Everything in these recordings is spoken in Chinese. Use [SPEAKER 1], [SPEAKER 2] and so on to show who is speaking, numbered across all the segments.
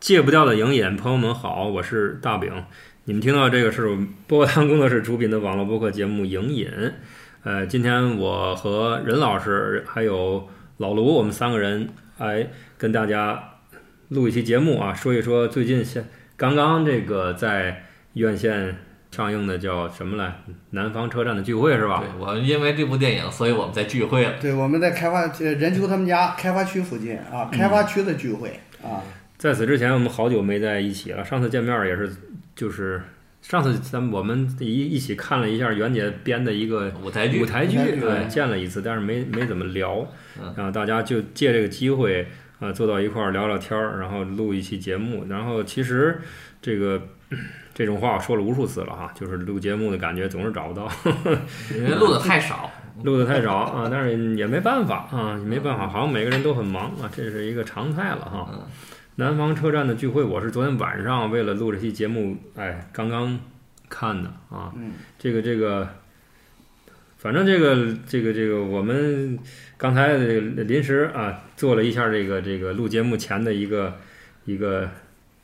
[SPEAKER 1] 戒不掉的影眼，朋友们好，我是大饼。你们听到这个是我们波波堂工作室出品的网络播客节目《影隐》。呃，今天我和任老师还有老卢，我们三个人来跟大家录一期节目啊，说一说最近现刚刚这个在院线上映的叫什么来，《南方车站的聚会》是吧
[SPEAKER 2] 对？，我们因为这部电影，所以我们在聚会了。
[SPEAKER 3] 对，我们在开发呃任丘他们家开发区附近啊，
[SPEAKER 1] 嗯
[SPEAKER 3] 开发区的聚会、啊，
[SPEAKER 1] 在此之前，我们好久没在一起了。上次见面儿也是，就是上次咱们我们一一起看了一下袁姐编的一个
[SPEAKER 2] 舞台剧
[SPEAKER 1] 舞，台剧
[SPEAKER 3] 舞台剧，
[SPEAKER 1] 哎，
[SPEAKER 3] 对
[SPEAKER 1] 见了一次，但是没没怎么聊
[SPEAKER 2] 嗯。
[SPEAKER 1] 然后大家就借这个机会，呃，坐到一块儿聊聊天儿，然后录一期节目。然后其实这个这种话我说了无数次了哈，就是录节目的感觉总是找不到，
[SPEAKER 2] 因为录的太少，
[SPEAKER 1] 录的太少啊，但是也没办法啊，也没办法，好像每个人都很忙啊，这是一个常态了哈。
[SPEAKER 2] 嗯，
[SPEAKER 1] 南方车站的聚会，我是昨天晚上为了录这期节目，哎，刚刚看的啊。
[SPEAKER 3] 嗯，
[SPEAKER 1] 这个这个，反正这个这个这个，我们刚才这个临时啊做了一下这个这个录节目前的一个一个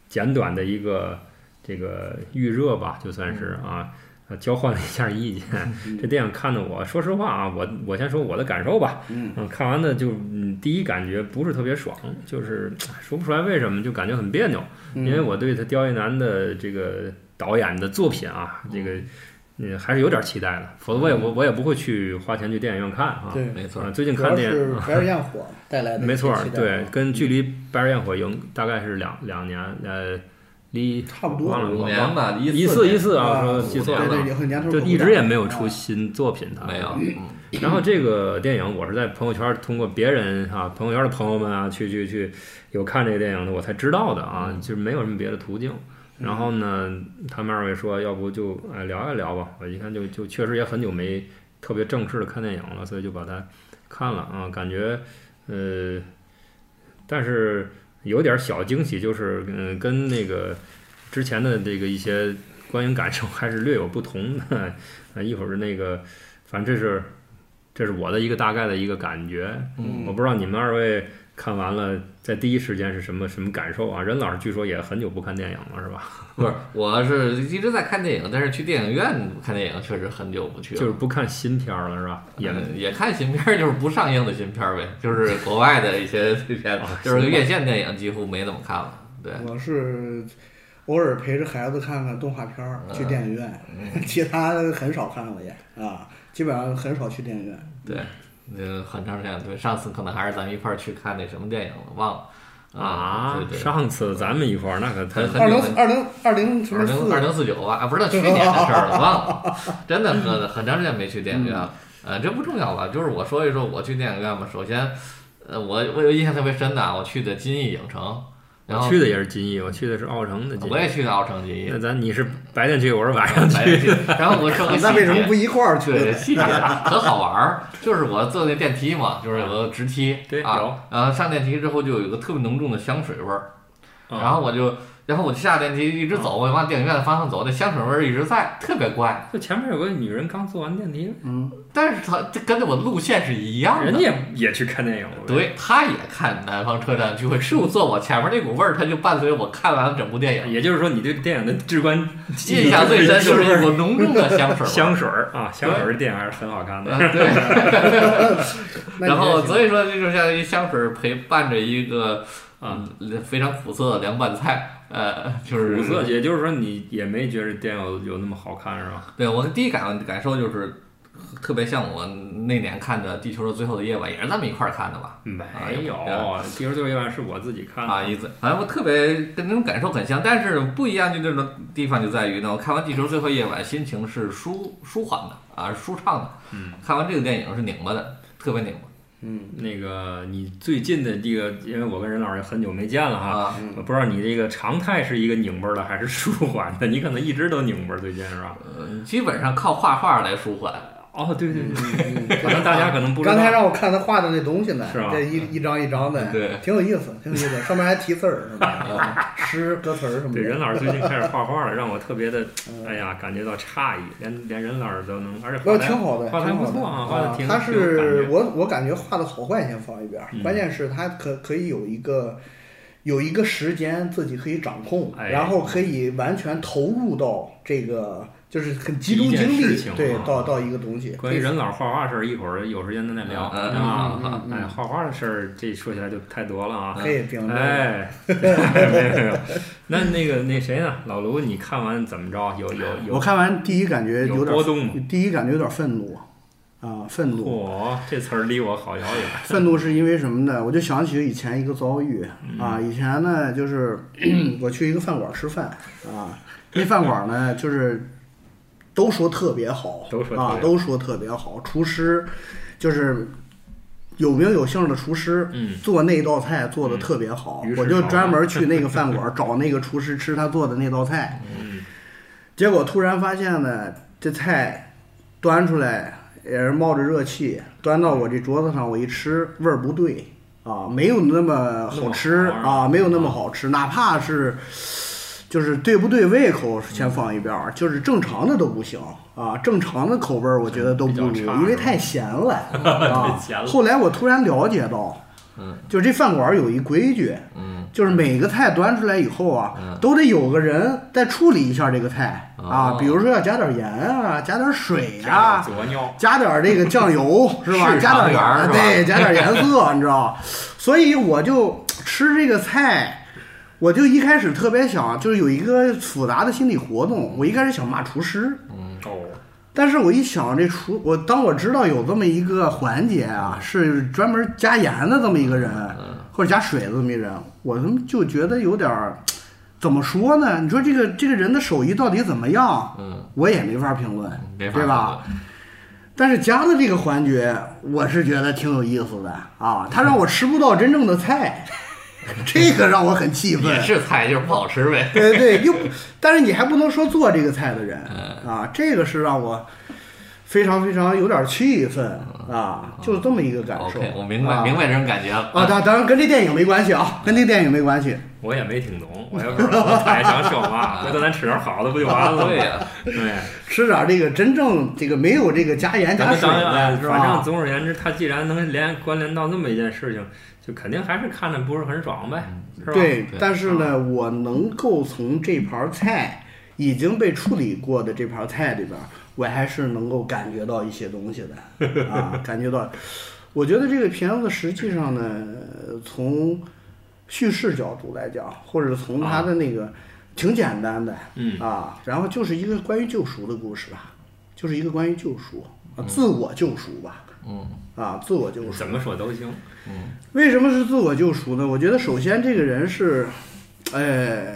[SPEAKER 1] 简短的一个这个预热吧，就算是啊。呃交换了一下意见，这电影看的我，说实话啊，我我先说我的感受吧。
[SPEAKER 3] 嗯
[SPEAKER 1] 嗯，看完的就嗯，第一感觉不是特别爽，就是哎说不出来为什么，就感觉很别扭。
[SPEAKER 3] 嗯
[SPEAKER 1] 因为我对他刁亦男的这个导演的作品啊，这
[SPEAKER 3] 哦
[SPEAKER 1] 个嗯还是有点期待的，否则我也我我也不会去花钱去电影院看啊。
[SPEAKER 3] 嗯对，
[SPEAKER 2] 没错
[SPEAKER 1] 啊，。最近
[SPEAKER 3] 主
[SPEAKER 1] 看
[SPEAKER 3] 要
[SPEAKER 1] 电影
[SPEAKER 3] 是白日焰火带来的一些
[SPEAKER 1] 没错儿
[SPEAKER 3] 期，待
[SPEAKER 1] 对，
[SPEAKER 3] 啊
[SPEAKER 1] 跟距离《白日焰火》影大概是两两年，呃，离
[SPEAKER 3] 差不多
[SPEAKER 1] 忘了
[SPEAKER 2] 五
[SPEAKER 1] 我
[SPEAKER 2] 年吧，
[SPEAKER 1] 一
[SPEAKER 2] 四
[SPEAKER 1] 一
[SPEAKER 2] 年
[SPEAKER 1] 四啊，
[SPEAKER 3] 啊
[SPEAKER 1] 说
[SPEAKER 2] 五
[SPEAKER 1] 记错
[SPEAKER 2] 年
[SPEAKER 3] 对
[SPEAKER 1] 了
[SPEAKER 3] 对，，也很年头
[SPEAKER 1] 就
[SPEAKER 3] 不
[SPEAKER 1] 一直
[SPEAKER 3] 大
[SPEAKER 1] 也没有出
[SPEAKER 3] 啊
[SPEAKER 1] 新作品，他
[SPEAKER 2] 没有。嗯
[SPEAKER 1] 然后这个电影，我是在朋友圈儿通过别人啊，朋友圈儿的朋友们啊，去去去有看这个电影的，我才知道的啊，就是没有什么别的途径。然后呢，他们二位说，要不就哎聊一聊吧。我一看就就确实也很久没特别正式的看电影了，所以就把它看了啊，感觉呃，但是有点小惊喜，就是嗯、跟那个之前的这个一些观影感受还是略有不同的。 啊，一会儿那个，反正这是这是我的一个大概的一个感觉，
[SPEAKER 2] 嗯，
[SPEAKER 1] 我不知道你们二位看完了在第一时间是什么什么感受啊？任老师据说也很久不看电影了，是吧？
[SPEAKER 2] 不是，我是一直在看电影，但是去电影院看电影确实很久不去了。
[SPEAKER 1] 就是不看新片儿了，是吧？也
[SPEAKER 2] 嗯也看新片儿，就是不上映的新片儿呗，就是国外的一些片
[SPEAKER 1] 啊，
[SPEAKER 2] 就是院线电影几乎没怎么看了。对，
[SPEAKER 3] 我是偶尔陪着孩子看看动画片儿，
[SPEAKER 2] 嗯
[SPEAKER 3] 去电影院，
[SPEAKER 1] 嗯
[SPEAKER 3] 其他很少看了也啊，基本上很少去电影院。
[SPEAKER 2] 对，呃，很长时间，对，上次可能还是咱们一块儿去看那什么电影了，忘了
[SPEAKER 1] 啊
[SPEAKER 2] 对，对，
[SPEAKER 1] 上次咱们一块儿那可太
[SPEAKER 2] 很很
[SPEAKER 3] 二
[SPEAKER 2] 久
[SPEAKER 3] 零
[SPEAKER 2] 很
[SPEAKER 3] 二零二零什
[SPEAKER 2] 二
[SPEAKER 3] 么
[SPEAKER 2] 零二
[SPEAKER 3] 四？
[SPEAKER 2] 零四九啊，不是那去年的事儿了，忘了，真的很很长时间没去电影院了。呃，这不重要吧？就是我说一说我去电影院吧。首先，呃，我我有印象特别深的啊，我去的金逸影城，然
[SPEAKER 1] 我
[SPEAKER 2] 后
[SPEAKER 1] 去的也是金逸，我去的是奥城的金
[SPEAKER 2] 我
[SPEAKER 1] 逸。
[SPEAKER 2] 也去的奥城金逸
[SPEAKER 1] 那，咱你是白天去，我是晚 上
[SPEAKER 2] 白天
[SPEAKER 1] 去。
[SPEAKER 2] 去。然后我 说个
[SPEAKER 3] 那
[SPEAKER 2] 细
[SPEAKER 3] 为什么
[SPEAKER 2] 节，
[SPEAKER 3] 不一块儿去
[SPEAKER 2] 对，
[SPEAKER 3] 呢？
[SPEAKER 2] 细节啊很好玩儿。就是我坐那电梯嘛，就是有个直梯，
[SPEAKER 1] 对有
[SPEAKER 2] 啊，然后上电梯之后就有一个特别浓重的香水味儿。
[SPEAKER 1] 啊
[SPEAKER 2] 然后我就，然后我就下电梯一直走，我就往电影院的方向走，那香水味儿一直在，特别怪。
[SPEAKER 1] 就前面有个女人刚坐完电梯，
[SPEAKER 3] 嗯，
[SPEAKER 2] 但是他这跟着我路线是一样
[SPEAKER 1] 人
[SPEAKER 2] 的。
[SPEAKER 1] 家也去看电影了。，
[SPEAKER 2] 对，他也看《南方车站聚会》，是我坐我前面那股味儿，他就伴随我看完了整部电影。
[SPEAKER 1] 也就是说你对电影的至关
[SPEAKER 2] 印象最深就是一股浓重的香水味 儿。
[SPEAKER 1] 香水儿啊，香水儿的电影还是很好看的。
[SPEAKER 2] 啊对，
[SPEAKER 3] 那
[SPEAKER 2] 然
[SPEAKER 3] 你
[SPEAKER 2] 后
[SPEAKER 3] 这
[SPEAKER 2] 所以说这就像一香水儿陪伴着一个
[SPEAKER 1] 啊
[SPEAKER 2] 嗯非常苦涩的凉拌菜，呃，就是
[SPEAKER 1] 苦涩，也就是说你也没觉得电影有有那么好看是 吧？
[SPEAKER 2] 对我第一感感受就是，特别像我那年看的《地球的最后的夜晚》，也是咱们一块儿看的吧？
[SPEAKER 1] 没有，《地球最后一晚》是我自己看的。
[SPEAKER 2] 啊，一次，反正我特别跟那种感受很像，但是不一样就这种地方就在于呢，我看完《地球最后夜晚》，心情是舒舒缓的啊，舒畅的。
[SPEAKER 1] 嗯，
[SPEAKER 2] 看完这个电影是拧巴的，特别拧
[SPEAKER 3] 嗯，
[SPEAKER 1] 那个你最近的这个，因为我跟任老师也很久没见了
[SPEAKER 2] 巴
[SPEAKER 1] 哈，
[SPEAKER 3] 嗯
[SPEAKER 2] 啊。
[SPEAKER 1] 我不知道你这个常态是一个拧巴儿的还是舒缓的，你可能一直都拧巴儿最近是吧？
[SPEAKER 2] 嗯基本上靠画画来舒 缓。
[SPEAKER 1] 哦，对对对，
[SPEAKER 3] 嗯嗯
[SPEAKER 1] 可能大家可能不知
[SPEAKER 3] 刚才
[SPEAKER 1] 道。
[SPEAKER 3] 让我看他画的那东西呢，
[SPEAKER 1] 是吗嗯
[SPEAKER 3] 这一一张一张的，
[SPEAKER 2] 对
[SPEAKER 3] 挺有意思，挺有意思，上面还题字儿，是吧？
[SPEAKER 2] 啊
[SPEAKER 3] 诗歌词儿什么
[SPEAKER 1] 对，任
[SPEAKER 3] 的。
[SPEAKER 1] 老师最近开始画画了，让我特别的，
[SPEAKER 3] 嗯
[SPEAKER 1] 哎呀，感觉到诧异，连连任老师都能，而且
[SPEAKER 3] 不
[SPEAKER 1] 画
[SPEAKER 3] 过
[SPEAKER 1] 得
[SPEAKER 3] 挺好的，
[SPEAKER 1] 画得还
[SPEAKER 3] 挺好
[SPEAKER 1] 不
[SPEAKER 3] 的
[SPEAKER 1] 错啊画得挺
[SPEAKER 3] 他
[SPEAKER 1] 挺有感
[SPEAKER 3] 是
[SPEAKER 1] 觉
[SPEAKER 3] 我我感觉画的好坏先放一边儿
[SPEAKER 1] 嗯，
[SPEAKER 3] 关键是他可可以有一个有一个时间自己可以掌控，
[SPEAKER 1] 哎
[SPEAKER 3] 然后可以完全投入到这个，就是很集中
[SPEAKER 1] 一件
[SPEAKER 3] 精
[SPEAKER 1] 事
[SPEAKER 3] 力
[SPEAKER 1] 情，
[SPEAKER 3] 对
[SPEAKER 1] 啊，
[SPEAKER 3] 到到一个东西。
[SPEAKER 1] 关于人老画画事儿，一会儿有时间咱再聊
[SPEAKER 2] 嗯
[SPEAKER 1] 啊
[SPEAKER 2] 嗯嗯。
[SPEAKER 1] 哎，画画的事儿，这说起来就太多了啊。
[SPEAKER 3] 嗯可以评论，
[SPEAKER 1] 哎， 没有没有。那那个那谁呢？老卢，你看完怎么着？有有
[SPEAKER 3] 哎我
[SPEAKER 1] 有
[SPEAKER 3] 看完第一感觉有点
[SPEAKER 1] 波动吗？
[SPEAKER 3] 第一感觉有点愤怒，啊，愤怒，
[SPEAKER 1] 嚯，这词儿离我好遥远。
[SPEAKER 3] 愤怒是因为什么呢？我就想起以前一个遭遇啊，
[SPEAKER 1] 嗯
[SPEAKER 3] 以前呢就是 我去一个饭馆吃饭啊，那饭馆呢就是都说特别好，
[SPEAKER 1] 都说特别好
[SPEAKER 3] 啊都说特别好，厨师就是有名有姓的厨师。
[SPEAKER 1] 嗯，
[SPEAKER 3] 做那道菜做的特别好，
[SPEAKER 1] 嗯于是
[SPEAKER 3] 我就
[SPEAKER 1] 找了
[SPEAKER 3] 专门去那个饭馆找那个厨师吃他做的那道菜。
[SPEAKER 1] 嗯
[SPEAKER 3] 结果突然发现呢，这菜端出来也是冒着热气，端到我这桌子上，我一吃味儿不对啊，没有那么好吃
[SPEAKER 1] 那么好玩
[SPEAKER 3] 啊，没有那么好吃，哪怕是就是对不对胃口先放一边儿，就是正常的都不行啊，正常的口味儿我觉得都不如，
[SPEAKER 1] 嗯比较差
[SPEAKER 3] 因为太 咸了
[SPEAKER 1] 太
[SPEAKER 3] 啊
[SPEAKER 1] 咸了。
[SPEAKER 3] 后来我突然了解到，
[SPEAKER 2] 嗯，
[SPEAKER 3] 就这饭馆儿有一规矩，
[SPEAKER 2] 嗯
[SPEAKER 3] 就是每个菜端出来以后啊
[SPEAKER 2] 嗯，
[SPEAKER 3] 都得有个人再处理一下这个菜啊
[SPEAKER 2] 哦，
[SPEAKER 3] 比如说要加点盐啊，加点水
[SPEAKER 1] 加点
[SPEAKER 3] 啊，
[SPEAKER 1] 左尿。
[SPEAKER 3] 加点这个酱油是吧？
[SPEAKER 2] 市
[SPEAKER 3] 加
[SPEAKER 2] 场
[SPEAKER 3] 点
[SPEAKER 2] 员儿是吧
[SPEAKER 3] 对，加点颜色，你知道？所以我就吃这个菜，我就一开始特别想，就是有一个复杂的心理活动，我一开始想骂厨师，
[SPEAKER 1] 哦，
[SPEAKER 3] 但是我一想，这厨我当我知道有这么一个环节啊，是专门加盐的这么一个人，
[SPEAKER 2] 嗯
[SPEAKER 3] 或者加水的这么一个人，我他妈就觉得有点儿，怎么说呢？你说这个这个人的手艺到底怎么样？
[SPEAKER 2] 嗯，
[SPEAKER 3] 我也没法评论，
[SPEAKER 2] 没法
[SPEAKER 3] 对吧？但是加的这个环节，我是觉得挺有意思的啊，他让我吃不到真正的 菜，这个让我很气
[SPEAKER 2] 评论？
[SPEAKER 3] 愤
[SPEAKER 2] 也。是菜，就是不好吃呗。
[SPEAKER 3] 对对，又不，但是你还不能说做这个菜的人啊，这个是让我非常非常有点气愤啊，就是这么一个感受。
[SPEAKER 2] 嗯 OK，我明白、
[SPEAKER 3] 啊
[SPEAKER 2] 明白这种感觉了。
[SPEAKER 3] 啊，当当然跟这电影没关系啊，跟这电影没关系。
[SPEAKER 1] 我也没听懂，我也不知道啊我太想说 嘛。回头咱吃点好的不就完了吗？
[SPEAKER 2] 对呀、
[SPEAKER 1] 对。
[SPEAKER 3] 吃点这个真正这个没有这个加盐
[SPEAKER 1] 咱
[SPEAKER 3] 加
[SPEAKER 1] 们
[SPEAKER 3] 水
[SPEAKER 1] 当然，
[SPEAKER 3] 哎
[SPEAKER 1] 哎
[SPEAKER 3] 的是
[SPEAKER 1] 反正
[SPEAKER 3] 吧？
[SPEAKER 1] 总而言之，他既然能连关联到那么一件事情，就肯定还是看着不是很爽呗，是吧？嗯
[SPEAKER 3] 嗯对
[SPEAKER 2] 对，
[SPEAKER 3] 但是呢，我能够从这盘菜已经被处理过的这盘菜里边，我还是能够感觉到一些东西 的啊，感觉到。我觉得这个片子实际上呢，呃从叙事角度来讲，或者从它的那个、挺简单的
[SPEAKER 1] 啊嗯
[SPEAKER 3] 啊，然后就是一个关于救赎的故事吧，就是一个关于救赎、啊、
[SPEAKER 1] 嗯
[SPEAKER 3] 自我救赎吧，
[SPEAKER 2] 嗯
[SPEAKER 3] 啊，自我救赎。
[SPEAKER 1] 怎么说都行。
[SPEAKER 3] 为什么是自我救赎呢？我觉得首先这个人是，呃，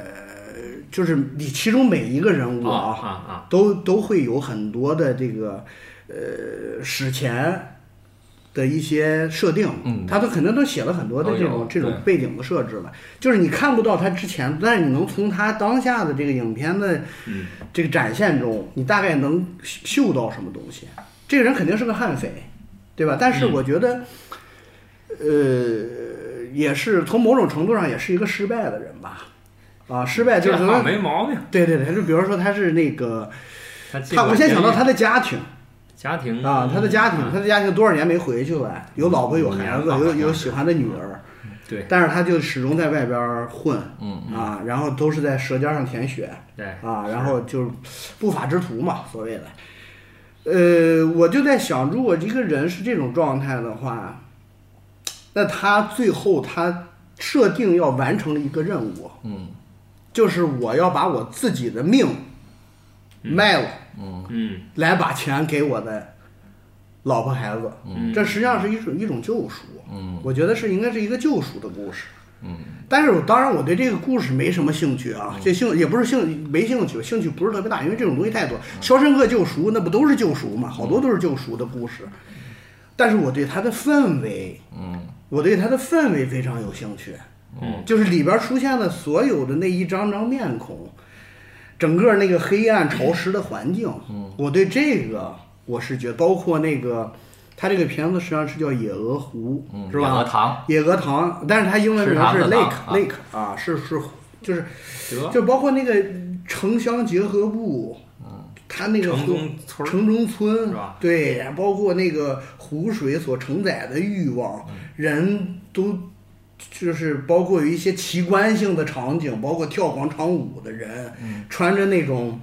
[SPEAKER 3] 就是你其中每一个人物
[SPEAKER 1] 啊
[SPEAKER 3] 啊，
[SPEAKER 1] 啊啊！
[SPEAKER 3] 都都会有很多的这个呃史前的一些设定，
[SPEAKER 2] 嗯
[SPEAKER 3] 他都可能都写了很多的
[SPEAKER 2] 都
[SPEAKER 3] 这
[SPEAKER 2] 有
[SPEAKER 3] 种这
[SPEAKER 2] 对
[SPEAKER 3] 种背景的设置了，就是你看不到他之前，但是你能从他当下的这个影片的
[SPEAKER 1] 嗯
[SPEAKER 3] 这个展现中，你大概能嗅嗅到什么东西。这个人肯定是个悍匪，对吧？但是
[SPEAKER 1] 嗯
[SPEAKER 3] 我觉得，呃，也是从某种程度上也是一个失败的人吧。啊，失败就是
[SPEAKER 1] 这话
[SPEAKER 3] 说，
[SPEAKER 1] 没毛病。
[SPEAKER 3] 对对对，他就比如说他是那个，
[SPEAKER 1] 他这
[SPEAKER 3] 他
[SPEAKER 1] 个
[SPEAKER 3] 我先想到他的家庭
[SPEAKER 1] 家
[SPEAKER 2] 嗯
[SPEAKER 1] 庭
[SPEAKER 3] 啊，他的家庭，他的家庭多少年没回去了，有老婆有孩子，
[SPEAKER 2] 嗯
[SPEAKER 3] 有有喜欢的女儿，
[SPEAKER 1] 对
[SPEAKER 3] 但是他就始终在外边儿混
[SPEAKER 2] 嗯，
[SPEAKER 3] 啊，然后都是在舌尖上舔血，
[SPEAKER 1] 对
[SPEAKER 3] 啊，然后就是不法之徒嘛，所谓的。呃，我就在想，如果一个人是这种状态的话，那他最后他设定要完成的一个任务，
[SPEAKER 2] 嗯，
[SPEAKER 3] 就是我要把我自己的命卖了，
[SPEAKER 1] 嗯
[SPEAKER 3] 来把钱给我的老婆孩子。
[SPEAKER 1] 嗯，
[SPEAKER 3] 这实际上是一种一种救赎。
[SPEAKER 2] 嗯，
[SPEAKER 3] 我觉得是应该是一个救赎的故事。嗯，但是我当然我对这个故事没什么兴趣啊，这兴也不是兴没兴趣，兴趣不是特别大，因为这种东西太多。肖申克救赎那不都是救赎嘛，好多都是救赎的故事。但是我对它的氛围，
[SPEAKER 2] 嗯，
[SPEAKER 3] 我对它的氛围非常有兴趣。
[SPEAKER 1] 嗯，
[SPEAKER 3] 就是里边出现的所有的那一张张面孔，整个那个黑暗潮湿的环境，嗯我对这个我是觉得，包括那个他这个片子实际上是叫《野鹅湖》，
[SPEAKER 2] 嗯
[SPEAKER 3] 是
[SPEAKER 2] 有个
[SPEAKER 3] 吧？
[SPEAKER 2] 糖，
[SPEAKER 3] 野鹅塘，但是它英文
[SPEAKER 2] 池
[SPEAKER 3] 名是
[SPEAKER 2] 塘的
[SPEAKER 3] lake
[SPEAKER 2] 塘
[SPEAKER 3] lake 啊，是是就是
[SPEAKER 1] 得
[SPEAKER 3] 就包括那个城乡结合部，它那个
[SPEAKER 1] 城
[SPEAKER 3] 湖
[SPEAKER 1] 中村儿
[SPEAKER 3] 城中村
[SPEAKER 1] 是吧
[SPEAKER 3] 对，
[SPEAKER 2] 嗯
[SPEAKER 3] 包括那个湖水所承载的欲望，人都就是包括有一些奇观性的场景，包括跳广场舞的人，
[SPEAKER 2] 嗯
[SPEAKER 3] 穿着那种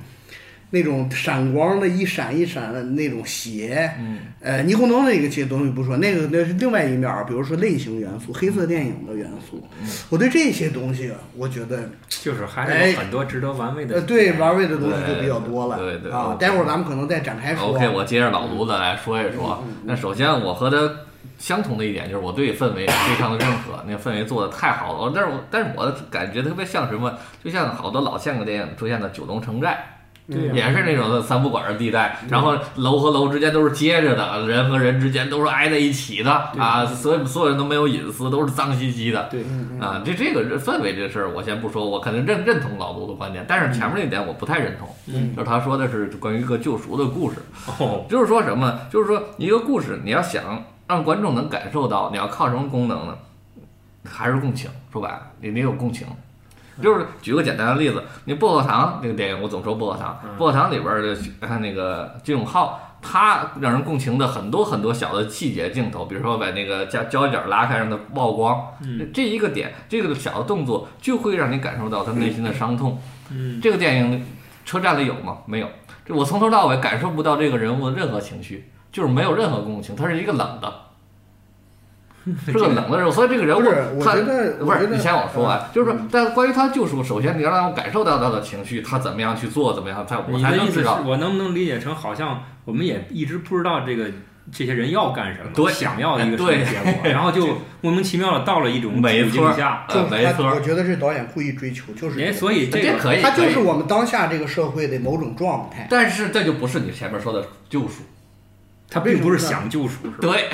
[SPEAKER 3] 那种闪光的一闪一闪的那种鞋，
[SPEAKER 2] 嗯，
[SPEAKER 3] 呃，霓虹灯那个其实东西不说，那个那是另外一面儿，比如说类型元素、黑色电影的元素，
[SPEAKER 2] 嗯
[SPEAKER 3] 我对这些东西，啊我觉得
[SPEAKER 1] 就是还是有很多值得玩味的。
[SPEAKER 3] 哎呃，对玩味的东西就比较多了，
[SPEAKER 2] 对对对
[SPEAKER 3] 啊，
[SPEAKER 2] 对
[SPEAKER 3] 待会儿咱们可能再展开
[SPEAKER 1] 啊
[SPEAKER 2] 啊
[SPEAKER 3] 说。啊
[SPEAKER 2] OK，我接着老
[SPEAKER 1] 嗯
[SPEAKER 2] 卢子来说一说。那首先，我和他相同的一点就是，我对氛围非常的认可，那个氛围做的太好了。但是我，但是我的感觉特别像什么，就像好多老香港电影出现的九龙城寨。
[SPEAKER 1] 嗯对啊嗯呀
[SPEAKER 2] 也是那种三不管的地带，然后楼和楼之间都是接着的，人和人之间都是挨在一起的啊，所以所有人都没有隐私，都是脏兮兮的。
[SPEAKER 3] 嗯
[SPEAKER 1] 对，
[SPEAKER 2] 啊，这这个氛围这事儿，我先不说，我肯定认认同老卢的观点，但是前面那点我不太认同，
[SPEAKER 1] 嗯
[SPEAKER 2] 就是他说的是关于一个救赎的故事，
[SPEAKER 1] 哦，
[SPEAKER 2] 就是说什么，就是说一个故事，你要想让观众能感受到，你要靠什么功能呢？还是共情，说白了，你得有共情。就是举个简单的例子，你《薄荷糖》这个电影，我总说《薄荷糖》，《薄荷糖》里边儿的看那个金永浩，他让人共情的很多很多小的细节镜头，比如说把那个胶胶卷拉开让它曝光，
[SPEAKER 1] 嗯
[SPEAKER 2] 这一个点，这个小的动作就会让你感受到他内心的伤痛。
[SPEAKER 1] 嗯，
[SPEAKER 2] 这个电影车站里有吗？没有，这我从头到尾感受不到这个人物的任何情绪，就是没有任何共情，他是一个冷 的，是个冷的人物，所以这个人
[SPEAKER 3] 不
[SPEAKER 2] 物
[SPEAKER 3] 是，我
[SPEAKER 2] 他
[SPEAKER 3] 觉得，
[SPEAKER 2] 不
[SPEAKER 3] 我觉
[SPEAKER 2] 是，
[SPEAKER 3] 得嗯
[SPEAKER 2] 你先我说完，就是说，但关于他救赎，首先你要让我感受到他的情绪，他怎么样去做，怎么样，他我
[SPEAKER 1] 你
[SPEAKER 2] 才
[SPEAKER 1] 的
[SPEAKER 2] 能
[SPEAKER 1] 意思
[SPEAKER 2] 知
[SPEAKER 1] 是
[SPEAKER 2] 道。
[SPEAKER 1] 我能不能理解成好像我们也一直不知道这个这些人要干什么，
[SPEAKER 2] 对
[SPEAKER 1] 想哎要一个什么
[SPEAKER 2] 对
[SPEAKER 1] 结果，然后就莫名其妙的到了一种
[SPEAKER 2] 没
[SPEAKER 1] 处
[SPEAKER 2] 错
[SPEAKER 1] 境下。
[SPEAKER 2] 呃，
[SPEAKER 3] 就
[SPEAKER 2] 没
[SPEAKER 3] 他
[SPEAKER 2] 错
[SPEAKER 3] 我，觉得是导演故意追求，就是
[SPEAKER 1] 哎，
[SPEAKER 3] 这个
[SPEAKER 1] 所以这
[SPEAKER 2] 这
[SPEAKER 1] 个
[SPEAKER 2] 可以，
[SPEAKER 3] 它就
[SPEAKER 2] 可以
[SPEAKER 3] 是我们当下这个社会的某种状态。
[SPEAKER 2] 但是这就不是你前面说的救赎，
[SPEAKER 1] 他并不是想救赎，是吧？
[SPEAKER 2] 对，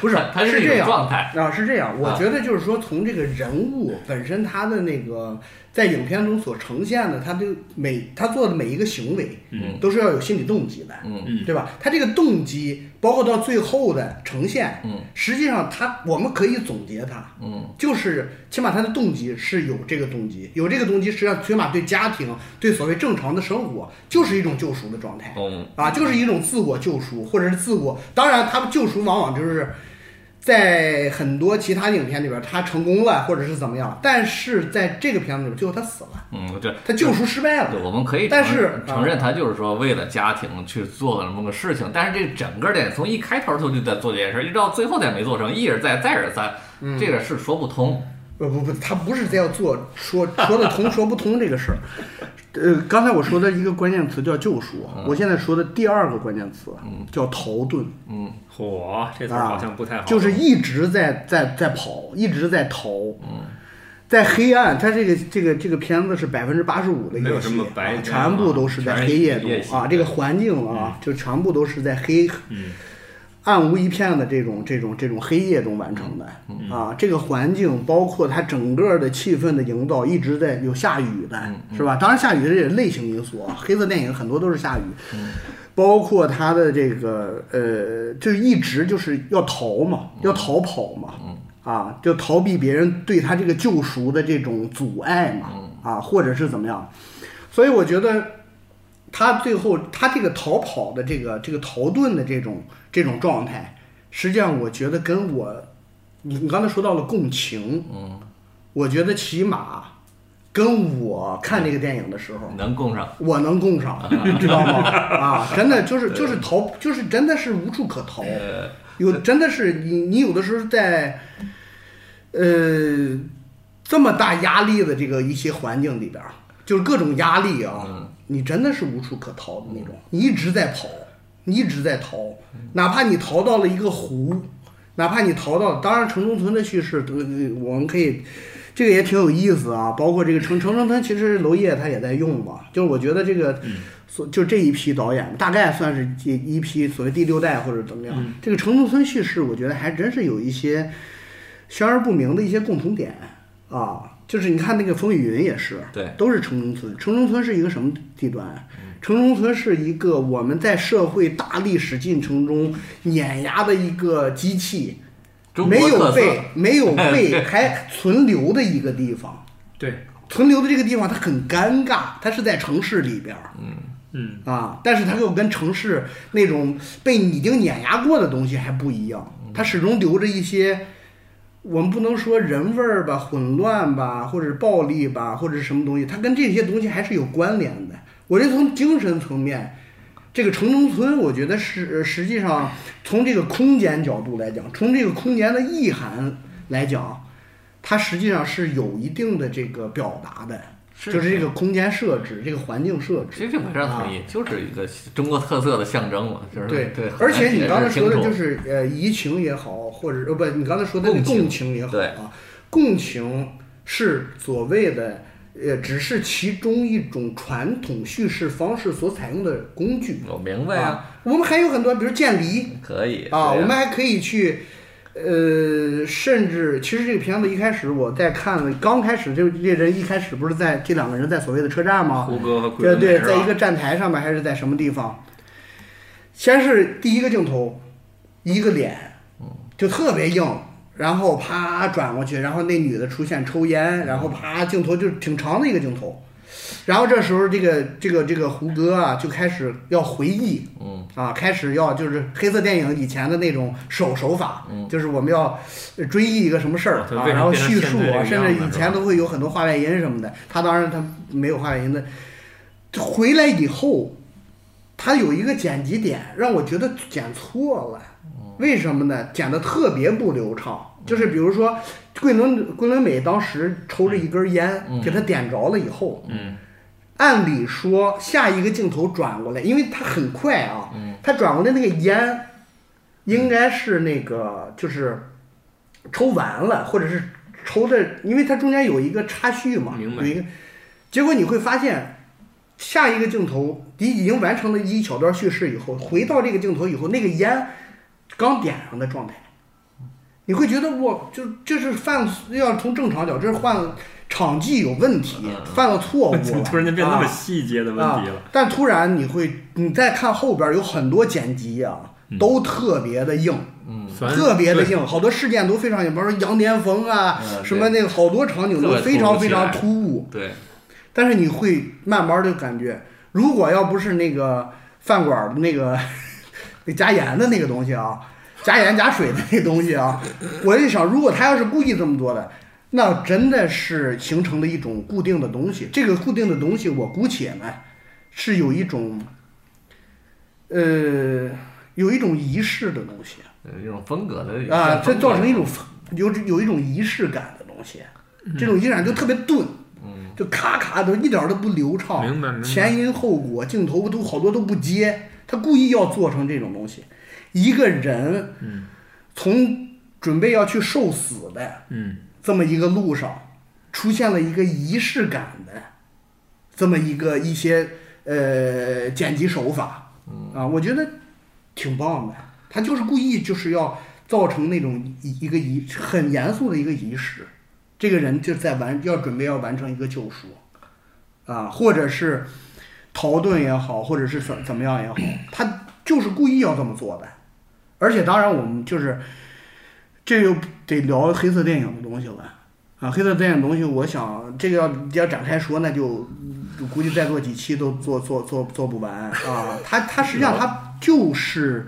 [SPEAKER 3] 不是
[SPEAKER 2] 他
[SPEAKER 3] 是
[SPEAKER 2] 一
[SPEAKER 3] 这
[SPEAKER 2] 种
[SPEAKER 3] 样
[SPEAKER 2] 状态，
[SPEAKER 3] 啊，是这样，我
[SPEAKER 2] 啊
[SPEAKER 3] 觉得就是说，从这个人物本身，他的那个在影片中所呈现的，他的每他做的每一个行为，
[SPEAKER 1] 嗯，
[SPEAKER 3] 都是要有心理动机的，
[SPEAKER 2] 嗯
[SPEAKER 1] 嗯
[SPEAKER 3] 对吧？他这个动机，包括到最后的呈现，
[SPEAKER 2] 嗯
[SPEAKER 3] 实际上他我们可以总结他，
[SPEAKER 2] 嗯，
[SPEAKER 3] 就是起码他的动机是有这个动机，有这个动机，实际上起码对家庭、对所谓正常的生活，就是一种救赎的状态。
[SPEAKER 2] 嗯，
[SPEAKER 3] 啊，就是一种自我救赎，或者是自我。当然，他们救赎往往就是在很多其他影片里边，他成功了，或者是怎么样。但是在这个片子里边，最后他死了，
[SPEAKER 2] 嗯，对，
[SPEAKER 3] 他救赎失败了。
[SPEAKER 2] 对，我们可以承，
[SPEAKER 3] 但是啊
[SPEAKER 2] 承认他就是说为了家庭去做了那么个事情，但是这整个点从一开头他就在做这件事，一直到最后他也没做成，一而再再而三，
[SPEAKER 3] 嗯
[SPEAKER 2] 这个是说不通。
[SPEAKER 3] 不不不，他不是在要做说说得通 说不通这个事儿。呃，刚才我说的一个关键词叫救赎，我现在说的第二个关键词叫逃遁。
[SPEAKER 2] 嗯，
[SPEAKER 1] 火这词儿好像不太好，
[SPEAKER 3] 啊就是一直在在在跑，一直在逃。
[SPEAKER 1] 嗯
[SPEAKER 3] 在黑暗，它这个这个这个片子是百分之八十五的
[SPEAKER 1] 没有
[SPEAKER 3] 夜
[SPEAKER 1] 什
[SPEAKER 3] 戏
[SPEAKER 1] 么白
[SPEAKER 3] 啊
[SPEAKER 1] 天
[SPEAKER 3] 全部都是在黑夜中
[SPEAKER 2] 全是夜
[SPEAKER 3] 啊，
[SPEAKER 2] 戏
[SPEAKER 3] 这个环境啊，就全部都是在黑
[SPEAKER 1] 嗯
[SPEAKER 3] 暗无一片的这种这种这种黑夜中完成的
[SPEAKER 1] 嗯
[SPEAKER 3] 啊，这个环境包括它整个的气氛的营造，一直在有下雨的，
[SPEAKER 1] 嗯
[SPEAKER 3] 是吧？当然下雨这也是类型因素啊，黑色电影很多都是下雨，
[SPEAKER 1] 嗯
[SPEAKER 3] 包括它的这个呃，就一直就是要逃嘛，要逃跑嘛，啊，就逃避别人对他这个救赎的这种阻碍嘛，啊，或者是怎么样，所以我觉得他最后他这个逃跑的这个这个逃遁的这种这种状态，实际上我觉得跟我你你刚才说到了共情，嗯，我觉得起码跟我看这个电影的时候，
[SPEAKER 2] 能供上，
[SPEAKER 3] 我能供上，知道吗？啊，真的就是就是逃，就是真的是无处可逃，
[SPEAKER 2] 呃，
[SPEAKER 3] 有真的是你你有的时候在，呃，这么大压力的这个一些环境里边儿，就是各种压力啊，你真的是无处可逃的那种，你一直在跑，你一直在逃，哪怕你逃到了一个湖，哪怕你逃到，当然城中村的叙事，呃我们可以。这个也挺有意思啊，包括这个城城中村，其实娄烨他也在用嘛，就是我觉得这个，所就这一批导演，大概算是这一批所谓第六代或者怎么样，这个城中村叙事，我觉得还真是有一些悬而不明的一些共同点啊。就是你看那个《风雨云》也是，
[SPEAKER 2] 对，嗯
[SPEAKER 3] 都是城中村。城中村是一个什么地段？城中村是一个我们在社会大力使进程中碾压的一个机器，
[SPEAKER 2] 中
[SPEAKER 3] 没
[SPEAKER 2] 国
[SPEAKER 3] 有
[SPEAKER 2] 特色，
[SPEAKER 3] 被没有被还存留的一个地方。
[SPEAKER 1] 对，
[SPEAKER 3] 存留的这个地方它很尴尬，它是在城市里边儿
[SPEAKER 1] 嗯，
[SPEAKER 3] 啊，但是它又跟城市那种被已经碾压过的东西还不一样，它始终留着一些我们不能说人味儿吧、混乱吧，或者暴力吧，或者是什么东西，它跟这些东西还是有关联的。我觉得从精神层面，这个城中村，我觉得是呃实际上从这个空间角度来讲，从这个空间的意涵来讲，它实际上是有一定的这个表达的，
[SPEAKER 2] 是
[SPEAKER 3] 就是这个空间设置、这个环境设置。
[SPEAKER 2] 其实这我非常同意，就是一个中国特色的象征嘛，就是
[SPEAKER 3] 对
[SPEAKER 2] 对。
[SPEAKER 3] 而且你刚才说的就是是呃移情也好，或者呃不，你刚才说的那个
[SPEAKER 2] 共情
[SPEAKER 3] 共情也好
[SPEAKER 2] 对
[SPEAKER 3] 啊，共情是所谓的呃，只是其中一种传统叙事方式所采用的工具。
[SPEAKER 2] 我明白啊，
[SPEAKER 3] 我们还有很多，比如建离
[SPEAKER 2] 可以
[SPEAKER 3] 啊，
[SPEAKER 2] 对
[SPEAKER 3] 我们还可以去。呃，甚至其实这个片子一开始我在看，刚开始这这人一开始不是在这两个人在所谓的车站吗？
[SPEAKER 1] 胡歌和桂
[SPEAKER 3] 啊对
[SPEAKER 1] 纶镁
[SPEAKER 3] 对，
[SPEAKER 1] 是
[SPEAKER 3] 在一
[SPEAKER 1] 吧？
[SPEAKER 3] 个站台上面还是在什么地方？先是第一个镜头，一个脸，
[SPEAKER 1] 嗯
[SPEAKER 3] 就特别硬，然后啪转过去，然后那女的出现抽烟，然后啪镜头就挺长的一个镜头，然后这时候这个这个这个胡歌啊就开始要回忆，
[SPEAKER 2] 嗯
[SPEAKER 3] 啊，开始要就是黑色电影以前的那种手手法，
[SPEAKER 2] 嗯
[SPEAKER 3] 就是我们要呃追忆一个什么事儿
[SPEAKER 1] 哦对，
[SPEAKER 3] 啊
[SPEAKER 1] 为什么
[SPEAKER 3] 然后
[SPEAKER 1] 变成
[SPEAKER 3] 叙
[SPEAKER 1] 现
[SPEAKER 3] 述
[SPEAKER 1] 在这
[SPEAKER 3] 啊，
[SPEAKER 1] 个
[SPEAKER 3] 甚
[SPEAKER 1] 样
[SPEAKER 3] 至
[SPEAKER 1] 子
[SPEAKER 3] 以
[SPEAKER 1] 是
[SPEAKER 3] 前
[SPEAKER 1] 吧
[SPEAKER 3] 都会有很多话外音什么的。他当然他没有话外音的，回来以后，他有一个剪辑点让我觉得剪错了，为什么呢？剪的特别不流畅，就是比如说桂纶桂纶镁当时抽着一根烟，
[SPEAKER 2] 嗯
[SPEAKER 3] 给他点着了以后，
[SPEAKER 1] 嗯，
[SPEAKER 3] 按理说下一个镜头转过来，因为它很快啊，
[SPEAKER 2] 嗯
[SPEAKER 3] 它转过来那个烟，应该是那个就是抽完了，或者是抽的，因为它中间有一个插叙嘛，
[SPEAKER 1] 明白，
[SPEAKER 3] 有一个，结果你会发现。下一个镜头，你已经完成了一小段叙事以后，回到这个镜头以后，那个烟刚点上的状态，你会觉得我就这是犯要从正常角，这是犯场记有问题
[SPEAKER 2] 嗯嗯，
[SPEAKER 3] 犯了错误 了
[SPEAKER 1] 怎么突然间变那么
[SPEAKER 3] 啊
[SPEAKER 1] 细节的问题了
[SPEAKER 3] 啊？。但突然你会，你再看后边有很多剪辑啊，都特别的硬，
[SPEAKER 2] 嗯，
[SPEAKER 1] 反正
[SPEAKER 3] 特别的
[SPEAKER 1] 嗯对
[SPEAKER 3] 硬，好多事件都非常硬，比方说羊癫疯啊，
[SPEAKER 2] 嗯
[SPEAKER 3] 什么那个好多场景都
[SPEAKER 2] 特别
[SPEAKER 3] 非常非常
[SPEAKER 2] 突
[SPEAKER 3] 突兀。
[SPEAKER 2] 对，
[SPEAKER 3] 但是你会慢慢的感觉，如果要不是那个饭馆的那个 那加盐的那个东西啊，加盐加水的那东西啊，我一想，如果他要是故意这么做的，那真的是形成了一种固定的东西。这个固定的东西，我姑且呢是有一种，呃，有一种仪式的东西
[SPEAKER 2] 有一种风格的
[SPEAKER 3] 啊，这造成一种有有一种仪式感的东西，啊这种仪式感就特别钝。
[SPEAKER 2] 嗯
[SPEAKER 3] 就咔咔的，一点儿都不流畅，
[SPEAKER 1] 明白明白
[SPEAKER 3] 前因后果，镜头都好多都不接，他故意要做成这种东西。一个人，从准备要去受死的
[SPEAKER 1] 嗯，
[SPEAKER 3] 这么一个路上，出现了一个仪式感的这么一个一些呃剪辑手法，
[SPEAKER 1] 嗯
[SPEAKER 3] 啊，我觉得挺棒的。他就是故意就是要造成那种一一个仪很严肃的一个仪式，这个人就在完要准备要完成一个救赎，啊，或者是逃遁也好，或者是怎怎么样也好，他就是故意要这么做的。而且当然我们就是这又得聊黑色电影的东西了。啊，黑色电影的东西，我想这个要要展开说，那就就估计再做几期都做做做做不完啊。它它实际上它就是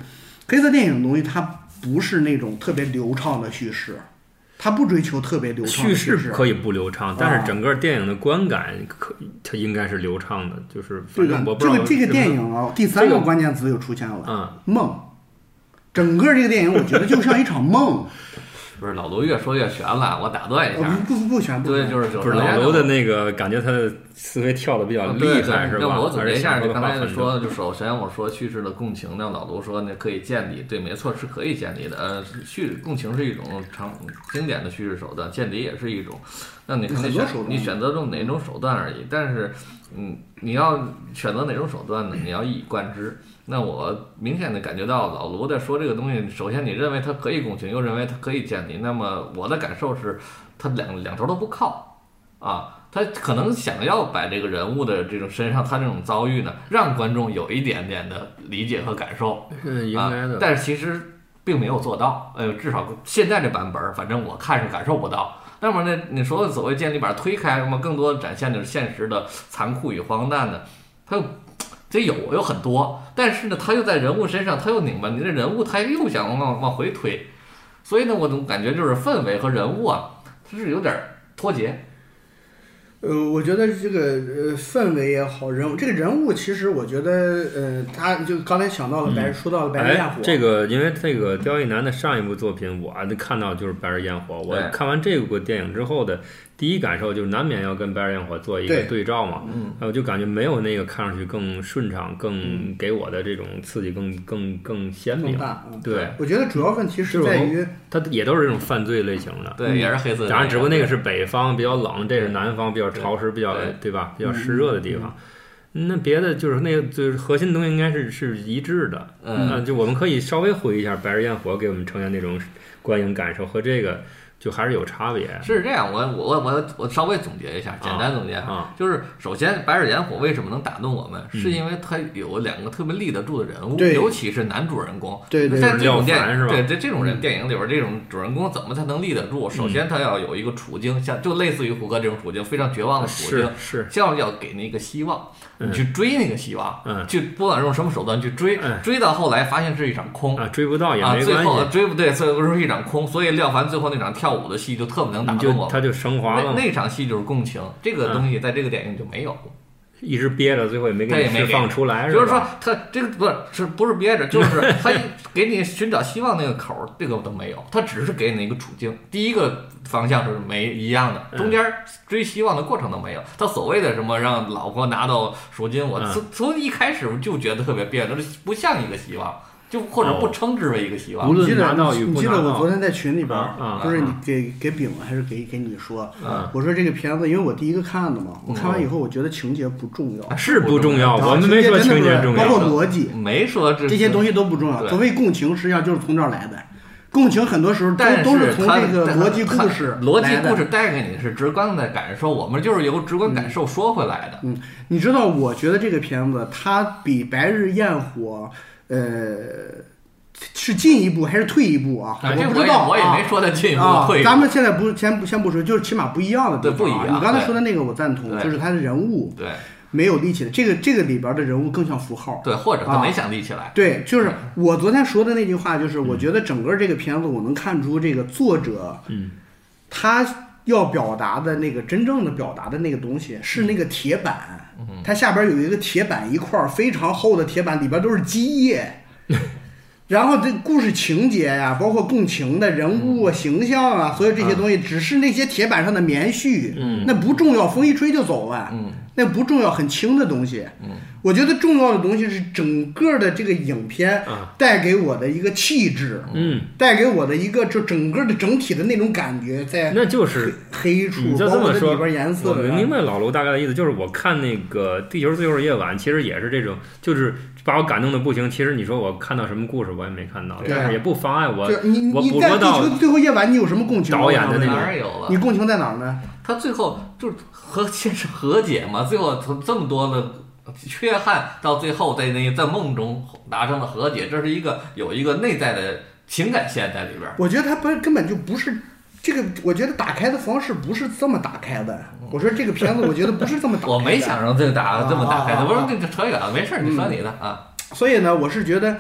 [SPEAKER 3] 黑色电影的东西，它不是那种特别流畅的叙事，它不追求特别流畅
[SPEAKER 1] 叙
[SPEAKER 3] 的
[SPEAKER 1] 事
[SPEAKER 3] 事
[SPEAKER 1] 可以不流畅，但
[SPEAKER 3] 啊
[SPEAKER 1] 是整个电影的观感可它应该是流畅的，就是反
[SPEAKER 3] 对的
[SPEAKER 1] 正我，不
[SPEAKER 3] 这
[SPEAKER 1] 知道
[SPEAKER 3] 个这
[SPEAKER 1] 是
[SPEAKER 3] 个
[SPEAKER 1] 不
[SPEAKER 3] 电
[SPEAKER 1] 是
[SPEAKER 3] 影啊啊，第三
[SPEAKER 1] 这
[SPEAKER 3] 个
[SPEAKER 1] 个
[SPEAKER 3] 关键词又出现了，
[SPEAKER 1] 嗯
[SPEAKER 3] 梦。整个这个电影，我觉得就像一场梦。
[SPEAKER 2] 不是老卢越说越悬了，我打
[SPEAKER 1] 哎
[SPEAKER 2] 断一
[SPEAKER 3] 呃
[SPEAKER 2] 下，
[SPEAKER 3] 不不不全不
[SPEAKER 2] 对，
[SPEAKER 3] 全
[SPEAKER 2] 就是
[SPEAKER 1] 不
[SPEAKER 2] 就是
[SPEAKER 1] 老刘的那个感觉，他的思维跳的比
[SPEAKER 3] 啊
[SPEAKER 1] 较
[SPEAKER 2] 嗯
[SPEAKER 1] 厉
[SPEAKER 2] 对
[SPEAKER 1] 害是
[SPEAKER 2] 对
[SPEAKER 1] 吧
[SPEAKER 2] 那我？总
[SPEAKER 1] 而
[SPEAKER 2] 结
[SPEAKER 1] 且
[SPEAKER 2] 一下，
[SPEAKER 1] 想
[SPEAKER 2] 就
[SPEAKER 1] 的
[SPEAKER 2] 刚
[SPEAKER 1] 话
[SPEAKER 2] 才
[SPEAKER 1] 很
[SPEAKER 2] 说的，就首先我说叙事的共情，那老卢说那可以建立，对，没错，是可以建立的。呃，叙共情是一种常经典的叙事手段，间谍也是一种。那你看
[SPEAKER 3] 很
[SPEAKER 2] 你
[SPEAKER 3] 多
[SPEAKER 2] 选
[SPEAKER 3] 手段
[SPEAKER 2] 你选择用哪种手段而已，但是，嗯，你要选择哪种手段呢？你要一以贯之。那我明显的感觉到老卢在说这个东西，首先你认为它可以共情，又认为它可以建立，那么我的感受是，它两两头都不靠。啊，他可能想要把这个人物的这种身上他这种遭遇呢，让观众有一点点的理解和感受
[SPEAKER 1] 嗯，应
[SPEAKER 2] 啊
[SPEAKER 1] 该，的。
[SPEAKER 2] 但是其实并没有做到，呃，至少现在这版本儿，反正我看是感受不到。那么呢，你说的所谓建立把它推开，那么更多展现的是现实的残酷与荒诞呢，它又这有有很多，但是呢，他又在人物身上，他又拧巴，你这人物他又想往往回推，所以呢，我总感觉就是氛围和人物啊，它是有点儿脱节。
[SPEAKER 3] 呃，我觉得这个呃氛围也好，人物这个人物其实我觉得呃，他就刚才想到了白，说到了白日焰火，
[SPEAKER 1] 嗯哎这个因为这个刁亦男的上一部作品，我看到就是《白日焰火》。我
[SPEAKER 2] 对
[SPEAKER 1] 看完这部电影之后的第一感受就是，难免要跟《白日焰火》做一个
[SPEAKER 3] 对
[SPEAKER 1] 对照嘛。
[SPEAKER 2] 嗯，
[SPEAKER 1] 哎，我就感觉没有那个看上去更顺畅，更给我的这种刺激更更更鲜
[SPEAKER 3] 更
[SPEAKER 1] 明。
[SPEAKER 3] 大。嗯，
[SPEAKER 1] 对，
[SPEAKER 3] 我觉得主要问题是
[SPEAKER 1] 就是
[SPEAKER 3] 在
[SPEAKER 1] 我
[SPEAKER 3] 于，
[SPEAKER 1] 它也都是这种犯罪类型的。
[SPEAKER 2] 对，也是黑色的。
[SPEAKER 1] 当然，只不过那个是北方比较冷，这是南方比较潮湿、比较
[SPEAKER 2] 对
[SPEAKER 1] 对吧？比
[SPEAKER 3] 嗯
[SPEAKER 1] 较湿热的地方。那别的就是那个就是核心的东西应该是是一致的，
[SPEAKER 2] 嗯
[SPEAKER 1] 啊就我们可以稍微回忆一下《白日焰火》给我们呈现那种观影感受和这个就还是有差别
[SPEAKER 2] 是这样，我我我我稍微总结一下，简单总结哈，
[SPEAKER 1] 啊。
[SPEAKER 2] 就是首先《白日焰火》为什么能打动我们，
[SPEAKER 1] 嗯
[SPEAKER 2] 是因为它有两个特别立得住的人物，
[SPEAKER 3] 对
[SPEAKER 2] 尤其是男主人公。
[SPEAKER 3] 对对
[SPEAKER 2] 在这种
[SPEAKER 1] 廖凡
[SPEAKER 2] 电
[SPEAKER 1] 是吧嗯
[SPEAKER 2] 对在这种人电影里边，这种主人公怎么才能立得住？首先他要有一个处境，像就类似于胡歌这种处境，非常绝望的处
[SPEAKER 1] 是
[SPEAKER 2] 境。
[SPEAKER 1] 是，
[SPEAKER 2] 像要给那个希望，
[SPEAKER 1] 嗯
[SPEAKER 2] 你去追那个希望，
[SPEAKER 1] 嗯
[SPEAKER 2] 去不管用什么手段去追，
[SPEAKER 1] 嗯
[SPEAKER 2] 追到后来发现是一场空，
[SPEAKER 1] 啊，追不到也
[SPEAKER 2] 啊，
[SPEAKER 1] 没
[SPEAKER 2] 最
[SPEAKER 1] 关
[SPEAKER 2] 后
[SPEAKER 1] 系，
[SPEAKER 2] 追不对，最后是一场空，所以廖凡最后那场跳舞的戏就特别能打
[SPEAKER 1] 你
[SPEAKER 2] 动我
[SPEAKER 1] 就
[SPEAKER 2] 们。
[SPEAKER 1] 他就升华
[SPEAKER 2] 那
[SPEAKER 1] 了嘛，嗯
[SPEAKER 2] 那场戏就是共情，这个东西在这个电影就没有，
[SPEAKER 1] 一直憋着，最后也没
[SPEAKER 2] 他
[SPEAKER 1] 给
[SPEAKER 2] 也
[SPEAKER 1] 你
[SPEAKER 2] 没
[SPEAKER 1] 释
[SPEAKER 2] 给
[SPEAKER 1] 放出来，
[SPEAKER 2] 就是
[SPEAKER 1] 吧
[SPEAKER 2] 说他这个不是是不是 憋着，就是他一给你寻找希望那个口儿，这个都没有，他只是给你一个处境，第一个方向是没一样
[SPEAKER 1] 嗯
[SPEAKER 2] 的，中间追希望的过程都没有。他所谓的什么让老婆拿到赎金，我
[SPEAKER 1] 嗯
[SPEAKER 2] 从从一开始我就觉得特别别扭，这不像一个希望，就或
[SPEAKER 1] 哦
[SPEAKER 2] 者不称之为一个希望
[SPEAKER 1] 无。
[SPEAKER 3] 你
[SPEAKER 1] 论
[SPEAKER 3] 记得
[SPEAKER 1] 拿到与
[SPEAKER 3] 你
[SPEAKER 1] 不
[SPEAKER 3] 记
[SPEAKER 1] 拿
[SPEAKER 3] 得我昨
[SPEAKER 1] 到，
[SPEAKER 3] 天在群里边
[SPEAKER 1] 啊啊
[SPEAKER 3] 儿，不是你给给饼还是给给你说，
[SPEAKER 1] 嗯
[SPEAKER 3] 我说这个片子，因为我第一个看的嘛，我看完以后我觉得情节不重要，
[SPEAKER 1] 是不重要，
[SPEAKER 3] 啊
[SPEAKER 1] 我们没说
[SPEAKER 3] 真的
[SPEAKER 1] 情
[SPEAKER 3] 不是
[SPEAKER 1] 节重
[SPEAKER 3] 包
[SPEAKER 1] 要，
[SPEAKER 3] 括逻辑
[SPEAKER 2] 没说这
[SPEAKER 3] 这些东西都不重要。
[SPEAKER 2] 对
[SPEAKER 3] 所谓共情，实际上就是从这儿来的。共情很多时候都
[SPEAKER 2] 但
[SPEAKER 3] 都
[SPEAKER 2] 是
[SPEAKER 3] 从
[SPEAKER 2] 它
[SPEAKER 3] 这个
[SPEAKER 2] 它
[SPEAKER 3] 逻辑
[SPEAKER 2] 它
[SPEAKER 3] 故事
[SPEAKER 2] 逻辑
[SPEAKER 3] 来的
[SPEAKER 2] 故事带给你的是直观的感受，我们就是由直观感受说回来的。
[SPEAKER 3] 嗯，你知道，我觉得这个片子它比《白日焰火》呃是进一步还是退一步啊？
[SPEAKER 2] 啊这
[SPEAKER 3] 不
[SPEAKER 2] 我
[SPEAKER 3] 知
[SPEAKER 2] 也
[SPEAKER 3] 道啊
[SPEAKER 2] 我也没说它进一步
[SPEAKER 3] 啊
[SPEAKER 2] 退一步
[SPEAKER 3] 咱们现在不先不先不说，就是起码不一样的地方、
[SPEAKER 2] 对
[SPEAKER 3] 啊。
[SPEAKER 2] 不一样
[SPEAKER 3] 你刚才
[SPEAKER 2] 对
[SPEAKER 3] 说的那个我赞同，
[SPEAKER 2] 对
[SPEAKER 3] 就是他的人物
[SPEAKER 2] 对
[SPEAKER 3] 没有立起来，这个这个里边的人物更像符号。
[SPEAKER 2] 对，或者他
[SPEAKER 3] 啊
[SPEAKER 2] 没想立起来，
[SPEAKER 3] 对，就是我昨天说的那句话，就是我觉得整个这个片子，我能看出这个作者，
[SPEAKER 1] 嗯，
[SPEAKER 3] 他要表达的那个真正的表达的那个东西是那个铁板，它下边有一个铁板一块儿非常厚的铁板，里边都是基液。然后这故事情节呀、包括共情的人物啊形象啊，所有这些东西，只是那些铁板上的棉絮，嗯，那不重要，风一吹就走了，
[SPEAKER 2] 嗯，
[SPEAKER 3] 那不重要，很轻的东西，嗯，我觉得重要的东西是整个的这个影片
[SPEAKER 1] 啊
[SPEAKER 3] 带给我的一个气质，
[SPEAKER 1] 嗯，
[SPEAKER 3] 带给我的一个就整个的整体的那种感觉，在
[SPEAKER 1] 那 就是
[SPEAKER 3] 黑处，
[SPEAKER 1] 你就这
[SPEAKER 3] 包括
[SPEAKER 1] 么
[SPEAKER 3] 它
[SPEAKER 1] 说，
[SPEAKER 3] 里边颜色
[SPEAKER 1] 我
[SPEAKER 3] 的，啊
[SPEAKER 1] 明白老卢大概的意思，就是我看那个《地球最后的夜晚》，其实也是这种，就是把我感动的不行。其实你说我看到什么故事，我也没看到，
[SPEAKER 3] 对
[SPEAKER 1] 但是也不妨碍我
[SPEAKER 3] 就是你
[SPEAKER 1] 我
[SPEAKER 3] 你
[SPEAKER 1] 捕
[SPEAKER 3] 在
[SPEAKER 1] 捉
[SPEAKER 3] 《地
[SPEAKER 1] 到
[SPEAKER 3] 球最后夜晚》，你有什么共情？
[SPEAKER 1] 导演的那
[SPEAKER 3] 我想
[SPEAKER 1] 种啊
[SPEAKER 3] 问
[SPEAKER 2] 当
[SPEAKER 3] 你
[SPEAKER 2] 然有了
[SPEAKER 3] 你。共情在哪儿呢？
[SPEAKER 2] 他最后就是和先是和解嘛，最后从这么多的缺憾，到最后在那个在梦中达成了和解，这是一个有一个内在的情感线在里边儿。
[SPEAKER 3] 我觉得他不是根本就不是这个，我觉得打开的方式不是这么打开的。我说这个片子，我觉得不是这么打开 的。
[SPEAKER 2] 我没想让这个打这么打开
[SPEAKER 3] 啊啊啊啊
[SPEAKER 2] 的，
[SPEAKER 3] 啊嗯
[SPEAKER 2] 不是这扯远了，没事儿，你说你的啊，
[SPEAKER 3] 所以呢，我是觉得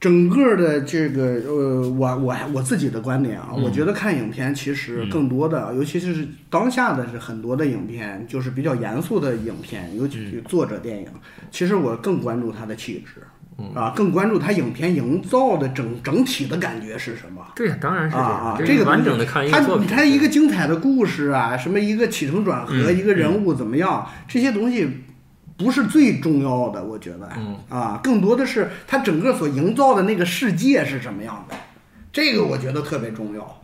[SPEAKER 3] 整个的这个呃，我我我自己的观点啊，我觉得看影片其实更多的，尤其是当下的是很多的影片，就是比较严肃的影片，尤其是作者电影，其实我更关注它的气质。啊，更关注它影片营造的整整体的感觉是什么？
[SPEAKER 1] 对呀，当然是这
[SPEAKER 3] 啊
[SPEAKER 1] 样，
[SPEAKER 3] 啊，
[SPEAKER 1] 这
[SPEAKER 3] 这个
[SPEAKER 1] 完
[SPEAKER 3] 东西
[SPEAKER 1] 整的看一
[SPEAKER 3] 它
[SPEAKER 1] 个作品，
[SPEAKER 3] 它一个精彩的故事啊，什么一个起承转合，
[SPEAKER 1] 嗯
[SPEAKER 3] 一个人物怎么样，这些东西不是最重要的，我觉得，
[SPEAKER 2] 嗯
[SPEAKER 3] 啊，更多的是它整个所营造的那个世界是什么样的，这个我觉得特别重要。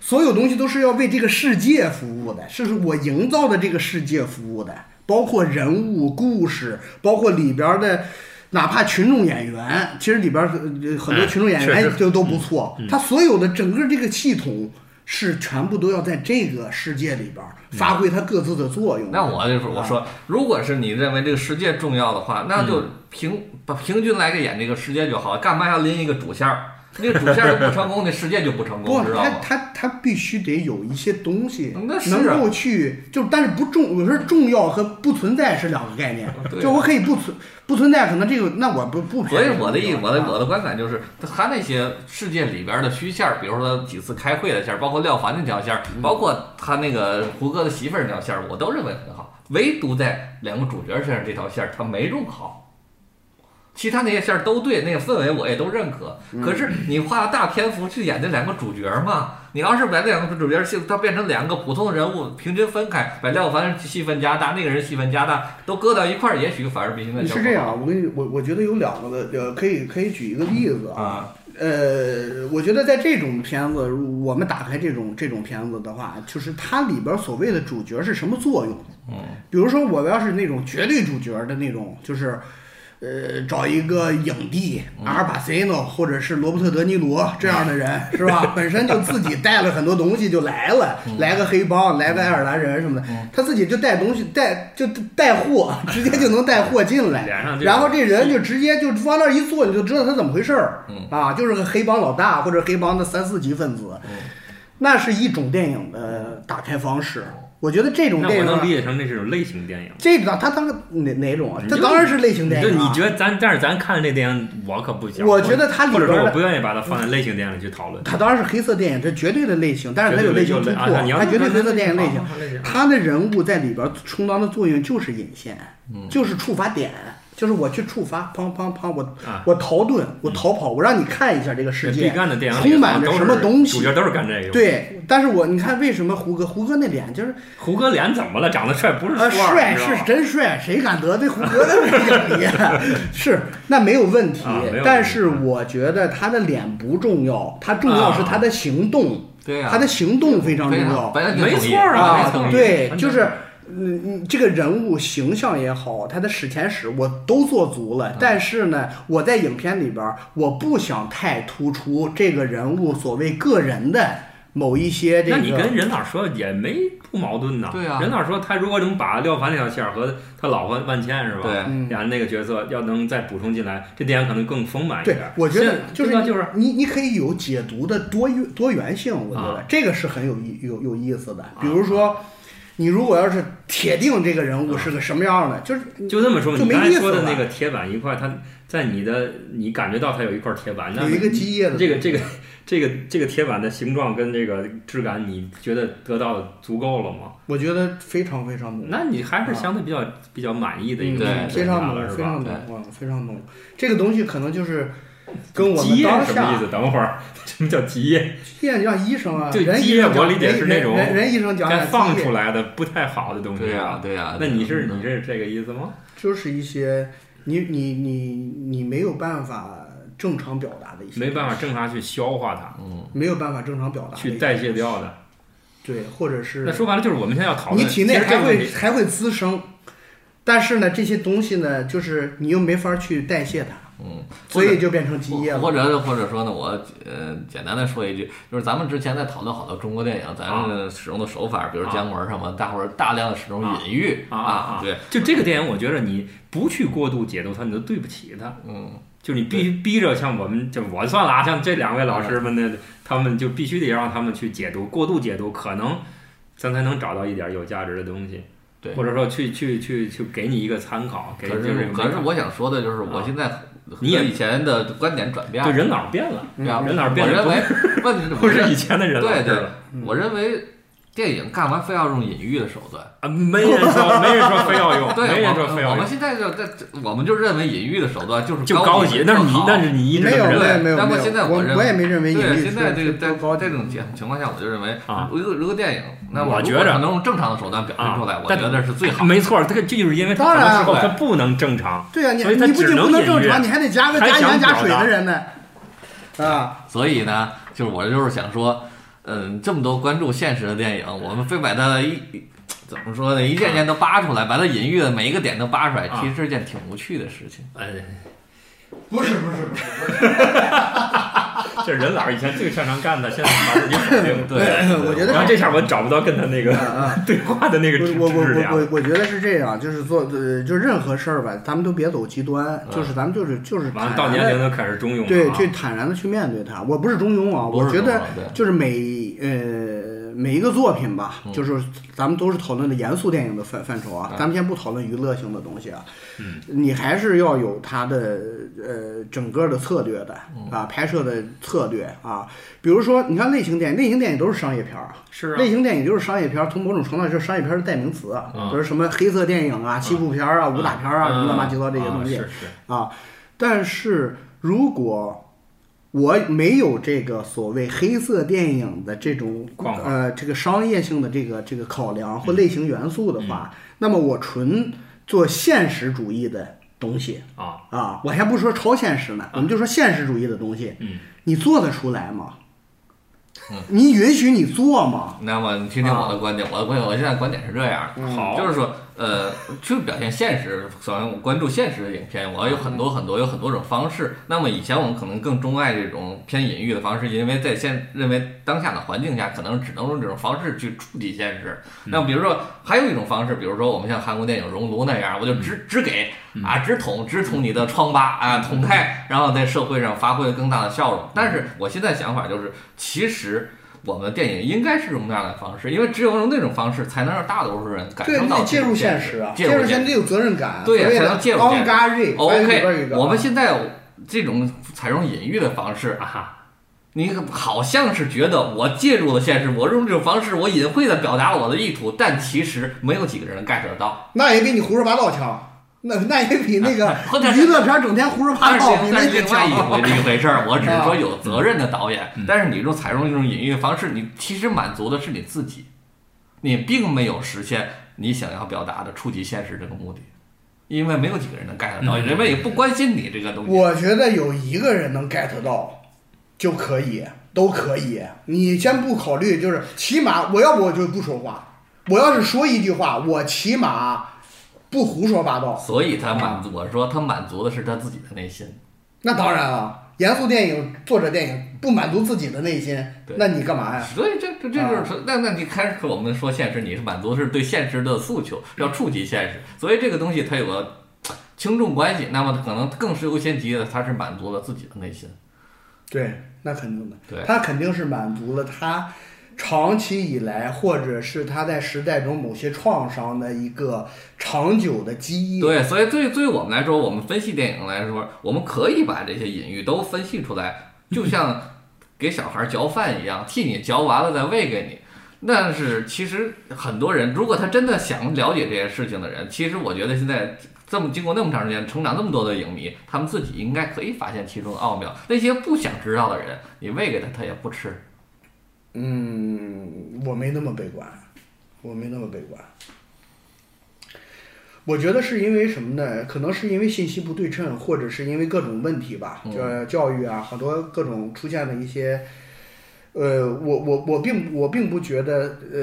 [SPEAKER 3] 所有东西都是要为这个世界服务的，是我营造的这个世界服务的，包括人物、故事，包括里边的，哪怕群众演员，其实里边呃很
[SPEAKER 1] 哎
[SPEAKER 3] 多群众演
[SPEAKER 1] 确
[SPEAKER 3] 员
[SPEAKER 1] 实嗯
[SPEAKER 3] 就都不错，他所有的整个这个系统是全部都要在这个世界里边
[SPEAKER 1] 嗯
[SPEAKER 3] 发挥它各自的啊作用。
[SPEAKER 2] 那我就是我说，如果是你认为这个世
[SPEAKER 3] 嗯
[SPEAKER 2] 界重要的话，那就平把平均来个演这个世界就好，干嘛要拎一个主线儿？那个主线儿不成功，那世界就不成
[SPEAKER 3] 不
[SPEAKER 2] 功，，知道
[SPEAKER 3] 他
[SPEAKER 2] 吗？
[SPEAKER 3] 他他必须得有一些东西
[SPEAKER 2] 那是啊
[SPEAKER 3] 能够去，就但是不重，有时候重要和不存在是两个概念。
[SPEAKER 2] 对啊
[SPEAKER 3] 就我可以不存不存在，可能这个那我不不。
[SPEAKER 2] 所以我的意，我的我
[SPEAKER 3] 的
[SPEAKER 2] 的观感就是，他那些世界里边的虚线儿，比如说几次开会的线儿，包括廖凡那条线儿，
[SPEAKER 3] 嗯
[SPEAKER 2] 包括他那个胡歌的媳妇儿那条线儿，我都认为很好，唯独在两个主角身上这条线儿他没用好。其他那些线儿都对，那个氛围我也都认可。
[SPEAKER 3] 嗯
[SPEAKER 2] 可是你花了大篇幅去演这两个主角嘛？你要是把这两个主角戏，他变成两个普通人物平均分开，把廖凡戏份加大，那个人戏份加大，都搁到一块儿，也许反而比现在
[SPEAKER 3] 你
[SPEAKER 2] 效果
[SPEAKER 3] 是这
[SPEAKER 2] 好
[SPEAKER 3] 样，我跟你我我觉得有两个的，呃，可以可以举一个例子啊。
[SPEAKER 2] 啊。
[SPEAKER 3] 呃，我觉得在这种片子，如我们打开这种这种片子的话，就是它里边所谓的主角是什么作用？
[SPEAKER 2] 嗯，
[SPEAKER 3] 比如说我要是那种绝对主角的那种，就是。呃，找一个影帝阿尔巴塞诺或者是罗伯特·德尼罗这样的 人，是吧？本身就自己带了很多东西就来了，
[SPEAKER 1] 嗯
[SPEAKER 3] 来个黑帮，来个爱尔兰人什么的，他自己就带东西带就带货，直接就能带货进来。
[SPEAKER 1] 脸上就
[SPEAKER 3] 然后这人就直接就往那儿一坐，你就知道他怎么回事儿。
[SPEAKER 2] 嗯
[SPEAKER 3] 啊，就是个黑帮老大或者黑帮的三四级分子，
[SPEAKER 1] 嗯
[SPEAKER 3] 那是一种电影的打开方式。我觉得这种
[SPEAKER 1] 那
[SPEAKER 3] 电
[SPEAKER 1] 我
[SPEAKER 3] 影
[SPEAKER 1] 能
[SPEAKER 3] 啊
[SPEAKER 1] 理，解成那是种类型电影。
[SPEAKER 3] 这个他当哪哪种啊？
[SPEAKER 1] 你
[SPEAKER 3] 他
[SPEAKER 1] 就
[SPEAKER 3] 当然是类型电
[SPEAKER 1] 就
[SPEAKER 3] 影、啊。
[SPEAKER 1] 你觉得咱，但是咱看这电影，我可不行。
[SPEAKER 3] 我觉得它里
[SPEAKER 1] 或者
[SPEAKER 3] 边
[SPEAKER 1] 说我
[SPEAKER 3] 的
[SPEAKER 1] 不愿意把它放在类型电影里去讨论。
[SPEAKER 3] 它当然是黑色电影，这绝对的类型，但是它有类型突破，
[SPEAKER 1] 啊，你要
[SPEAKER 3] 它绝对黑色电影类型。
[SPEAKER 1] 型
[SPEAKER 3] 他的人物在里边充当的作用就是引线，
[SPEAKER 1] 嗯
[SPEAKER 3] 就是触发点，就是我去触发，砰砰砰，我、
[SPEAKER 1] 啊
[SPEAKER 3] 我逃遁，我逃跑，我让你看一下这个世
[SPEAKER 1] 毕
[SPEAKER 3] 界
[SPEAKER 1] 赣的电影里
[SPEAKER 3] 充满着
[SPEAKER 1] 都是
[SPEAKER 3] 什么东
[SPEAKER 1] 主
[SPEAKER 3] 西。
[SPEAKER 1] 角都是干这个。，
[SPEAKER 3] 对，但是我你看为什么胡歌？胡歌那脸就是
[SPEAKER 1] 胡歌脸怎么了？长得帅不是
[SPEAKER 3] 呃
[SPEAKER 1] 富二
[SPEAKER 3] 帅
[SPEAKER 1] 你知道
[SPEAKER 3] 是
[SPEAKER 1] 吗
[SPEAKER 3] 真帅，谁敢得罪胡歌的 美女？ 是那没有问题
[SPEAKER 1] 啊没有问题，
[SPEAKER 3] 但是我觉得他的脸不重要，他重要
[SPEAKER 1] 啊
[SPEAKER 3] 是他的行动，
[SPEAKER 2] 对呀、
[SPEAKER 3] 他的行动非常重
[SPEAKER 2] 非常
[SPEAKER 3] 要。
[SPEAKER 2] 白羊
[SPEAKER 1] 没
[SPEAKER 2] 挺同意
[SPEAKER 1] 错儿啊
[SPEAKER 2] 白羊挺同意
[SPEAKER 3] 对，
[SPEAKER 1] 完全
[SPEAKER 3] 就是嗯，嗯这个人物形象也好，他的史前史我都做足
[SPEAKER 1] 嗯
[SPEAKER 3] 了，但是呢，我在影片里边儿，我不想太突出这个人物所谓个人的某一些这
[SPEAKER 1] 那你
[SPEAKER 3] 个
[SPEAKER 1] 跟。任导说也没不矛盾呐。
[SPEAKER 2] 对啊
[SPEAKER 1] 任导说他如果能把廖凡那条线儿和他老婆万茜是吧？
[SPEAKER 2] 对
[SPEAKER 3] 嗯
[SPEAKER 1] 俩人那个角色要能再补充进来，这电影可能更丰满一
[SPEAKER 3] 对
[SPEAKER 1] 点。，
[SPEAKER 3] 我觉得
[SPEAKER 1] 现
[SPEAKER 3] 就是
[SPEAKER 1] 对吧就是
[SPEAKER 3] 你，你可以有解读的多元多元性，我觉得
[SPEAKER 1] 啊
[SPEAKER 3] 这个是很有意有有意思的。比如说，你如果要是铁定这个人
[SPEAKER 1] 啊
[SPEAKER 3] 物是个什么样的，就是
[SPEAKER 1] 就这么说，
[SPEAKER 3] 就
[SPEAKER 1] 你
[SPEAKER 3] 没
[SPEAKER 1] 刚才
[SPEAKER 3] 意思
[SPEAKER 1] 说的
[SPEAKER 3] 了
[SPEAKER 1] 那个铁板一块，它在你的你感觉到它有一块铁板，那
[SPEAKER 3] 有一个基业的
[SPEAKER 1] 这个这个这个这个铁板的形状跟这个质感，你觉得得到的足够了吗？
[SPEAKER 3] 我觉得非常非常猛。
[SPEAKER 1] 那你还是相对比较比较满意的一个
[SPEAKER 2] 对
[SPEAKER 1] 评
[SPEAKER 3] 啊嗯非常
[SPEAKER 1] 价
[SPEAKER 3] 猛
[SPEAKER 1] 了，，是
[SPEAKER 3] 非
[SPEAKER 1] 吧
[SPEAKER 3] 常？猛，嗯，非常猛。这个东西可能就是跟我
[SPEAKER 1] 基
[SPEAKER 3] 们
[SPEAKER 1] 业
[SPEAKER 3] 当
[SPEAKER 1] 是什么意
[SPEAKER 3] 下，
[SPEAKER 1] 思？等会儿，什么叫基业？
[SPEAKER 3] 基业你让医生啊，
[SPEAKER 1] 对
[SPEAKER 3] 人
[SPEAKER 1] 基
[SPEAKER 3] 医
[SPEAKER 1] 业
[SPEAKER 3] 生
[SPEAKER 1] 我
[SPEAKER 3] 讲
[SPEAKER 1] 理解
[SPEAKER 3] 人
[SPEAKER 1] 是那
[SPEAKER 3] 人
[SPEAKER 1] 种
[SPEAKER 3] 人人医生讲
[SPEAKER 1] 该放出
[SPEAKER 3] 来，
[SPEAKER 1] 来的不太好的东西。啊
[SPEAKER 2] 对呀、对呀、
[SPEAKER 1] 那你是
[SPEAKER 2] 嗯
[SPEAKER 1] 你是这个意思吗？
[SPEAKER 3] 就是一些你你你你没有办法正常表达的一些，
[SPEAKER 1] 没办法，正常去消化它，
[SPEAKER 2] 嗯，
[SPEAKER 3] 没有办法正常表达的一
[SPEAKER 1] 去
[SPEAKER 3] 些，
[SPEAKER 1] 代谢掉的。
[SPEAKER 3] 对，或者
[SPEAKER 1] 那
[SPEAKER 3] 是
[SPEAKER 1] 说白了就是我们现在要讨论
[SPEAKER 3] 你体内
[SPEAKER 1] 其实这
[SPEAKER 3] 还
[SPEAKER 1] 个问
[SPEAKER 3] 会
[SPEAKER 1] 题
[SPEAKER 3] 还会滋生，但是呢，这些东西呢，就是你又没法去代谢它，
[SPEAKER 2] 嗯，
[SPEAKER 3] 所以就变成基业
[SPEAKER 2] 或
[SPEAKER 3] 了。
[SPEAKER 2] 或者或者说呢，我呃简单的说一句，就是咱们之前在讨论好多中国电影，咱们使用的手法，比如
[SPEAKER 1] 啊
[SPEAKER 2] 姜文什么，大伙儿大量的使用隐喻
[SPEAKER 1] 啊
[SPEAKER 2] 啊，对，，
[SPEAKER 1] 就这个电影，我觉得你不去过度解读它，你都对不起它。
[SPEAKER 2] 嗯，
[SPEAKER 1] 就你必须逼着像我们，就我算了啊，像这两位老师们的，他们就必须得让他们去解读，过度解读，可能咱才能找到一点有价值的东西，
[SPEAKER 2] 对
[SPEAKER 1] 或者说去去去去给你一个参考，给
[SPEAKER 2] 可
[SPEAKER 1] 就是
[SPEAKER 2] 可是我想说的就是，
[SPEAKER 1] 啊
[SPEAKER 2] 我现在和
[SPEAKER 1] 你也
[SPEAKER 2] 以前的观点转变
[SPEAKER 1] 就
[SPEAKER 2] 了，
[SPEAKER 1] 人脑变了，
[SPEAKER 2] 对啊，
[SPEAKER 3] 嗯
[SPEAKER 1] 人脑
[SPEAKER 2] 我
[SPEAKER 1] 变得
[SPEAKER 2] 认
[SPEAKER 1] 不
[SPEAKER 2] 为问题
[SPEAKER 1] 不是以前的人脑
[SPEAKER 2] 对
[SPEAKER 1] 是
[SPEAKER 2] 对
[SPEAKER 1] 了，
[SPEAKER 2] 我认为电影干嘛非要用隐喻的手段？
[SPEAKER 1] 啊，没人说没人说非要用，
[SPEAKER 2] 对，
[SPEAKER 1] 没人
[SPEAKER 2] 我
[SPEAKER 1] 说非要
[SPEAKER 2] 我
[SPEAKER 1] 用
[SPEAKER 2] 们，现在就在，我们就认为隐喻的手段就是
[SPEAKER 1] 就
[SPEAKER 2] 高
[SPEAKER 1] 高
[SPEAKER 2] 级
[SPEAKER 1] 级，，那是你
[SPEAKER 2] 更好
[SPEAKER 1] 那是你一直
[SPEAKER 3] 没
[SPEAKER 1] 这
[SPEAKER 3] 有，
[SPEAKER 1] 么
[SPEAKER 3] 我
[SPEAKER 1] 认为
[SPEAKER 3] 也
[SPEAKER 2] 对
[SPEAKER 3] 没有，
[SPEAKER 2] 但
[SPEAKER 3] 没
[SPEAKER 2] 我
[SPEAKER 3] 有
[SPEAKER 2] 现在我
[SPEAKER 3] 我
[SPEAKER 2] 认为
[SPEAKER 3] 我也没认为隐
[SPEAKER 2] 对，
[SPEAKER 3] 喻
[SPEAKER 2] 现在这个
[SPEAKER 3] 是
[SPEAKER 2] 在
[SPEAKER 3] 多高级
[SPEAKER 2] 在这种情情况下，我就认为
[SPEAKER 1] 啊
[SPEAKER 2] 如果如果电影，那
[SPEAKER 1] 我
[SPEAKER 2] 如
[SPEAKER 1] 觉
[SPEAKER 2] 果
[SPEAKER 1] 着
[SPEAKER 2] 能用正常的手段表现出来，
[SPEAKER 1] 啊
[SPEAKER 2] 我
[SPEAKER 1] 但
[SPEAKER 2] 觉得是最好的。
[SPEAKER 1] 没错，这个这就是因为
[SPEAKER 3] 当
[SPEAKER 1] 它
[SPEAKER 3] 然
[SPEAKER 1] 很多时候
[SPEAKER 2] 对
[SPEAKER 1] 它不能正常，
[SPEAKER 3] 对呀、啊你
[SPEAKER 1] 所以他
[SPEAKER 3] 你不
[SPEAKER 1] 只
[SPEAKER 3] 仅
[SPEAKER 1] 能
[SPEAKER 3] 不能
[SPEAKER 1] 隐
[SPEAKER 3] 正
[SPEAKER 1] 喻
[SPEAKER 3] 常，你还得加个
[SPEAKER 1] 还
[SPEAKER 3] 加
[SPEAKER 1] 想
[SPEAKER 3] 盐加
[SPEAKER 1] 表
[SPEAKER 3] 水
[SPEAKER 1] 达
[SPEAKER 3] 的人呢，啊，
[SPEAKER 2] 所以呢，就是我就是想说，嗯，这么多关注现实的电影，我们非把它一怎么说呢，一件件都扒出来，把它隐喻的每一个点都扒出来，
[SPEAKER 1] 啊
[SPEAKER 2] 其实是件挺无趣的事情。
[SPEAKER 1] 哎，
[SPEAKER 3] 不是不是不是，
[SPEAKER 1] 这任老师以前最擅长干的，现在把自己否 定。
[SPEAKER 2] 对，对
[SPEAKER 3] 我觉得
[SPEAKER 1] 然后这下我找不到跟他那个
[SPEAKER 3] 啊
[SPEAKER 1] 对话的那个质
[SPEAKER 3] 我我我
[SPEAKER 1] 质
[SPEAKER 3] 我
[SPEAKER 1] 量。
[SPEAKER 3] 我我觉得是这样，就是做呃，就任何事儿吧，咱们都别走极端，就是咱们就是就是
[SPEAKER 1] 嗯完了，
[SPEAKER 3] 坦
[SPEAKER 1] 到年
[SPEAKER 3] 然
[SPEAKER 1] 龄
[SPEAKER 3] 的，
[SPEAKER 1] 就开始中庸了啊。
[SPEAKER 3] 对，去坦然的去面对它。我不是中庸啊，我觉得
[SPEAKER 2] 对
[SPEAKER 3] 就是每呃每一个作品吧，就是咱们都是讨论的严肃电影的范范畴嗯啊，
[SPEAKER 2] 嗯
[SPEAKER 3] 咱们先不讨论娱乐性的东西啊，你还是要有它的呃整个的策略的啊，拍摄的策略啊，比如说你看类型电影，类型电影都是商业片儿啊，
[SPEAKER 1] 是啊
[SPEAKER 3] 类，型电影就是商业片儿，从某种程度上就是商业片儿的代名词啊，
[SPEAKER 2] 嗯
[SPEAKER 3] 比如什么黑色电影啊、西部片儿啊、武打片儿啊，什么乱七八糟这些东西
[SPEAKER 1] 啊是是
[SPEAKER 3] 啊。但是如果我没有这个所谓黑色电影的这种
[SPEAKER 1] 框架
[SPEAKER 3] 呃这个商业性的这个这个考量或类型元素的话，
[SPEAKER 2] 嗯
[SPEAKER 3] 那么我纯做现实主义的东西
[SPEAKER 1] 啊，
[SPEAKER 3] 啊，我还不说超现实
[SPEAKER 2] 嗯
[SPEAKER 3] 呢，我们就说现实主义的东西，
[SPEAKER 1] 嗯
[SPEAKER 3] 你做得出来吗？
[SPEAKER 2] 嗯
[SPEAKER 3] 你允许你做吗？
[SPEAKER 2] 那么你听听我的观点，我的观点，我现在观点是这样的，
[SPEAKER 1] 好，
[SPEAKER 2] 就是说，呃，去表现现实，首先我关注现实的影片，我有很多很多有很多种方式。那么以前我们可能更钟爱这种偏隐喻的方式，因为在现认为当下的环境下，可能只能用这种方式去处理现实。那比如说还有一种方式，比如说我们像韩国电影《熔炉》那样，我就只只给啊，只捅只捅你的疮疤啊，捅开，然后在社会上发挥更大的笑容。但是我现在想法就是，其实。我们的电影应该是用那样的方式，因为只有用那种方式，才能让大多数人感
[SPEAKER 3] 对，
[SPEAKER 2] 受
[SPEAKER 3] 你
[SPEAKER 2] 到
[SPEAKER 3] 得介入
[SPEAKER 2] 现
[SPEAKER 3] 现实啊，
[SPEAKER 2] 介
[SPEAKER 3] 介
[SPEAKER 2] 入现
[SPEAKER 3] 入现
[SPEAKER 2] 实
[SPEAKER 3] 实得有责任感，
[SPEAKER 2] 对啊
[SPEAKER 3] 所谓
[SPEAKER 2] 才
[SPEAKER 3] 的
[SPEAKER 2] 能介入现
[SPEAKER 3] on
[SPEAKER 2] 实
[SPEAKER 3] guard，翻译里边有一
[SPEAKER 2] OK，
[SPEAKER 3] 个啊
[SPEAKER 2] 我们现在这种采用隐喻的方式，
[SPEAKER 1] 啊，
[SPEAKER 2] 你好像是觉得我介入了现实，我用这种方式，我隐晦的表达了我的意图，但其实没有几个人能 get 得到。
[SPEAKER 3] 那也比你胡说八道强，那那也比那个
[SPEAKER 2] 或者是
[SPEAKER 3] 娱乐片整天胡 说八
[SPEAKER 2] 但是
[SPEAKER 3] 道比
[SPEAKER 2] 但
[SPEAKER 3] 那
[SPEAKER 2] 是
[SPEAKER 3] 个
[SPEAKER 2] 另外一
[SPEAKER 3] 强。
[SPEAKER 2] 回一回事儿，我只是说
[SPEAKER 3] 啊
[SPEAKER 2] 有责任的导演，
[SPEAKER 1] 嗯
[SPEAKER 2] 但是你这种采用一种隐喻的方式，你其实满足的是你自己，你并没有实现你想要表达的触及现实这个目的，因为没有几个人能 get 得到，
[SPEAKER 1] 嗯
[SPEAKER 2] 人们也不关心你这个东西。
[SPEAKER 3] 我觉得有一个人能 get 到就可以，都可以。你先不考虑，就是起码我要不我就不说话，我要是说一句话，我起码不胡说八道。
[SPEAKER 2] 所以他满足，我说他满足的是他自己的内心。
[SPEAKER 3] 那当然啊，严肃电影、作者电影不满足自己的内心
[SPEAKER 2] 对，
[SPEAKER 3] 那你干嘛呀？
[SPEAKER 2] 哎所以这这这就是说，那那你开始我们说现实，你是满足是对现实的诉求，要触及现实，所以这个东西它有个轻重关系。那么它可能更是优先级的，它是满足了自己的内心。
[SPEAKER 3] 对，那肯定的。
[SPEAKER 2] 对
[SPEAKER 3] 他肯定是满足了他长期以来，或者是他在时代中某些创伤的一个长久的基因。
[SPEAKER 2] 对，所以对对于我们来说，我们分析电影来说，我们可以把这些隐喻都分析出来，就像给小孩嚼饭一样，替你嚼完了再喂给你。但是其实很多人，如果他真的想了解这些事情的人，其实我觉得现在这么经过那么长时间成长，那么多的影迷，他们自己应该可以发现其中的奥妙。那些不想知道的人，你喂给他，他也不吃。
[SPEAKER 3] 嗯，我没那么悲观，我没那么悲观。我觉得是因为什么呢？可能是因为信息不对称，或者是因为各种问题吧，
[SPEAKER 2] 嗯
[SPEAKER 3] 就是教育啊，好多各种出现的一些。呃，我我我并我并不觉得，呃，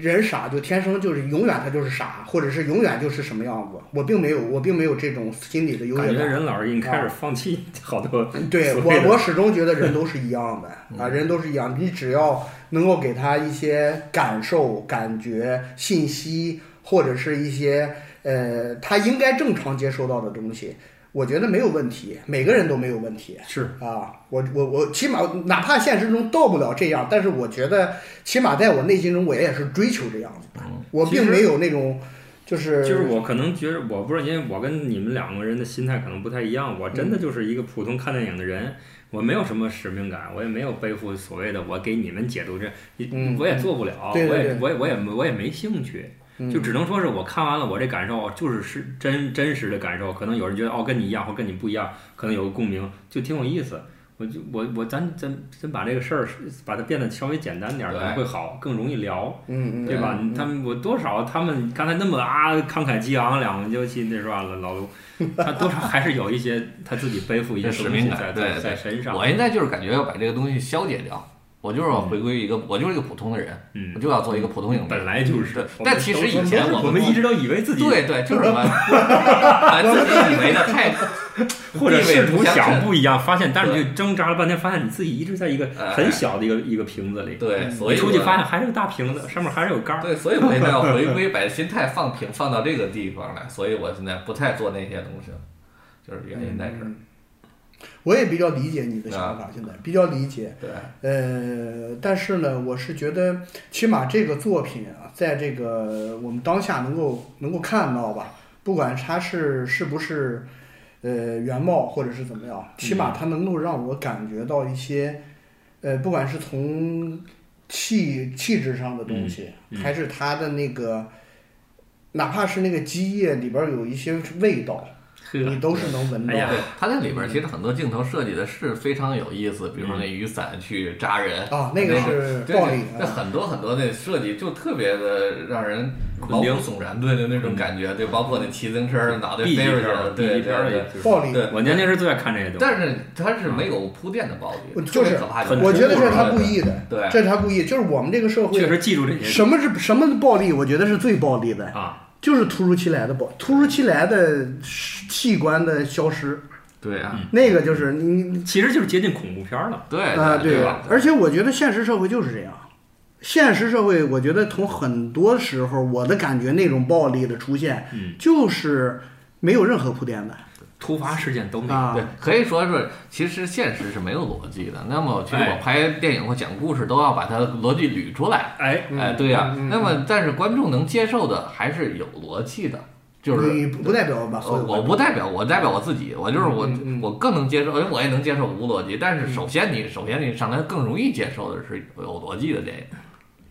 [SPEAKER 3] 人傻就天生就是永远他就是傻，或者是永远就是什么样子。我并没有，我并没有啊这种心理的优越
[SPEAKER 1] 感
[SPEAKER 3] 感。
[SPEAKER 1] 觉任老师已经开始放弃好多
[SPEAKER 3] 对
[SPEAKER 1] 所谓的
[SPEAKER 3] 我，我始终觉得人都是一样的 啊，人都是一样。你只要能够给他一些感受、感觉、信息，或者是一些呃他应该正常接收到的东西，我觉得没有问题。每个人都没有问题
[SPEAKER 1] 是
[SPEAKER 3] 啊。我我我，起码哪怕现实中到不了这样，但是我觉得起码在我内心中，我也是追求这样子的。
[SPEAKER 2] 嗯
[SPEAKER 3] 我
[SPEAKER 1] 其
[SPEAKER 3] 并
[SPEAKER 1] 实
[SPEAKER 3] 没有那种就是
[SPEAKER 1] 就是我可能觉得我不是因为我跟你们两个人的心态可能不太一样，我
[SPEAKER 3] 嗯
[SPEAKER 1] 真的就是一个普通看电影的人，我没有什么使命感，我也没有背负所谓的我给你们解读这，
[SPEAKER 3] 嗯
[SPEAKER 1] 我也做不了，
[SPEAKER 3] 对对对
[SPEAKER 1] 我也我也我也我也没兴趣，
[SPEAKER 3] 嗯
[SPEAKER 1] 就只能说是我看完了我这感受就是是真真实的感受，可能有人觉得哦跟你一样或跟你不一样，可能有个共鸣，就挺有意思。我就我我咱咱咱把这个事儿把它变得稍微简单点儿，可能
[SPEAKER 2] 对
[SPEAKER 1] 会好，更容易聊。
[SPEAKER 3] 嗯嗯
[SPEAKER 1] 对吧？
[SPEAKER 3] 嗯
[SPEAKER 1] 他们我多少，他们刚才那么啊慷慨激昂，两个尤其那是吧，老 老卢，他多少还是有一些他自己背负一些
[SPEAKER 2] 使
[SPEAKER 1] 东
[SPEAKER 2] 命
[SPEAKER 1] 西
[SPEAKER 2] 感
[SPEAKER 1] 在
[SPEAKER 2] 对
[SPEAKER 1] 在在身上。
[SPEAKER 2] 我现在就是感觉要把这个东西消解掉。我我就是要回归一个，我就是一个普通的人，
[SPEAKER 1] 嗯
[SPEAKER 2] 我就要做一个普通影
[SPEAKER 1] 本
[SPEAKER 2] 评。
[SPEAKER 1] 来就是
[SPEAKER 2] 对。但其实以前我
[SPEAKER 1] 我们一直都以为自己
[SPEAKER 2] 对 对，就是什么，把自己以为的太
[SPEAKER 1] 或者试图想
[SPEAKER 2] 地位不相称
[SPEAKER 1] 不一样，发现，但是就挣扎了半天，发现你自己一直在一个很小的一个一个瓶子里，
[SPEAKER 2] 哎对，所
[SPEAKER 1] 你嗯
[SPEAKER 2] 以
[SPEAKER 1] 出去
[SPEAKER 2] 我
[SPEAKER 1] 发现还是个大瓶子，上面还是有盖儿。
[SPEAKER 2] 对，所以我现在要回归，把心态放平，放到这个地方来。所以我现在不太做那些东西了，就是原因在这儿。
[SPEAKER 3] 嗯
[SPEAKER 2] 啊
[SPEAKER 3] 我也比较理解你的想法，现在比较理解。
[SPEAKER 2] 对，
[SPEAKER 3] 呃，但是呢，我是觉得，起码这个作品啊，在这个我们当下能够能够看到吧，不管它是是不是呃原貌或者是怎么样，起
[SPEAKER 2] 嗯
[SPEAKER 3] 码它能够让我感觉到一些，呃，不管是从气气质上的东西，
[SPEAKER 1] 嗯嗯
[SPEAKER 3] 还是它的那个，哪怕是那个基液里边儿有一些味道，你都是能闻到
[SPEAKER 1] 哎呀
[SPEAKER 3] 的。
[SPEAKER 2] 对，它那里边儿其实很多镜头设计的是非常有意思，比如
[SPEAKER 1] 嗯
[SPEAKER 2] 说那雨伞去扎人，
[SPEAKER 3] 啊，那个是
[SPEAKER 2] 对
[SPEAKER 3] 暴力
[SPEAKER 2] 那
[SPEAKER 3] 啊，
[SPEAKER 2] 很多很多那设计就特别的让人毛
[SPEAKER 1] 捆
[SPEAKER 2] 骨
[SPEAKER 1] 钉
[SPEAKER 2] 悚然，对对那种感觉，对，包括那骑自行车儿脑
[SPEAKER 1] 嗯
[SPEAKER 2] 袋
[SPEAKER 1] B
[SPEAKER 2] 飞
[SPEAKER 1] 级
[SPEAKER 2] 出
[SPEAKER 1] 片
[SPEAKER 2] 去
[SPEAKER 1] 儿
[SPEAKER 2] 了，
[SPEAKER 1] ，B
[SPEAKER 2] 对
[SPEAKER 1] 级片儿
[SPEAKER 2] 对
[SPEAKER 1] 也
[SPEAKER 2] 对。
[SPEAKER 1] 就是。
[SPEAKER 3] 暴力。
[SPEAKER 2] 对
[SPEAKER 1] 我年轻时最爱看这些东西。
[SPEAKER 2] 但是它是没有铺垫的暴力，
[SPEAKER 3] 我
[SPEAKER 2] 特别
[SPEAKER 3] 就是
[SPEAKER 2] 可怕
[SPEAKER 1] 很
[SPEAKER 3] 我觉得
[SPEAKER 1] 突
[SPEAKER 3] 这
[SPEAKER 1] 兀
[SPEAKER 3] 是他
[SPEAKER 2] 对
[SPEAKER 3] 故意的，
[SPEAKER 2] 对
[SPEAKER 3] 这是他故意，就是我们这个社
[SPEAKER 1] 确
[SPEAKER 3] 会，
[SPEAKER 1] 实记住这些
[SPEAKER 3] 什么是什么暴力？我觉得是最暴力的，
[SPEAKER 1] 啊，
[SPEAKER 3] 就是突如其来的暴，突如其来的器官的消失，
[SPEAKER 2] 对啊，
[SPEAKER 3] 那个就是你你
[SPEAKER 1] 其实就是接近恐怖片儿了。
[SPEAKER 2] 对
[SPEAKER 3] 啊，
[SPEAKER 2] 对
[SPEAKER 3] 吧？而且我觉得现实社会就是这样。现实社会，我觉得从很多时候，我的感觉那种暴力的出现，
[SPEAKER 1] 嗯
[SPEAKER 3] 就是没有任何铺垫的
[SPEAKER 1] 突发事件都没有。
[SPEAKER 3] 啊
[SPEAKER 2] 对，，可以说是，其实现实是没有逻辑的。那么，其实我
[SPEAKER 1] 哎
[SPEAKER 2] 拍电影或讲故事都要把它的逻辑捋出来。
[SPEAKER 1] 哎，
[SPEAKER 3] 嗯
[SPEAKER 2] 哎，对呀、那么但是观众能接受的还是有逻辑的，就是。
[SPEAKER 3] 你不不代表把所
[SPEAKER 2] 呃
[SPEAKER 3] 有
[SPEAKER 2] 我不代表我代表我自己，我就是我，
[SPEAKER 3] 嗯
[SPEAKER 2] 我更能接受，因为我也能接受无逻辑。但是首先你首先你上来更容易接受的是有逻辑的电影，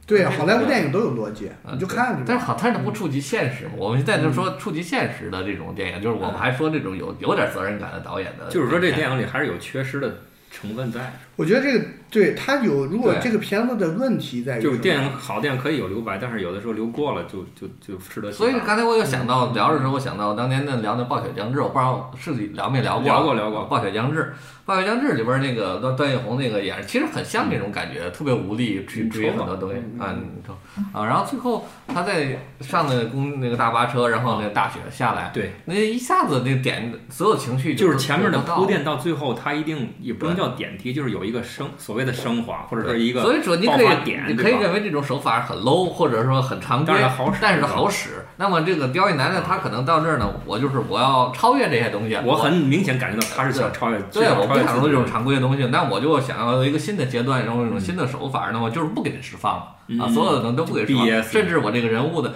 [SPEAKER 3] 对啊好莱坞电影都有逻辑，
[SPEAKER 2] 嗯
[SPEAKER 3] 你就看去
[SPEAKER 2] 但是
[SPEAKER 3] 吧。嗯
[SPEAKER 2] 好，但是它不触及现实。我们现在就说触及现实的这种电影，就是我
[SPEAKER 3] 嗯
[SPEAKER 2] 们还说这种有有点责任感的导演的，
[SPEAKER 1] 就是说这电影里还是有缺失的成分在。
[SPEAKER 3] 我觉得这个对他有，如果
[SPEAKER 2] 对
[SPEAKER 3] 这个片子的问题
[SPEAKER 2] 哎
[SPEAKER 3] 在于
[SPEAKER 1] 就是
[SPEAKER 3] 什么
[SPEAKER 1] 电影好电影可以有留白，但是有的时候留过了就就就适得其
[SPEAKER 2] 所以
[SPEAKER 1] 反。
[SPEAKER 2] 刚才我又想
[SPEAKER 3] 嗯
[SPEAKER 2] 到聊的时候，我想到当年那聊那《暴雪将至》，我不知道是聊没聊过啊。
[SPEAKER 1] 聊过聊过
[SPEAKER 2] 《暴雪将至》，《暴雪将至》里边那个段段奕宏那个也是，其实很像那种感觉，特别无力
[SPEAKER 3] 嗯
[SPEAKER 2] 去
[SPEAKER 1] 你
[SPEAKER 2] 追
[SPEAKER 1] 瞅
[SPEAKER 2] 很
[SPEAKER 1] 吧
[SPEAKER 2] 多东西啊，你瞅啊，然后最后他在上的公那个大巴车，然后那大雪下来，
[SPEAKER 1] 对，
[SPEAKER 2] 那一下子那点所有情绪
[SPEAKER 1] 就是前面的
[SPEAKER 2] 都到
[SPEAKER 1] 铺
[SPEAKER 2] 了
[SPEAKER 1] 垫到最后，它一定也不能叫点题，就是有一个升所谓的升华，或者是一个
[SPEAKER 2] 所以说你
[SPEAKER 1] 爆
[SPEAKER 2] 可
[SPEAKER 1] 发
[SPEAKER 2] 以
[SPEAKER 1] 点，
[SPEAKER 2] 你
[SPEAKER 1] 对
[SPEAKER 2] 可以
[SPEAKER 1] 吧
[SPEAKER 2] 认为这种手法很 low，或者说很常规，
[SPEAKER 1] 但是好使
[SPEAKER 2] 但是好使。那么这个刁亦男呢，他可能到这儿呢，我就是我要超越这些东西，
[SPEAKER 1] 我很明显感觉到他是想超越，
[SPEAKER 2] 对，我不想做这种
[SPEAKER 1] 超
[SPEAKER 2] 常规的东西，那我就想要一个新的阶段，然后一种新的手法，那我就是不给他释放了、
[SPEAKER 1] 嗯
[SPEAKER 2] 啊，所有的东西都不给释放，
[SPEAKER 1] BS
[SPEAKER 2] 甚至我这个人物的，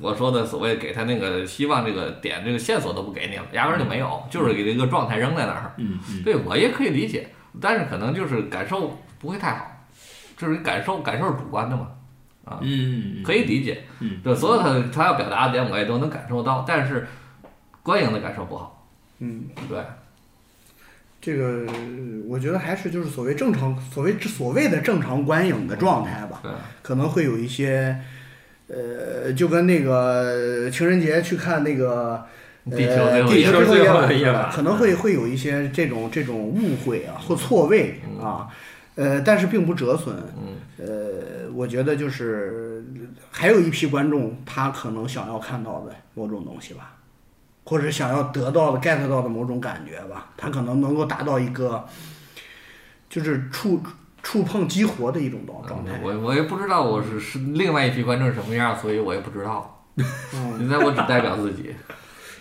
[SPEAKER 2] 我说的所谓给他那个希望这个点这个线索都不给你了，压根儿就没有，就是给这个状态扔在那儿。
[SPEAKER 1] 嗯嗯，
[SPEAKER 2] 对我也可以理解，但是可能就是感受不会太好，就是感受感受是主观的嘛，啊，
[SPEAKER 1] 嗯，
[SPEAKER 2] 可以理解，
[SPEAKER 1] 嗯，
[SPEAKER 2] 对，所有他他要表达的点我也都能感受到，但是观影的感受不好，
[SPEAKER 3] 嗯。
[SPEAKER 2] 对，
[SPEAKER 3] 这个我觉得还是就是所谓正常，所谓所谓的正常观影的状态吧，
[SPEAKER 2] 对，
[SPEAKER 3] 可能会有一些，呃，就跟那个情人节去看那个。呃
[SPEAKER 2] 地球最后一
[SPEAKER 3] 地
[SPEAKER 2] 夜
[SPEAKER 3] 球最
[SPEAKER 1] 地球最
[SPEAKER 3] 后
[SPEAKER 1] 后的夜晚
[SPEAKER 3] 可能会会有一些这种这种误会啊或错位啊，呃，但是并不折损。
[SPEAKER 2] 嗯，
[SPEAKER 3] 呃，我觉得就是还有一批观众，他可能想要看到的某种东西吧，或者想要得到的 get 到的某种感觉吧，他可能能够达到一个就是触触碰激活的一种状状态。
[SPEAKER 2] 嗯我我也不知道我是是另外一批观众是什么样，所以我也不知道。现在我只代表自己。
[SPEAKER 3] 嗯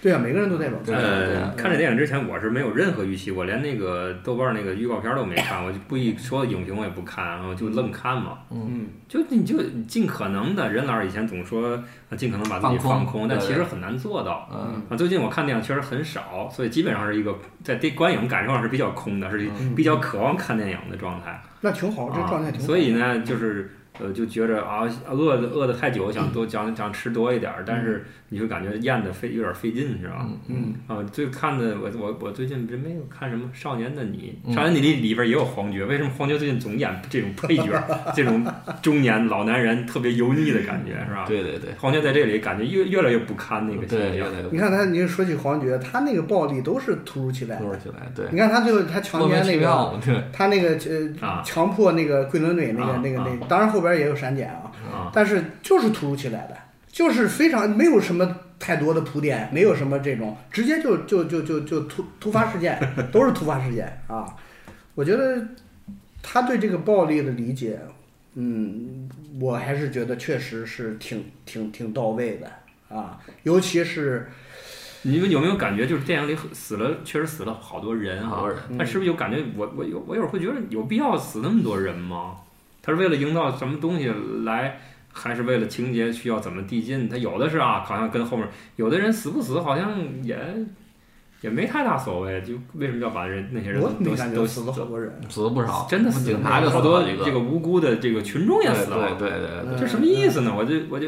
[SPEAKER 3] 对啊，每个人都代表自己。
[SPEAKER 2] 对
[SPEAKER 1] 呃
[SPEAKER 2] 啊，
[SPEAKER 1] 看这电影之前我是没有任何预期，我连那个豆瓣那个预告片都没 看，我就故意说影评我也不看，然后就愣看嘛。
[SPEAKER 3] 嗯，
[SPEAKER 1] 就你就尽可能的，任老师以前总说啊尽可能把自己
[SPEAKER 2] 放
[SPEAKER 1] 放
[SPEAKER 2] 空
[SPEAKER 1] 空，但
[SPEAKER 2] 对
[SPEAKER 1] 其实很难做到。
[SPEAKER 2] 嗯，
[SPEAKER 1] 啊，最近我看电影确实很少，所以基本上是一个在对观影感受上是比较空的，是比较渴望看电影的状态。
[SPEAKER 3] 嗯哦那挺好，这状态挺
[SPEAKER 1] 啊。
[SPEAKER 3] 好。
[SPEAKER 1] 所以呢，就是呃，就觉着啊，饿的饿的太久，想多想想吃多一点儿，但是你会感觉咽的费有点费劲，是吧？
[SPEAKER 3] 嗯，
[SPEAKER 1] 啊，最看的我我我最近真没有看什么《少年的你》，
[SPEAKER 2] 嗯
[SPEAKER 1] 《少年的你》里边也有黄觉，为什么黄觉最近总演这种配角儿，这种中年老男人特别油腻的感觉，是吧？
[SPEAKER 2] 对对对，
[SPEAKER 1] 黄觉在这里感觉越越来越不堪嗯那个
[SPEAKER 2] 对
[SPEAKER 1] 形象，
[SPEAKER 2] 对
[SPEAKER 3] 你
[SPEAKER 2] 对，
[SPEAKER 3] 看他，你说起黄觉，他那个暴力都是突如其来的。
[SPEAKER 2] 突如其来，对，
[SPEAKER 3] 你看他最后他强
[SPEAKER 2] 莫名
[SPEAKER 3] 奸
[SPEAKER 2] 其
[SPEAKER 3] 那个，
[SPEAKER 2] 妙，对，
[SPEAKER 3] 他那个呃
[SPEAKER 1] 啊
[SPEAKER 3] 强迫那个桂纶镁那个
[SPEAKER 1] 啊
[SPEAKER 3] 那个
[SPEAKER 1] 啊
[SPEAKER 3] 那，当然后边也有删减啊，
[SPEAKER 1] 啊
[SPEAKER 3] 但是就是突如其来的，就是非常没有什么太多的铺垫，没有什么这种，直接就就就就就突突发 事件，都是突发事件啊。我觉得他对这个暴力的理解，嗯，我还是觉得确实是挺挺挺到位的啊，尤其是
[SPEAKER 1] 你们有没有感觉，就是电影里死了，确实死了好多人
[SPEAKER 2] 好
[SPEAKER 1] 啊
[SPEAKER 2] 多人？
[SPEAKER 1] 但是不是有感觉我？我有我有时候会觉得，有必要死那么多人吗？他是为了营造什么东西来，还是为了情节需要怎么递进？他有的是啊，好像跟后面有的人死不死好像也也没太大所谓，就为什么要把人那些人都
[SPEAKER 3] 我没感觉
[SPEAKER 1] 都
[SPEAKER 3] 死了好
[SPEAKER 1] 都
[SPEAKER 3] 多人，
[SPEAKER 2] 死了不少，
[SPEAKER 1] 真的死
[SPEAKER 2] 警察就
[SPEAKER 1] 好
[SPEAKER 2] 死了
[SPEAKER 1] 多
[SPEAKER 2] 一个，
[SPEAKER 1] 这个无辜的这个群众也
[SPEAKER 2] 对
[SPEAKER 1] 死了，
[SPEAKER 2] 对对
[SPEAKER 3] 嗯
[SPEAKER 2] 对对，
[SPEAKER 1] 这什么意思呢？我就我就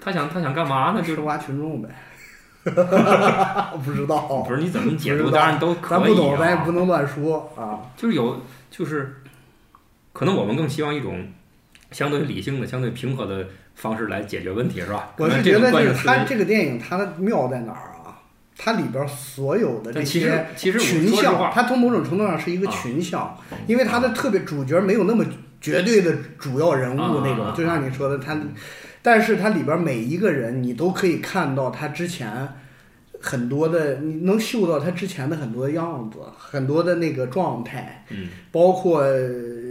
[SPEAKER 1] 他想他想干嘛呢？就
[SPEAKER 3] 吃
[SPEAKER 1] 是
[SPEAKER 3] 瓜群众呗， 不知道
[SPEAKER 1] 不，是你怎么解
[SPEAKER 3] 不
[SPEAKER 1] 读？
[SPEAKER 3] 知道
[SPEAKER 1] 当然都可以、啊，
[SPEAKER 3] 咱不懂，咱也不能乱说啊。
[SPEAKER 1] 就是有，就是可能我们更希望一种相对理性的、相对平和的方式来解决问题，是吧？
[SPEAKER 3] 我是
[SPEAKER 1] 可能这
[SPEAKER 3] 觉
[SPEAKER 1] 种
[SPEAKER 3] 得
[SPEAKER 1] 惯
[SPEAKER 3] 这
[SPEAKER 1] 性
[SPEAKER 3] 个
[SPEAKER 1] 思
[SPEAKER 3] 它
[SPEAKER 1] 维。
[SPEAKER 3] 这个电影它的妙在哪儿啊？它里边所有的这
[SPEAKER 1] 但其实
[SPEAKER 3] 些
[SPEAKER 1] 其实我
[SPEAKER 3] 群
[SPEAKER 1] 说实
[SPEAKER 3] 像，
[SPEAKER 1] 话，
[SPEAKER 3] 它从某种程度上是一个
[SPEAKER 1] 啊
[SPEAKER 3] 群像，因为它的特别主角没有那么绝对的主要人物
[SPEAKER 1] 啊
[SPEAKER 3] 那
[SPEAKER 1] 啊
[SPEAKER 3] 种，
[SPEAKER 1] 啊
[SPEAKER 3] 就像你说的，它，但是它里边每一个人你都可以看到他之前。很多的，你能嗅到他之前的很多样子，很多的那个状态，
[SPEAKER 1] 嗯
[SPEAKER 3] 包括呃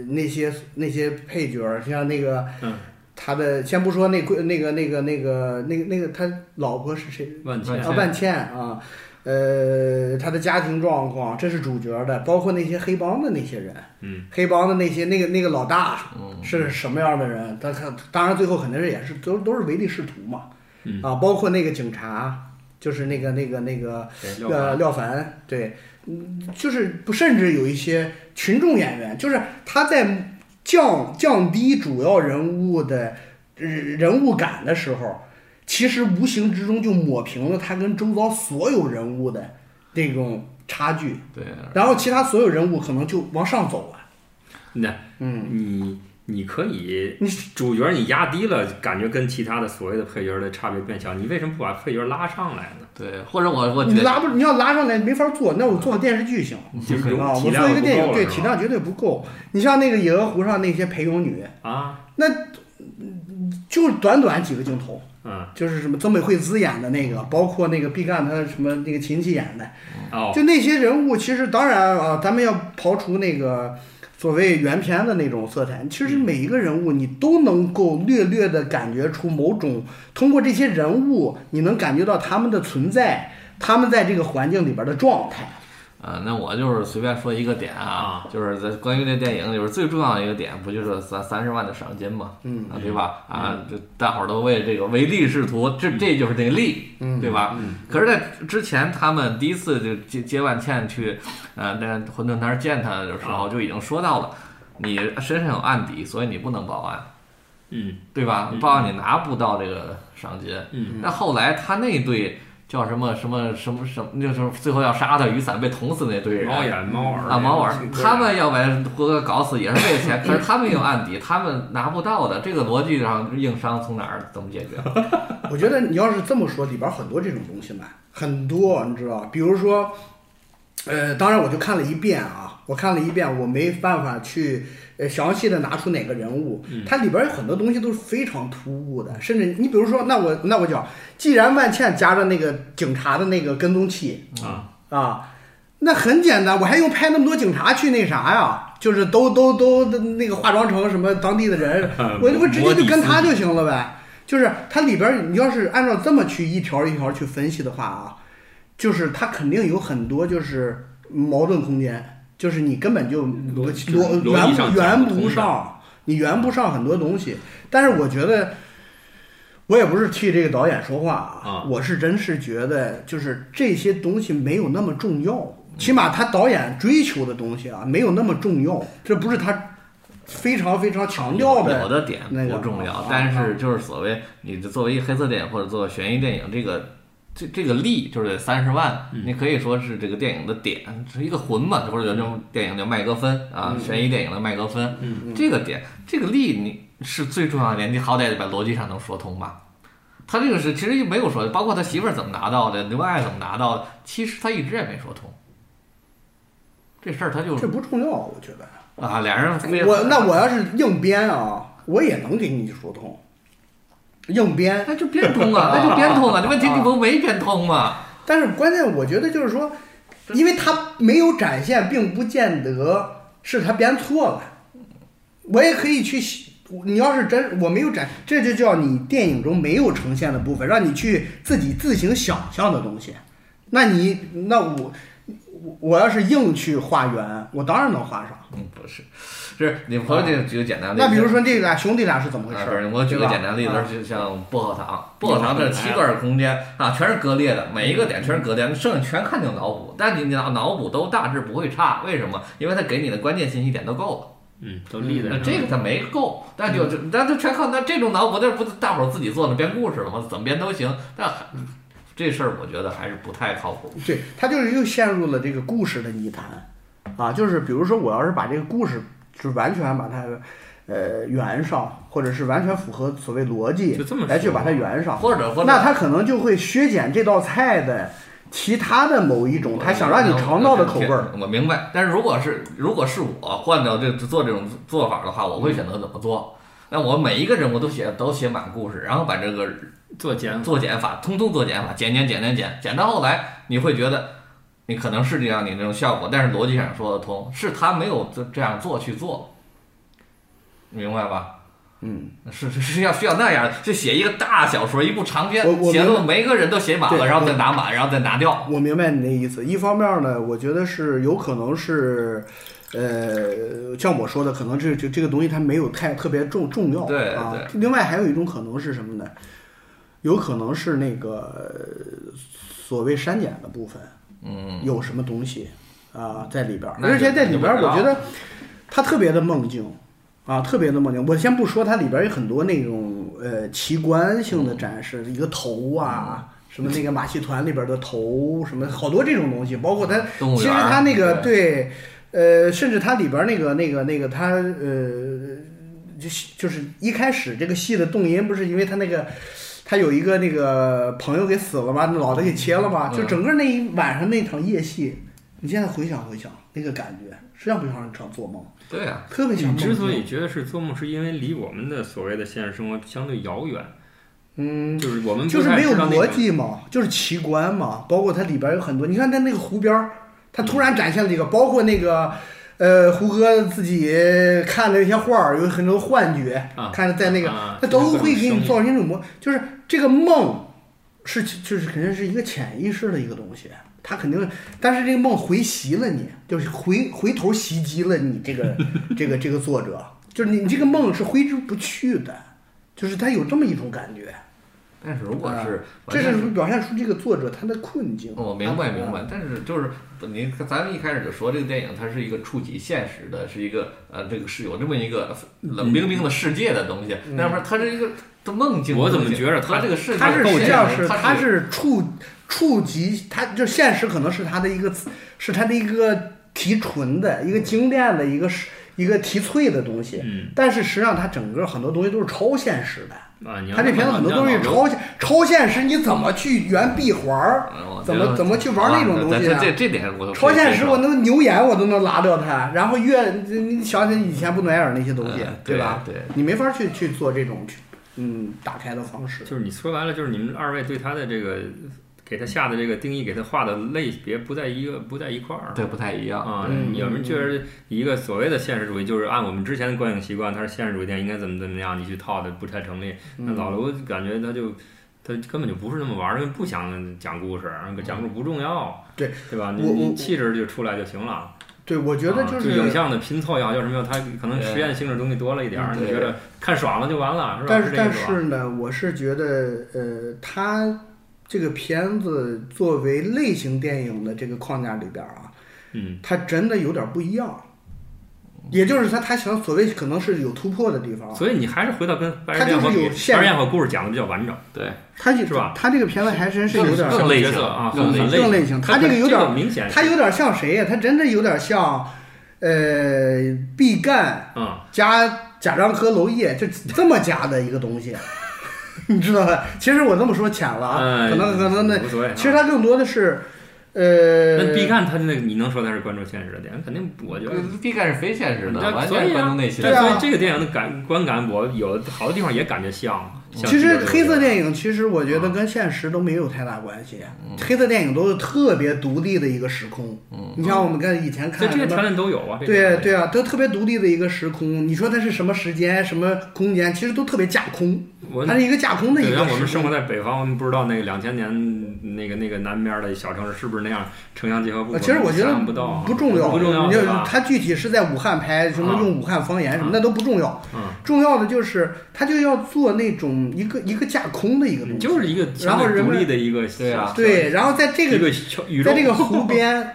[SPEAKER 3] 那些那些配角儿，像那个
[SPEAKER 1] 嗯，
[SPEAKER 3] 他的先不说那贵那个那个那个那个那个他老婆是谁
[SPEAKER 1] 万
[SPEAKER 2] 万
[SPEAKER 1] 千
[SPEAKER 2] 千
[SPEAKER 3] 啊？万茜啊，呃，他的家庭状况，这是主角儿的，包括那些黑帮的那些人，
[SPEAKER 1] 嗯，
[SPEAKER 3] 黑帮的那些那个那个老大
[SPEAKER 2] 嗯
[SPEAKER 3] 是什么样的人？他他当然最后肯定是也是都都是唯利是图嘛
[SPEAKER 1] 嗯，
[SPEAKER 3] 啊，包括那个警察。就是那个那个那个
[SPEAKER 1] 谁廖
[SPEAKER 3] 呃，
[SPEAKER 1] 凡
[SPEAKER 3] 廖凡，对，嗯，就是不甚至有一些群众演员，就是他在降降低主要人物的呃人物感的时候，其实无形之中就抹平了他跟周遭所有人物的这种差距，
[SPEAKER 1] 嗯
[SPEAKER 2] 对，
[SPEAKER 3] 然后其他所有人物可能就往上走了。
[SPEAKER 1] 那
[SPEAKER 3] 嗯，
[SPEAKER 1] 你你可以，主角你压低了，感觉跟其他的所谓的配角的差别变小，你为什么不把配角拉上来呢？
[SPEAKER 2] 对，或者我我觉
[SPEAKER 3] 你
[SPEAKER 2] 得
[SPEAKER 3] 拉不，你要拉上来没法做，那我做个电视剧行。
[SPEAKER 1] 就是
[SPEAKER 3] 啊，
[SPEAKER 1] 体
[SPEAKER 3] 我
[SPEAKER 1] 量
[SPEAKER 3] 做一个
[SPEAKER 1] 不
[SPEAKER 3] 电
[SPEAKER 1] 够
[SPEAKER 3] 影，
[SPEAKER 1] 了
[SPEAKER 3] 对
[SPEAKER 1] 是吧
[SPEAKER 3] 体量绝对不够。你像那个野鹅湖上那些陪泳女，
[SPEAKER 1] 啊，
[SPEAKER 3] 就短短几个镜头，
[SPEAKER 1] 嗯
[SPEAKER 3] 就是什么曾美惠子演的那个，包括那个毕赣他什么那个亲戚演的，
[SPEAKER 1] 哦，
[SPEAKER 3] 就那些人物，其实当然啊，咱们要刨除那个所谓原片的那种色彩，其实每一个人物你都能够略略的感觉出某种，通过这些人物，你能感觉到他们的存在，他们在这个环境里边的状态。
[SPEAKER 2] 啊，那我就是随便说一个点啊，就是在关于这电影里边最重要的一个点，不就是三三十万的赏金嘛，
[SPEAKER 3] 嗯
[SPEAKER 2] 啊，对吧？啊，这大伙儿都为这个唯利是图，这这就是那个利，
[SPEAKER 3] 嗯
[SPEAKER 2] 对吧？可是，在之前他们第一次就接接万茜去，呃，那馄饨摊儿见他的时
[SPEAKER 3] 啊
[SPEAKER 2] 候就已经说到了，你身上有案底，所以你不能报案，
[SPEAKER 1] 嗯
[SPEAKER 2] 对吧？报案你拿不到这个赏金。
[SPEAKER 1] 嗯，
[SPEAKER 2] 那后来他那队叫什么什么什么什么，就是最后要杀他雨伞被捅死那队人，
[SPEAKER 1] 猫眼猫耳
[SPEAKER 2] 啊，毛玩
[SPEAKER 1] 这，个
[SPEAKER 2] 他们要把胡歌搞死也是为了钱，可是他们有案底，他们拿不到的，这个逻辑上硬伤从哪儿怎么解决？
[SPEAKER 3] 我觉得你要是这么说，里边很多这种东西嘛，很多你知道，比如说，呃，当然我就看了一遍啊，我看了一遍，我没办法去呃详细的拿出哪个人物，它里边有很多东西都是非常突兀的，甚至你比如说，那我那我讲，既然万茜啊夹着那个警察的那个跟踪器
[SPEAKER 1] 啊，
[SPEAKER 3] 啊，那很简单，我还用拍那么多警察去那啥呀？就是都都都那个化妆成什么当地的人，我我直接就跟他就行了呗。就是它里边儿，你要是按照这么去一条一条去分析的话啊，就是它肯定有很多就是矛盾空间，就是你根本就
[SPEAKER 1] 嗯逻辑逻
[SPEAKER 3] 逻
[SPEAKER 1] 辑
[SPEAKER 3] 圆
[SPEAKER 1] 上
[SPEAKER 3] 不
[SPEAKER 1] 讲
[SPEAKER 3] 圆
[SPEAKER 1] 不
[SPEAKER 3] 不
[SPEAKER 1] 通的
[SPEAKER 3] 上，你圆不上很多东西。但是我觉得，我也不是替这个导演说话
[SPEAKER 1] 啊
[SPEAKER 3] 我是真是觉得就是这些东西没有那么
[SPEAKER 1] 嗯
[SPEAKER 3] 重要，起码他导演追求的东西啊没有那么重要，这不是他非常非常强调
[SPEAKER 2] 有
[SPEAKER 3] 的
[SPEAKER 2] 的点
[SPEAKER 3] 那个
[SPEAKER 2] 不重要
[SPEAKER 3] 啊，
[SPEAKER 2] 但是就是所谓你作为一个黑色电影或者做悬疑电影，这个这这个力就是三十万，
[SPEAKER 3] 嗯
[SPEAKER 2] 你可以说是这个电影的点，是一个魂嘛，或者有这
[SPEAKER 3] 嗯
[SPEAKER 2] 种电影叫麦格芬啊，悬疑电影的麦格芬，这个点这个力你是最重要的点，你好歹得把逻辑上能说通吧。他这个是其实也没有说，包括他媳妇儿怎么拿到的，刘爱怎么拿到的，其实他一直也没说通。这事儿他就
[SPEAKER 3] 这不重要，我觉得。
[SPEAKER 2] 啊，俩人非
[SPEAKER 3] 我那我要是硬编啊，我也能给你说通。硬编，
[SPEAKER 2] 那就变通 啊，那就变通啊。这问题你不没变通吗？
[SPEAKER 3] 但是关键我觉得就是说，因为他没有展现，并不见得是他编错了。我也可以去，你要是真我没有展，这就叫你电影中没有呈现的部分，让你去自己自行想象的东西。那你那我我我要是硬去画圆，我当然能画上。
[SPEAKER 2] 嗯，不是，是你朋友就举个简单例子。
[SPEAKER 3] 啊那比如说这俩兄弟俩是怎么回
[SPEAKER 2] 啊，
[SPEAKER 3] 事
[SPEAKER 2] 不是
[SPEAKER 3] 儿？
[SPEAKER 2] 我举个
[SPEAKER 3] 对吧嗯
[SPEAKER 2] 简单例子
[SPEAKER 3] 啊，
[SPEAKER 2] 就像薄荷糖，薄荷糖这七段空间啊，全是割裂的，每一个点全是割裂，剩下全看你脑补，但你脑脑补都大致不会差，为什么？因为他给你的关键信息点都够了。
[SPEAKER 1] 嗯，都立在
[SPEAKER 2] 那
[SPEAKER 1] 上
[SPEAKER 2] 这个他没够，但就但这全靠那这种脑补，那不是大伙儿自己做的编故事吗？怎么编都行，但还这事儿我觉得还是不太靠谱。
[SPEAKER 3] 对他就是又陷入了这个故事的泥潭，啊，就是比如说我要是把这个故事就完全把它呃圆上，或者是完全符合所谓逻辑
[SPEAKER 1] 就这么说
[SPEAKER 3] 来去把它圆上，
[SPEAKER 2] 或者或者
[SPEAKER 3] 那他可能就会削减这道菜的其他的某一种他想让你尝到的口味儿。
[SPEAKER 2] 我明白，但是如果是如果是我换掉这做这种做法的话，我会选择怎么做？那我每一个人我都写都写满故事，然后把这个
[SPEAKER 1] 做减
[SPEAKER 2] 做减法，通通做减法，减减减减减，减到后来你会觉得，你可能是这样，你那种效果，但是逻辑上说得通，是他没有这这样做去做，明白吧？
[SPEAKER 3] 嗯，
[SPEAKER 2] 是是是要需要那样的，就写一个大小说，一部长篇
[SPEAKER 3] 我我，
[SPEAKER 2] 写
[SPEAKER 3] 明
[SPEAKER 2] 到
[SPEAKER 3] 白
[SPEAKER 2] 每一个人都写满了，
[SPEAKER 3] 对
[SPEAKER 2] 然后
[SPEAKER 3] 我
[SPEAKER 2] 再拿满，然后再拿掉。
[SPEAKER 3] 我明白你的意思。一方面呢，我觉得是有可能是。呃，像我说的，可能这这这个东西它没有太特别重重要，
[SPEAKER 2] 对
[SPEAKER 3] 啊。另外还有一种可能是什么呢？有可能是那个呃所谓删减的部分，
[SPEAKER 2] 嗯，
[SPEAKER 3] 有什么东西啊在里边儿，
[SPEAKER 2] 那就
[SPEAKER 3] 而且在里边
[SPEAKER 2] 那
[SPEAKER 3] 儿，
[SPEAKER 2] 就
[SPEAKER 3] 我
[SPEAKER 2] 不
[SPEAKER 3] 觉
[SPEAKER 2] 知道
[SPEAKER 3] 得它特别的梦境啊，特别的梦境。我先不说它里边儿有很多那种呃奇观性的展示，
[SPEAKER 2] 嗯
[SPEAKER 3] 一个头啊。什么那个马戏团里边儿的头，什么好多这种东西，包括它
[SPEAKER 2] 动物
[SPEAKER 3] 其实
[SPEAKER 2] 园儿
[SPEAKER 3] 它那个
[SPEAKER 2] 对
[SPEAKER 3] 对，呃，甚至它里边儿那个那个那个它呃，就是就是一开始这个戏的动因不是因为它那个。他有一个那个朋友给死了嘛，脑袋给切了嘛，
[SPEAKER 2] 嗯
[SPEAKER 3] 就整个那一晚上那场夜戏，你现在回想回想那个感觉，实际上不像一场做梦，
[SPEAKER 2] 对啊呀、
[SPEAKER 3] 特别像
[SPEAKER 1] 你
[SPEAKER 3] 梦境。
[SPEAKER 1] 之所以觉得是做梦，是因为离我们的所谓的现实生活相对遥远，
[SPEAKER 3] 嗯，
[SPEAKER 1] 就是我们
[SPEAKER 3] 就是
[SPEAKER 1] 不太
[SPEAKER 3] 没有
[SPEAKER 1] 知道那
[SPEAKER 3] 逻
[SPEAKER 1] 种。
[SPEAKER 3] 辑嘛，就是奇观嘛，包括它里边有很多，你看它那个湖边儿，它突然展现了一个，包括那个。呃，胡歌自己看的那些画儿，有很多幻觉，
[SPEAKER 1] 啊
[SPEAKER 3] 看着在那个，
[SPEAKER 1] 啊
[SPEAKER 3] 它都会给你造成一种魔，就是这个梦是就是肯定是一个潜意识的一个东西，它肯定，但是这个梦回袭了你，就是回回头袭击了你 这个这个这个作者，就是你你这个梦是挥之不去的，就是它有这么一种感觉。
[SPEAKER 2] 但是如果是完
[SPEAKER 3] 啊这
[SPEAKER 2] 全
[SPEAKER 3] 是啊表现出这个作者他的困境。
[SPEAKER 2] 我明白明白，但是就是您咱们一开始就说这个电影它是一个触及现实的，是一个呃这个是有这么一个冷冰冰的世界的东西，那么它是一个它梦境的
[SPEAKER 1] 我
[SPEAKER 2] 东西。
[SPEAKER 1] 怎么觉着它
[SPEAKER 2] 它这个世界
[SPEAKER 3] 他是
[SPEAKER 2] 构
[SPEAKER 3] 实际上
[SPEAKER 2] 建
[SPEAKER 3] 是
[SPEAKER 2] 的
[SPEAKER 3] 他
[SPEAKER 2] 它
[SPEAKER 3] 是触触及，他就现实可能是他的一个是他的一个提纯的一个精炼的一个是一个提萃的东西，
[SPEAKER 1] 嗯
[SPEAKER 3] 但是实际上他整个很多东西都是超现实的。
[SPEAKER 1] 啊，你要
[SPEAKER 3] 他这片子很多东西
[SPEAKER 1] 你要脑
[SPEAKER 3] 超现超现实，你怎么去圆闭环儿？
[SPEAKER 2] 嗯我觉
[SPEAKER 3] 怎么
[SPEAKER 2] 得
[SPEAKER 3] 怎么去玩那种东西
[SPEAKER 2] 这
[SPEAKER 3] 啊？
[SPEAKER 2] 这这点我都
[SPEAKER 3] 超
[SPEAKER 2] 可以
[SPEAKER 3] 现
[SPEAKER 2] 接
[SPEAKER 3] 实，
[SPEAKER 2] 受
[SPEAKER 3] 我能牛眼我都能拉掉它。然后越你想想以前布努埃尔那些东西，
[SPEAKER 2] 嗯
[SPEAKER 3] 对吧？
[SPEAKER 2] 对
[SPEAKER 3] 你没法去去做这种去嗯打开的方式。
[SPEAKER 1] 就是你说白了，就是你们二位对他的这个给他下的这个定义，给他画的类别不在一个不在一块儿。
[SPEAKER 2] 对不太一样。
[SPEAKER 1] 啊，
[SPEAKER 3] 嗯
[SPEAKER 1] 有人觉得一个所谓的现实主义，就是按我们之前的观影习惯，它是现实主义电影应该怎么怎么样，你去套的不太成立。那
[SPEAKER 3] 嗯
[SPEAKER 1] 老刘感觉他就他根本就不是那么玩儿，因为不想讲故事，讲故事不重要，
[SPEAKER 3] 对
[SPEAKER 1] 对吧？你
[SPEAKER 3] 我我
[SPEAKER 1] 你气质就出来就行了。
[SPEAKER 3] 对，我觉得
[SPEAKER 1] 啊
[SPEAKER 3] 就，
[SPEAKER 1] 就是影像的拼凑也好，叫什么呀，它可能
[SPEAKER 2] 对
[SPEAKER 1] 实验性的东西多了一点儿，
[SPEAKER 2] 嗯
[SPEAKER 1] 你
[SPEAKER 2] 对
[SPEAKER 1] 觉得看爽了就完了，是吧？
[SPEAKER 3] 但
[SPEAKER 1] 是
[SPEAKER 3] 是
[SPEAKER 1] 这
[SPEAKER 3] 但
[SPEAKER 1] 意思吧
[SPEAKER 3] 是呢，我是觉得呃，他这个片子作为类型电影的这个框架里边儿啊，
[SPEAKER 1] 嗯，
[SPEAKER 3] 它真的有点不一样。也就是他他想所谓可能是有突破的地方，
[SPEAKER 1] 所以你还是回到跟白
[SPEAKER 3] 它
[SPEAKER 1] 日
[SPEAKER 3] 就是
[SPEAKER 1] 焰火
[SPEAKER 3] 有
[SPEAKER 1] 比，
[SPEAKER 3] 限
[SPEAKER 1] 白日焰火故事讲的比较完整，
[SPEAKER 2] 对，
[SPEAKER 3] 他就是
[SPEAKER 1] 吧
[SPEAKER 3] 他这个片子还真是有点儿
[SPEAKER 2] 更类
[SPEAKER 1] 类
[SPEAKER 2] 型
[SPEAKER 1] 色啊，
[SPEAKER 2] 更
[SPEAKER 1] 很
[SPEAKER 2] 类
[SPEAKER 3] 更类
[SPEAKER 1] 类
[SPEAKER 3] 型
[SPEAKER 1] 型。
[SPEAKER 3] 它这个有点儿
[SPEAKER 1] 明显，
[SPEAKER 3] 他有点像谁呀？他真的有点像，呃，毕赣
[SPEAKER 1] 嗯，
[SPEAKER 3] 加贾樟柯、娄烨，就这么加的一个东西， 你知道吧？其实我这么说浅了啊，
[SPEAKER 1] 哎
[SPEAKER 3] 可能可能那，
[SPEAKER 1] 无所谓啊。
[SPEAKER 3] 其实他更多的是，呃，
[SPEAKER 1] 那毕赣他那个，你能说他是关注现实的电影？肯定，我觉得。
[SPEAKER 2] 毕赣是非现实的，
[SPEAKER 1] 那
[SPEAKER 2] 完
[SPEAKER 1] 所
[SPEAKER 2] 全
[SPEAKER 1] 以啊
[SPEAKER 2] 观众内心
[SPEAKER 1] 对，
[SPEAKER 3] 对啊
[SPEAKER 1] 所以这个电影的感观感，我有好多地方也感觉像。像
[SPEAKER 3] 其
[SPEAKER 1] 这
[SPEAKER 3] 实
[SPEAKER 1] 个嗯
[SPEAKER 3] 黑色电影，其实我觉得跟现实都没有太大关系。啊黑色电影都是特别独立的一个时空。你像我们看以前
[SPEAKER 1] 这
[SPEAKER 3] 看
[SPEAKER 1] 嗯这些
[SPEAKER 3] 什
[SPEAKER 1] 条
[SPEAKER 3] 么，
[SPEAKER 1] 件都有啊。这个
[SPEAKER 3] 对对啊，都特别独立的一个时空。你说它是什么时间、什么空间，其实都特别架空，
[SPEAKER 1] 我
[SPEAKER 3] 它是一个架空的一
[SPEAKER 1] 对，
[SPEAKER 3] 个
[SPEAKER 1] 让
[SPEAKER 3] 时空。
[SPEAKER 1] 我们生活在北方，我们不知道那个两千年那个那个南边的小城市是不是那样城乡结合部。
[SPEAKER 3] 呃其实我觉
[SPEAKER 1] 想
[SPEAKER 3] 得
[SPEAKER 1] 象不到啊
[SPEAKER 3] 不重要，
[SPEAKER 1] 不重要，
[SPEAKER 3] 你
[SPEAKER 1] 对
[SPEAKER 3] 就
[SPEAKER 1] 吧？
[SPEAKER 3] 他具体是在武汉拍，什么
[SPEAKER 1] 啊
[SPEAKER 3] 用武汉方言什么
[SPEAKER 1] 啊
[SPEAKER 3] 那都不重要，
[SPEAKER 1] 嗯，
[SPEAKER 3] 重要的就是他就要做那种一个一个架空的一个东西，
[SPEAKER 1] 就是一个
[SPEAKER 3] 然
[SPEAKER 1] 相
[SPEAKER 3] 后
[SPEAKER 1] 对
[SPEAKER 3] 人
[SPEAKER 1] 独
[SPEAKER 3] 们
[SPEAKER 1] 立的一个
[SPEAKER 2] 对啊
[SPEAKER 3] 对，然后在这
[SPEAKER 1] 一
[SPEAKER 3] 个
[SPEAKER 1] 个小宇宙
[SPEAKER 3] 在这个湖边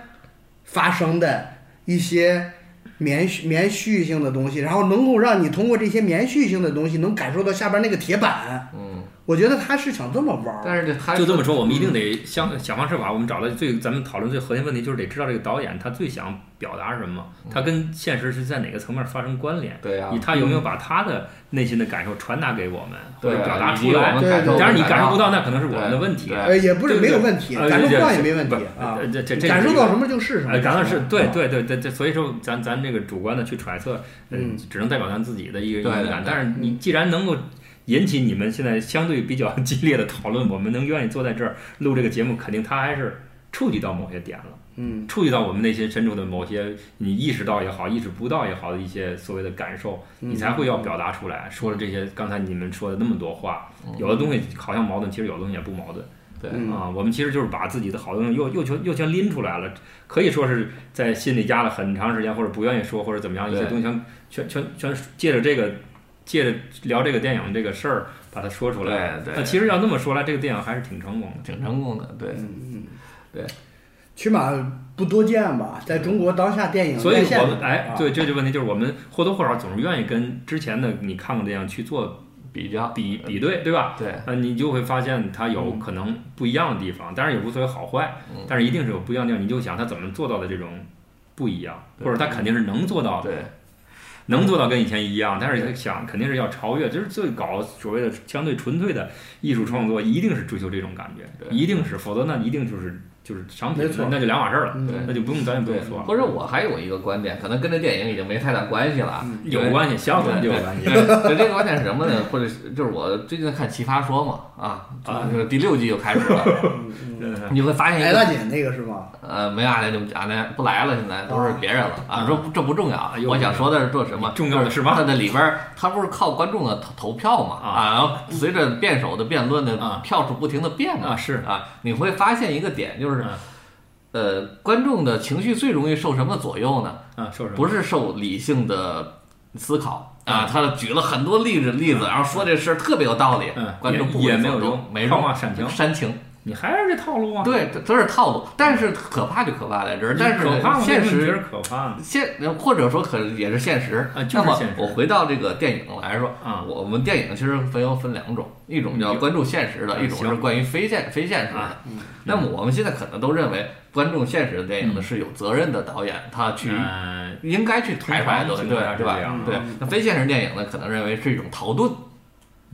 [SPEAKER 3] 发生的一些棉絮棉絮性的东西，然后能够让你通过这些棉絮性的东西能感受到下边那个铁板，
[SPEAKER 2] 嗯，
[SPEAKER 3] 我觉得他是想这么玩儿，
[SPEAKER 2] 但是这他
[SPEAKER 1] 就这么说，我们一定得想想方设法，我们找到最咱们讨论最核心问题，就是得知道这个导演他最想表达什么，他跟现实是在哪个层面发生关联，
[SPEAKER 2] 对啊
[SPEAKER 1] 以，他有没有把他的内心的感受传达给我们，或
[SPEAKER 2] 对
[SPEAKER 1] 者
[SPEAKER 2] 啊
[SPEAKER 1] 表达
[SPEAKER 2] 以及
[SPEAKER 1] 出
[SPEAKER 2] 我
[SPEAKER 1] 来
[SPEAKER 2] 们。
[SPEAKER 3] 对
[SPEAKER 2] 感
[SPEAKER 1] 当
[SPEAKER 2] 受的
[SPEAKER 1] 然你感受不
[SPEAKER 2] 到，
[SPEAKER 1] 到，那可能是我们的问题。啊
[SPEAKER 2] 对
[SPEAKER 3] 呃，也不是
[SPEAKER 1] 对
[SPEAKER 3] 没有
[SPEAKER 1] 对
[SPEAKER 3] 问题，
[SPEAKER 1] 呃
[SPEAKER 3] 感受不
[SPEAKER 1] 这
[SPEAKER 3] 到
[SPEAKER 1] 这
[SPEAKER 3] 也没问题
[SPEAKER 1] 不
[SPEAKER 3] 啊
[SPEAKER 1] 呃，这这这
[SPEAKER 3] 感受
[SPEAKER 1] 这
[SPEAKER 3] 到什么就是什么，
[SPEAKER 1] 呃，咱们是对
[SPEAKER 3] 啊
[SPEAKER 1] 对对对对，所以说咱咱这个主观的去揣测，
[SPEAKER 3] 嗯
[SPEAKER 1] 嗯，只能代表咱自己的一个一
[SPEAKER 2] 对
[SPEAKER 1] 个
[SPEAKER 2] 对
[SPEAKER 1] 感。
[SPEAKER 2] 对
[SPEAKER 1] 但是你既然能够引起你们现在相对比较 激烈的讨论，我们能愿意坐在这儿录这个节目，肯定它还是触及到某些点了，
[SPEAKER 3] 嗯。
[SPEAKER 1] 触及到我们内心深处的某些你意识到也好，意识不到也好的一些所谓的感受，
[SPEAKER 3] 嗯
[SPEAKER 1] 你才会要表达出来。说了这些刚才你们说的那么多话，有的东西好像矛盾，其实有的东西也不矛盾。
[SPEAKER 2] 对
[SPEAKER 3] 嗯
[SPEAKER 1] 啊，我们其实就是把自己的好东西又又全又全拎出来了，可以说是在心里压了很长时间，或者不愿意说，或者怎么样，一些
[SPEAKER 2] 对
[SPEAKER 1] 东西全全全全借着这个借着聊这个电影这个事儿把它说出来。
[SPEAKER 2] 对
[SPEAKER 1] 那
[SPEAKER 2] 对，
[SPEAKER 1] 其实要那么说来，这个电影还是挺成功的。
[SPEAKER 2] 挺成功的，对，
[SPEAKER 3] 嗯起码不多见吧，在中国当下电影
[SPEAKER 1] 所以
[SPEAKER 3] 院线
[SPEAKER 1] 我
[SPEAKER 3] 里
[SPEAKER 1] 们哎，
[SPEAKER 3] 啊
[SPEAKER 1] 对，这就问题就是我们或多或少总是愿意跟之前的你看过的电影去做
[SPEAKER 2] 比较
[SPEAKER 1] 比比对，对吧？
[SPEAKER 2] 对，嗯
[SPEAKER 1] 呃，你就会发现它有可能不一样的地方，当然也无所谓好坏，但是一定是有不一样的地方。你就想它怎么做到的这种不一样，
[SPEAKER 2] 对
[SPEAKER 1] 或者它肯定是能做到，
[SPEAKER 2] 对，
[SPEAKER 1] 能做到跟以前一样，但是想肯定是要超越。就是最搞所谓的相对纯粹的艺术创作，一定是追求这种感觉，
[SPEAKER 2] 对
[SPEAKER 1] 一定是，否则那一定就是就是商品
[SPEAKER 3] 没错，
[SPEAKER 1] 那就两码事儿了，
[SPEAKER 3] 嗯
[SPEAKER 1] 那就不用咱也不
[SPEAKER 2] 对
[SPEAKER 1] 用说，了，
[SPEAKER 2] 或者我还有一个观点，可能跟这电影已经没太大关系了，
[SPEAKER 1] 有关系，相对就有关系。
[SPEAKER 2] 对，这个观点是什么呢？或者是就是我最近看《奇葩说》嘛，啊
[SPEAKER 1] 啊
[SPEAKER 2] 就是第六季就开始了，你会发现一
[SPEAKER 3] 白嗯哎大
[SPEAKER 2] 个
[SPEAKER 3] 姐那个是吗？
[SPEAKER 2] 呃，没俺来就俺来不来了，现在都是别人了啊，说这不重要
[SPEAKER 1] 哎，呦
[SPEAKER 2] 我想说的是做什么？
[SPEAKER 1] 重要的是吗
[SPEAKER 2] 它的里边儿，它不是靠观众的投投票嘛
[SPEAKER 1] 啊
[SPEAKER 2] 然后随着辩手的辩论的
[SPEAKER 1] 啊
[SPEAKER 2] 票数不停的变嘛
[SPEAKER 1] 啊是
[SPEAKER 2] 啊，你会发现一个点就是
[SPEAKER 1] 嗯。
[SPEAKER 2] 呃，观众的情绪最容易受什么左右呢？
[SPEAKER 1] 啊，说什么？
[SPEAKER 2] 不是受理性的思考
[SPEAKER 1] 嗯
[SPEAKER 2] 啊，他举了很多例子例子，然后说这事儿特别有道理
[SPEAKER 1] 嗯，
[SPEAKER 2] 观众
[SPEAKER 1] 也
[SPEAKER 2] 不
[SPEAKER 1] 也
[SPEAKER 2] 为
[SPEAKER 1] 没
[SPEAKER 2] 所
[SPEAKER 1] 有
[SPEAKER 2] 动
[SPEAKER 1] 用
[SPEAKER 2] 没
[SPEAKER 1] 套
[SPEAKER 2] 用
[SPEAKER 1] 话煽 情
[SPEAKER 2] 煽情，
[SPEAKER 1] 你还是这套路啊？，
[SPEAKER 2] 对，这都是套路。但是可怕就可怕在这儿，但是
[SPEAKER 1] 可怕吗？
[SPEAKER 2] 现
[SPEAKER 1] 觉
[SPEAKER 2] 实
[SPEAKER 1] 得可怕呢？
[SPEAKER 2] 现或者说可也是现实。
[SPEAKER 1] 啊就是
[SPEAKER 2] 那么
[SPEAKER 1] 现实
[SPEAKER 2] 我回到这个电影来说
[SPEAKER 1] 啊
[SPEAKER 2] 我们电影其实分有分两种，一种叫
[SPEAKER 1] 嗯
[SPEAKER 2] 关注现实的，
[SPEAKER 1] 嗯
[SPEAKER 2] 一种是
[SPEAKER 1] 行
[SPEAKER 2] 关于非现非现实的
[SPEAKER 1] 啊。
[SPEAKER 2] 那么我们现在可能都认为关注现实的电影呢是有责任的导演，他去
[SPEAKER 1] 嗯。
[SPEAKER 2] 应该去排出来的东西，
[SPEAKER 1] 通常
[SPEAKER 2] 对
[SPEAKER 1] 啊是嗯
[SPEAKER 2] 对
[SPEAKER 1] 这
[SPEAKER 2] 吧
[SPEAKER 1] 样？
[SPEAKER 2] 对，那非现实电影呢，可能认为是一种逃遁，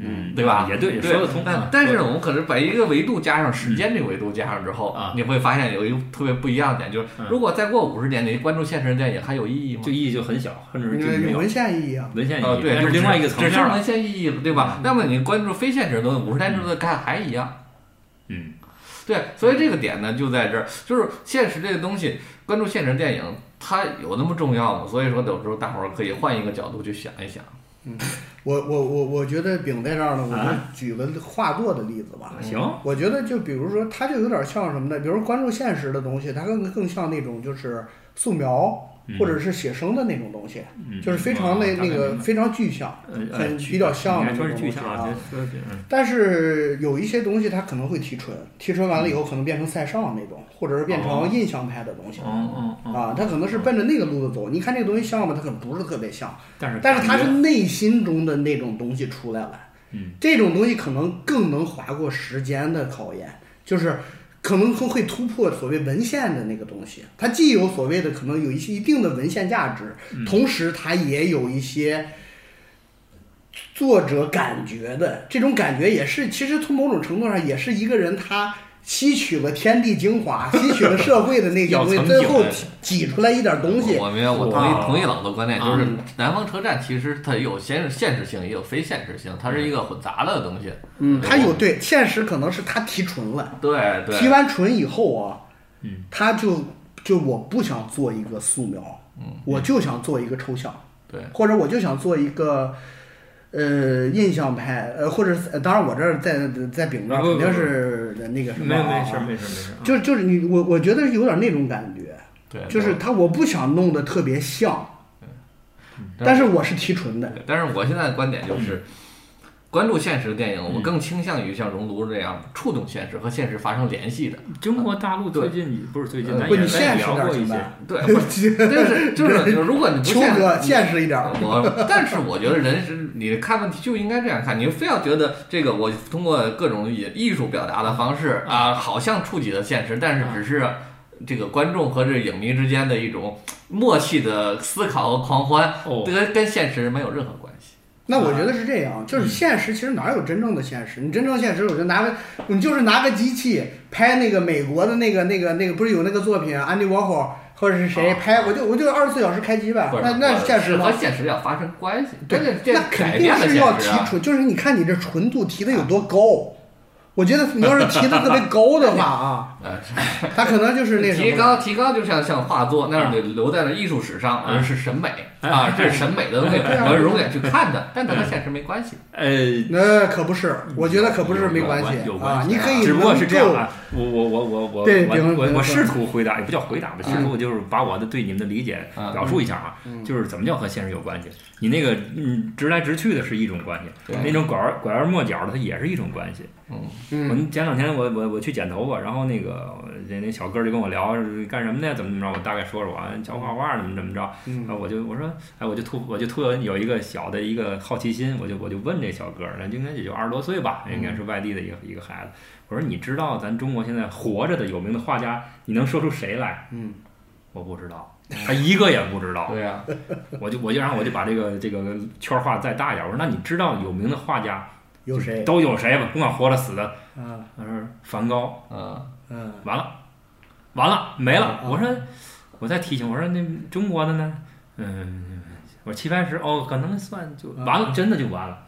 [SPEAKER 1] 嗯，
[SPEAKER 2] 对吧？
[SPEAKER 1] 也对，也说得通。
[SPEAKER 2] 但
[SPEAKER 1] 啊
[SPEAKER 2] 但是
[SPEAKER 1] 说
[SPEAKER 2] 呢
[SPEAKER 1] 得
[SPEAKER 2] 我们可是把一个维度加上时间这个维度加上之后
[SPEAKER 1] 啊，
[SPEAKER 2] 你会发现有一个特别不一样的点，就是
[SPEAKER 1] 嗯
[SPEAKER 2] 如果再过五十年，你关注现实电影还有意义吗
[SPEAKER 1] 通就？意义就很小，甚至就没
[SPEAKER 3] 有
[SPEAKER 1] 有
[SPEAKER 3] 文献意义啊，
[SPEAKER 1] 文献意义，
[SPEAKER 2] 呃，对，
[SPEAKER 1] 但
[SPEAKER 2] 就是只
[SPEAKER 1] 另外一个层
[SPEAKER 2] 只
[SPEAKER 1] 面
[SPEAKER 2] 是
[SPEAKER 1] 了。
[SPEAKER 2] 文献意义了，对吧？那么你关注非现实的东西，五十年之后的看还一样。
[SPEAKER 1] 嗯，
[SPEAKER 2] 对，所以这个点呢就在这儿，就是现实这个东西，关注现实电影，它有那么重要吗？所以说，有时候大伙儿可以换一个角度去想一想。
[SPEAKER 3] 我我我我觉得饼在这儿呢，我
[SPEAKER 1] 啊
[SPEAKER 3] 就举个画作的例子吧。
[SPEAKER 1] 行，
[SPEAKER 3] 我觉得就比如说，它就有点像什么呢？比如关注现实的东西，它更更像那种就是素描或者是写生的那种东西，
[SPEAKER 1] 嗯
[SPEAKER 3] 就是非常那
[SPEAKER 1] 嗯
[SPEAKER 3] 那个非常具象，
[SPEAKER 1] 呃呃
[SPEAKER 3] 很
[SPEAKER 1] 具
[SPEAKER 3] 比较像
[SPEAKER 1] 你
[SPEAKER 3] 的
[SPEAKER 1] 还
[SPEAKER 3] 那
[SPEAKER 1] 说是
[SPEAKER 3] 种
[SPEAKER 1] 具
[SPEAKER 3] 东西
[SPEAKER 1] 象啊，
[SPEAKER 3] 啊。
[SPEAKER 1] 别说别嗯
[SPEAKER 3] 但是有一些东西它可能会提纯，提纯完了以后可能变成塞尚那种，或者是变
[SPEAKER 1] 哦
[SPEAKER 3] 成印象派的东西。
[SPEAKER 1] 哦哦哦，
[SPEAKER 3] 啊，它可能是奔着那个路子走。你看这个东西像吗？它可能不是特别像，
[SPEAKER 1] 但是
[SPEAKER 3] 但是它
[SPEAKER 1] 感
[SPEAKER 3] 是
[SPEAKER 1] 觉
[SPEAKER 3] 内心中的那种东西出来了。
[SPEAKER 1] 嗯，
[SPEAKER 3] 这种东西可能更能划过时间的考验，就是可能会会突破所谓文献的那个东西。它既有所谓的可能有一些一定的文献价值，同时它也有一些。作者感觉的这种感觉也是，其实从某种程度上也是一个人他吸取了天地精华，吸取了社会的那些
[SPEAKER 1] 要
[SPEAKER 3] 东西，
[SPEAKER 1] 层
[SPEAKER 3] 最
[SPEAKER 1] 井
[SPEAKER 3] 后
[SPEAKER 2] 的
[SPEAKER 3] 挤挤出来一点东西，啊
[SPEAKER 2] 我明白，我同意
[SPEAKER 1] 哇
[SPEAKER 2] 同意老的观点，就是
[SPEAKER 3] 嗯
[SPEAKER 2] 南方车站其实它有现现实性，也有非现实性，它
[SPEAKER 1] 嗯
[SPEAKER 2] 是一个混杂的东西。
[SPEAKER 3] 嗯，他有对现实可能是他提纯了，
[SPEAKER 2] 对
[SPEAKER 3] 提
[SPEAKER 2] 对，
[SPEAKER 3] 完纯以后啊，
[SPEAKER 1] 嗯，
[SPEAKER 3] 他就就我不想做一个素描，嗯，我就想做一个抽象，
[SPEAKER 2] 对，
[SPEAKER 3] 或者我就想做一个。呃，印象派，呃，或者是呃当然，我这儿在在饼这儿
[SPEAKER 1] 不
[SPEAKER 3] 肯
[SPEAKER 1] 不
[SPEAKER 3] 定是那个什么
[SPEAKER 1] 没
[SPEAKER 3] 啊、
[SPEAKER 1] 有
[SPEAKER 3] 啊，
[SPEAKER 1] 没事儿没事儿没事儿，啊
[SPEAKER 3] 就就是你我我觉得有点那种感觉，
[SPEAKER 2] 对，
[SPEAKER 3] 就是他我不想弄得特别像，
[SPEAKER 2] 对
[SPEAKER 3] 但是我是提纯的，
[SPEAKER 2] 对但是我现在的观点
[SPEAKER 3] 嗯
[SPEAKER 2] 就是，关注现实的电影，我更倾向于像《熔炉》这样触动现实和现实发生联 系的。
[SPEAKER 1] 中国大陆最近不是最近，
[SPEAKER 2] 呃
[SPEAKER 1] 咱
[SPEAKER 3] 不，
[SPEAKER 1] 也
[SPEAKER 3] 你
[SPEAKER 1] 咱
[SPEAKER 3] 现
[SPEAKER 1] 也
[SPEAKER 3] 实
[SPEAKER 1] 聊
[SPEAKER 3] 点儿
[SPEAKER 1] 过一
[SPEAKER 3] 行
[SPEAKER 1] 些。
[SPEAKER 3] 吧？
[SPEAKER 2] 对，不是，就是就是，如果你不
[SPEAKER 3] 求
[SPEAKER 2] 现
[SPEAKER 3] 哥现实一点儿，啊
[SPEAKER 2] 我，但是我觉得人是你看问题就应该这样看，你非要觉得这个我通过各种艺艺术表达的方式啊，好像触及了现实，但是只是这个观众和这影迷之间的一种默契的思考和狂欢，
[SPEAKER 1] 哦
[SPEAKER 2] 跟跟现实没有任何关系。
[SPEAKER 3] 那我觉得是这样，就是现实其实哪有真正的现实？你真正现实，我就拿个，你就是拿个机器拍那个美国的那个那个那个，不是有那个作品安迪沃霍或者是谁
[SPEAKER 2] 啊
[SPEAKER 3] 拍，我就我就二十四小时开机呗
[SPEAKER 2] 或。者
[SPEAKER 3] 那那
[SPEAKER 2] 或
[SPEAKER 3] 是
[SPEAKER 2] 者
[SPEAKER 3] 现实
[SPEAKER 2] 是和
[SPEAKER 3] 吗？
[SPEAKER 2] 现实要发生关系，
[SPEAKER 3] 对
[SPEAKER 2] 真的，这
[SPEAKER 3] 那
[SPEAKER 2] 改
[SPEAKER 3] 肯定
[SPEAKER 2] 变了
[SPEAKER 3] 是要
[SPEAKER 2] 现
[SPEAKER 3] 提
[SPEAKER 2] 实啊。
[SPEAKER 3] 纯，就是你看你这纯度提的有多高。我觉得你要是提的特别高的话啊，
[SPEAKER 2] 呃，
[SPEAKER 3] 他可能就是那什
[SPEAKER 2] 提
[SPEAKER 3] 么啊了。
[SPEAKER 2] 高提高，就像像画作那样的留在了艺术史上，而是审美啊，这是审美的东西，
[SPEAKER 3] 哎对啊
[SPEAKER 2] 我是永远去看的，但它和现实没关系。
[SPEAKER 1] 呃，
[SPEAKER 3] 那可不是，我觉得可不是没
[SPEAKER 1] 有
[SPEAKER 3] 关
[SPEAKER 1] 关
[SPEAKER 3] 系
[SPEAKER 1] 有关
[SPEAKER 3] 啊，
[SPEAKER 1] 系
[SPEAKER 3] 你可以
[SPEAKER 1] 只不过是这样
[SPEAKER 3] 能够
[SPEAKER 1] 啊，我我我我我
[SPEAKER 3] 对比
[SPEAKER 1] 我
[SPEAKER 3] 方
[SPEAKER 1] 我
[SPEAKER 3] 比
[SPEAKER 1] 我
[SPEAKER 3] 方
[SPEAKER 1] 试图回答，也不叫回答吧，试
[SPEAKER 3] 嗯
[SPEAKER 1] 图就是把我的对你们的理解
[SPEAKER 2] 嗯
[SPEAKER 1] 表述一下啊，就是怎么叫和现实有关系？你那个嗯直来直去的是一种关系
[SPEAKER 2] 对，
[SPEAKER 1] 那种拐弯拐弯抹角的它也是一种关系。
[SPEAKER 2] 嗯，
[SPEAKER 1] 我
[SPEAKER 3] 嗯，
[SPEAKER 1] 前两天我我我去剪头发，然后那个那那小哥就跟我聊干什么的呀，怎么怎么着，我大概说说啊，教画画怎么怎么着，
[SPEAKER 3] 嗯
[SPEAKER 1] 然后我就我说哎，我就突我就突然有一个小的一个好奇心，我就我就问这小哥，那应该也就二十多岁吧，应
[SPEAKER 3] 嗯
[SPEAKER 1] 该是外地的一个一个孩子，我说你知道咱中国现在活着的有名的画家，你能说出谁来？
[SPEAKER 3] 嗯，
[SPEAKER 1] 我不知道，他一个也不知
[SPEAKER 3] 啊
[SPEAKER 1] 道。
[SPEAKER 2] 对呀，
[SPEAKER 1] 我就我就然后我就把这个这个圈儿画再大一点，我说那你知道有名的画家
[SPEAKER 3] 有谁？
[SPEAKER 1] 都有谁吧？甭管活的死的，
[SPEAKER 3] 嗯
[SPEAKER 1] 他说梵高。
[SPEAKER 2] 嗯，
[SPEAKER 3] 嗯。
[SPEAKER 1] 完了，完了，没了。
[SPEAKER 3] 嗯
[SPEAKER 1] 我说，我再提醒，我说那中国的呢？嗯，我说齐白石哦，可能算就
[SPEAKER 3] 嗯
[SPEAKER 1] 完了，真的就完了。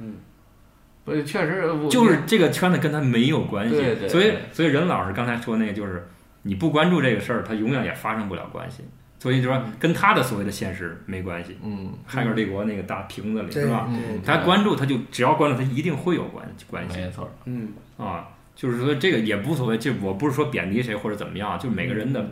[SPEAKER 2] 不是，确实我
[SPEAKER 1] 就是这个圈子跟他没有关系，
[SPEAKER 2] 对对
[SPEAKER 1] 所以
[SPEAKER 2] 对
[SPEAKER 1] 所以任老师刚才说那个就是，你不关注这个事儿，他永远也发生不了关系。所以就说跟他的所谓的现实没关系。
[SPEAKER 2] 嗯，
[SPEAKER 1] 海格尔帝国那个大瓶子里
[SPEAKER 3] 对
[SPEAKER 1] 是吧？
[SPEAKER 2] 嗯
[SPEAKER 1] 他关注他就只要关注他一定会有关关系。
[SPEAKER 2] 没错，
[SPEAKER 3] 嗯，
[SPEAKER 1] 啊，就是说这个也无所谓，这我不是说贬低谁或者怎么样，啊就是每个人
[SPEAKER 3] 嗯
[SPEAKER 1] 的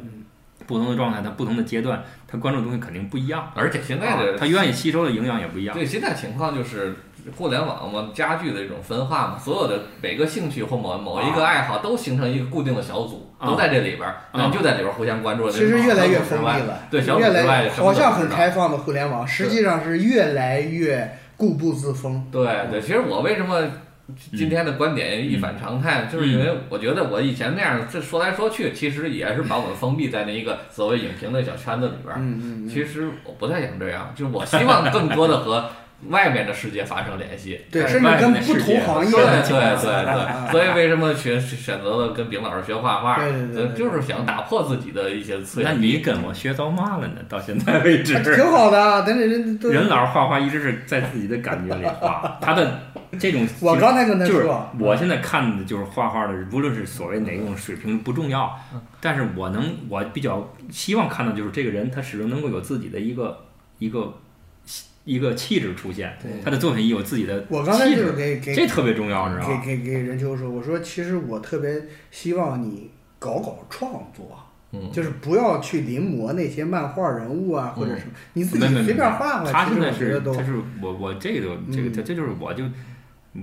[SPEAKER 1] 不同的状态，他不同的阶段，他关注的东西肯定不一样，
[SPEAKER 2] 而且现在
[SPEAKER 1] 啊
[SPEAKER 2] 的
[SPEAKER 1] 他愿意吸收的营养也不一样。
[SPEAKER 2] 对，现在情况就是互联网嘛，加剧的这种分化嘛，所有的每个兴趣或某某一个爱好都形成一个固定的小组，
[SPEAKER 1] 啊
[SPEAKER 2] 都在这里边儿，
[SPEAKER 1] 啊
[SPEAKER 2] 那就在里边儿互相关注。
[SPEAKER 3] 其实越来越
[SPEAKER 2] 小组之
[SPEAKER 3] 封闭
[SPEAKER 2] 外
[SPEAKER 3] 了，
[SPEAKER 2] 对，小组
[SPEAKER 3] 越
[SPEAKER 2] 之
[SPEAKER 3] 来
[SPEAKER 2] 外
[SPEAKER 3] 越
[SPEAKER 2] 什么
[SPEAKER 3] 好
[SPEAKER 2] 都
[SPEAKER 3] 像
[SPEAKER 2] 不
[SPEAKER 3] 很
[SPEAKER 2] 知道
[SPEAKER 3] 开放的互联网，实际上是越来越固步自封。
[SPEAKER 2] 对
[SPEAKER 1] 嗯
[SPEAKER 2] 对，其实我为什么今天的观点一反常态，就是
[SPEAKER 1] 嗯
[SPEAKER 2] 因为我觉得我以前那样这说来说去，其实也是把我们封闭在那一个所谓影评的小圈子里边儿。
[SPEAKER 3] 嗯嗯，
[SPEAKER 2] 其实我不太想这样，就是我希望更多的和外面的世界发生联系。
[SPEAKER 3] 对，
[SPEAKER 1] 哎
[SPEAKER 3] 甚至
[SPEAKER 1] 外
[SPEAKER 3] 跟
[SPEAKER 1] 面的
[SPEAKER 3] 不
[SPEAKER 1] 世
[SPEAKER 3] 同
[SPEAKER 1] 界
[SPEAKER 3] 行业
[SPEAKER 2] 对
[SPEAKER 3] 的
[SPEAKER 2] 对
[SPEAKER 3] 情况啊
[SPEAKER 2] 对对，
[SPEAKER 3] 下
[SPEAKER 2] 所以为什么学选择了跟丙老师学画画？
[SPEAKER 3] 对对对对对
[SPEAKER 2] 就是想打破自己的一些次
[SPEAKER 1] 那
[SPEAKER 2] 元。
[SPEAKER 1] 你跟我学到嘛了呢？到现在为 止，
[SPEAKER 3] 挺好的啊。等等人都，
[SPEAKER 1] 任老师画画一直是在自己的感觉里画，他的这种
[SPEAKER 3] 我刚才跟他
[SPEAKER 1] 就是
[SPEAKER 3] 说，
[SPEAKER 1] 我现在看的就是画画的，无论是所谓哪种水平不重要，
[SPEAKER 3] 嗯
[SPEAKER 1] 但是我能我比较希望看到就是这个人他始终能够有自己的一个一个一个气质出现
[SPEAKER 3] 对，
[SPEAKER 1] 他的作品有自己的
[SPEAKER 3] 我刚才
[SPEAKER 1] 气
[SPEAKER 3] 就是
[SPEAKER 1] 质，
[SPEAKER 3] 给给
[SPEAKER 1] 这特别重要，你知道
[SPEAKER 3] 给
[SPEAKER 1] 吗？
[SPEAKER 3] 给给任秋说，我说其实我特别希望你搞搞创作，啊
[SPEAKER 2] 嗯
[SPEAKER 3] 就是不要去临摹那些漫画人物啊，或者
[SPEAKER 2] 嗯
[SPEAKER 3] 什么，你自
[SPEAKER 1] 嗯
[SPEAKER 3] 己
[SPEAKER 1] 没没没
[SPEAKER 3] 随便画画，
[SPEAKER 1] 他
[SPEAKER 3] 其
[SPEAKER 1] 现
[SPEAKER 3] 实我
[SPEAKER 1] 在
[SPEAKER 3] 觉
[SPEAKER 1] 是
[SPEAKER 3] 得都
[SPEAKER 1] 他是我我这个这个
[SPEAKER 3] 嗯
[SPEAKER 1] 这这就是我就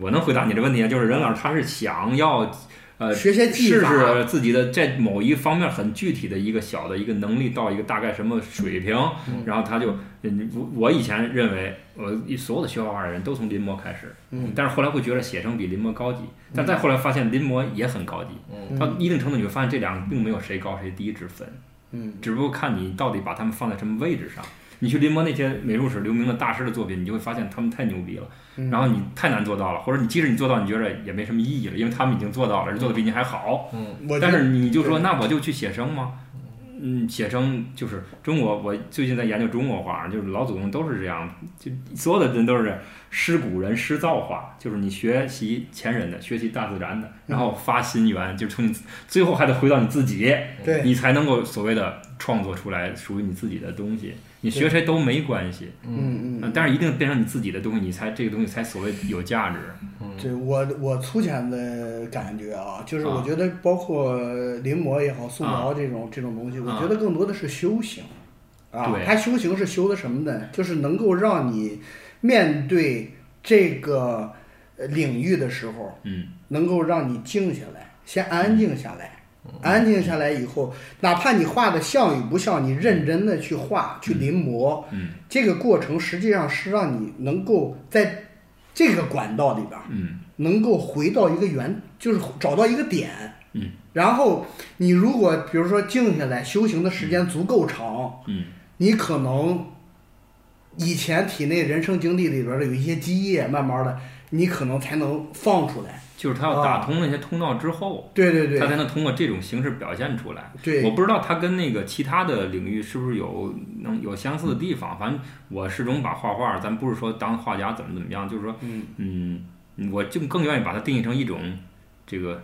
[SPEAKER 1] 我能回答你的问题啊，就是任老师他是想要呃
[SPEAKER 3] 学些技
[SPEAKER 1] 试
[SPEAKER 3] 法啊
[SPEAKER 1] 试自己的在某一方面很具体的一个小的一个能力到一个大概什么水平，
[SPEAKER 3] 嗯
[SPEAKER 1] 然后他就，嗯，我我以前认为，我一所有的学画画的人都从临摹开始，
[SPEAKER 3] 嗯
[SPEAKER 1] 但是后来会觉得写生比临摹高级，但再后来发现临摹也很高级，
[SPEAKER 2] 嗯
[SPEAKER 1] 到
[SPEAKER 3] 嗯
[SPEAKER 1] 一定程度你会发现这两个并没有谁高谁低之分，
[SPEAKER 3] 嗯
[SPEAKER 1] 只不过看你到底把他们放在什么位置上。你去临摹那些美术史留名的大师的作品，你就会发现他们太牛逼了，
[SPEAKER 3] 嗯
[SPEAKER 1] 然后你太难做到了，或者你即使你做到，你觉得也没什么意义了，因为他们已经做到了，人做的比你还好。
[SPEAKER 2] 嗯
[SPEAKER 3] 我觉
[SPEAKER 1] 但
[SPEAKER 3] 得
[SPEAKER 1] 是你就说，那我就去写生吗？嗯，写生就是中国，我最近在研究中国画，就是老祖宗都是这样，就所有的人都是师古人师造化，就是你学习前人的，学习大自然的，然后发心源，就是从你最后还得回到你自己，
[SPEAKER 3] 对
[SPEAKER 1] 你才能够所谓的创作出来属于你自己的东西。你学谁都没关系，
[SPEAKER 3] 嗯嗯，
[SPEAKER 1] 但是一定变成你自己的东西，你才这个东西才所谓有价值。
[SPEAKER 2] 嗯
[SPEAKER 3] 对我我粗浅的感觉啊，就是
[SPEAKER 1] 啊
[SPEAKER 3] 我觉得包括临摹也好，素描这种、这种东西，我觉得更多的是修行啊
[SPEAKER 1] 啊对。
[SPEAKER 3] 它修行是修的什么呢？就是能够让你面对这个呃领域的时候，
[SPEAKER 1] 嗯，
[SPEAKER 3] 能够让你静下来，先安静下来。安静下来以后，哪怕你画的像与不像，你认真的去画、去临摹，
[SPEAKER 1] 嗯
[SPEAKER 3] 这个过程实际上是让你能够在这个管道里边，
[SPEAKER 1] 嗯
[SPEAKER 3] 能够回到一个原，就是找到一个点。
[SPEAKER 1] 嗯
[SPEAKER 3] 然后你如果比如说静下来修行的时间足够长，
[SPEAKER 1] 嗯
[SPEAKER 3] 你可能以前体内人生经历里边的有一些积液，慢慢的你可能才能放出来。
[SPEAKER 1] 就是他要打通那些通道之后，
[SPEAKER 3] 对啊对
[SPEAKER 1] 他才
[SPEAKER 3] 对
[SPEAKER 1] 能通过这种形式表现出来。我
[SPEAKER 3] 对，
[SPEAKER 1] 不知道他跟那个其他的领域是不是有能有相似的地方。反正我始终把画画，咱不是说当画家怎么怎么样，就是说，
[SPEAKER 3] 嗯
[SPEAKER 1] 嗯，我就更愿意把它定义成一种这个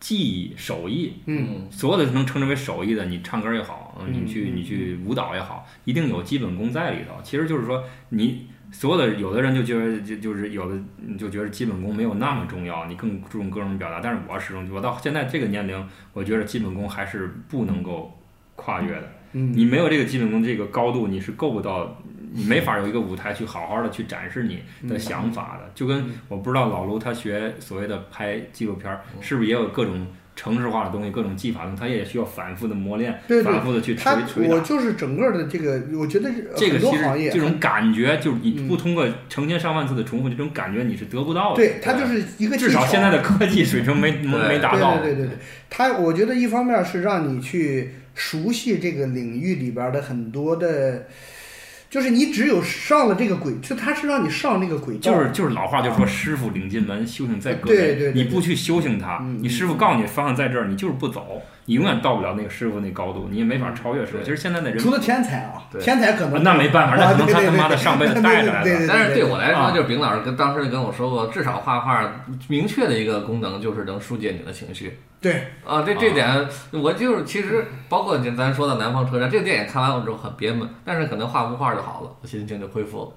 [SPEAKER 1] 技艺、手艺。
[SPEAKER 3] 嗯
[SPEAKER 1] 所有的能称之为手艺的，你唱歌也好，呃
[SPEAKER 3] 嗯
[SPEAKER 1] 你去
[SPEAKER 3] 嗯
[SPEAKER 1] 你去舞蹈也好，一定有基本功在里头。其实就是说，你所有的有的人就觉得就就是有的你就觉得基本功没有那么重要，你更注重个人表达。但是我始终我到现在这个年龄，我觉得基本功还是不能够跨越的。
[SPEAKER 3] 嗯，
[SPEAKER 1] 你没有这个基本功这个高度，你是够不到，你没法有一个舞台去好好的去展示你的想法
[SPEAKER 3] 嗯
[SPEAKER 1] 的。就跟我不知道老卢他学所谓的拍纪录片儿，
[SPEAKER 3] 嗯
[SPEAKER 1] 是不是也有各种城市化的东西，各种技法的东西，他也需要反复的磨练，
[SPEAKER 3] 对对
[SPEAKER 1] 反复的去
[SPEAKER 3] 他
[SPEAKER 1] 锤锤
[SPEAKER 3] 我
[SPEAKER 1] 打。
[SPEAKER 3] 就是整个的这个，我觉得
[SPEAKER 1] 这个
[SPEAKER 3] 很多
[SPEAKER 1] 其
[SPEAKER 3] 行业
[SPEAKER 1] 实这种感觉，就是你
[SPEAKER 3] 嗯
[SPEAKER 1] 不通过成千上万次的重复，这种感觉你是得不到的。
[SPEAKER 3] 对它就是一个技
[SPEAKER 1] 至少
[SPEAKER 3] 巧
[SPEAKER 1] 现在的科技水平没没
[SPEAKER 2] 对
[SPEAKER 1] 没达
[SPEAKER 3] 对
[SPEAKER 1] 到。
[SPEAKER 3] 对对对对，它我觉得一方面是让你去熟悉这个领域里边的很多的，就是你只有上了这个轨，就它是让你上那个轨道，
[SPEAKER 1] 就是就是老话就说师傅领进门，修行在个
[SPEAKER 3] 哦对对对
[SPEAKER 1] 人。
[SPEAKER 3] 对
[SPEAKER 1] 你不去修行它
[SPEAKER 3] 嗯，
[SPEAKER 1] 你师傅告诉你方向在这儿，你就是不走，你永远到不了那个师傅那高度，你也没法超越师傅。
[SPEAKER 2] 对
[SPEAKER 1] 其实现在的人
[SPEAKER 3] 除，了天才啊，
[SPEAKER 2] 对
[SPEAKER 3] 天才可
[SPEAKER 1] 啊
[SPEAKER 3] 能
[SPEAKER 1] 那没办法，那可能他他妈的上辈子带来
[SPEAKER 3] 对
[SPEAKER 1] 的。
[SPEAKER 3] 对对
[SPEAKER 2] 但是对我来说，
[SPEAKER 1] 啊
[SPEAKER 2] 就是丙老师跟当时跟我说过，至少画画明确的一个功能就是能疏解你的情绪
[SPEAKER 3] 对
[SPEAKER 2] 啊。这
[SPEAKER 1] 啊
[SPEAKER 2] 这点，我就是其实包括就咱说的《南方车站》这个电影，看完我之后很憋闷，但是可能画幅画就好了，我心情就恢复了。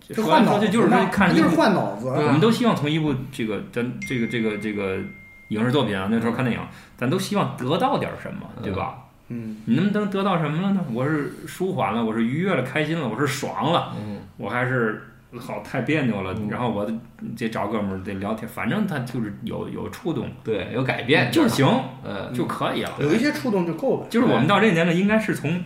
[SPEAKER 3] 就
[SPEAKER 1] 说来
[SPEAKER 3] 换脑
[SPEAKER 1] 说
[SPEAKER 3] 子
[SPEAKER 1] 去就
[SPEAKER 3] 嘛，
[SPEAKER 1] 是说看一
[SPEAKER 3] 就是
[SPEAKER 1] 部，
[SPEAKER 3] 换啊脑子，
[SPEAKER 2] 对
[SPEAKER 1] 我们都希望从一部这个咱这个这个这个影视作品啊，那时候看电影，咱都希望得到点什么，对吧？
[SPEAKER 3] 嗯，
[SPEAKER 1] 你能能得到什么了呢？我是舒缓了，我是愉悦了，开心了，我是爽了。
[SPEAKER 2] 嗯，
[SPEAKER 1] 我还是好太别扭了
[SPEAKER 2] 嗯，
[SPEAKER 1] 然后我得得找哥们儿得聊天，反正他就是有有触动
[SPEAKER 2] 对，有改变
[SPEAKER 1] 就
[SPEAKER 2] 就是
[SPEAKER 1] 行
[SPEAKER 2] 嗯，
[SPEAKER 1] 就可以了。
[SPEAKER 3] 有一些触动就够了，
[SPEAKER 1] 就是我们到这个年龄，应该是从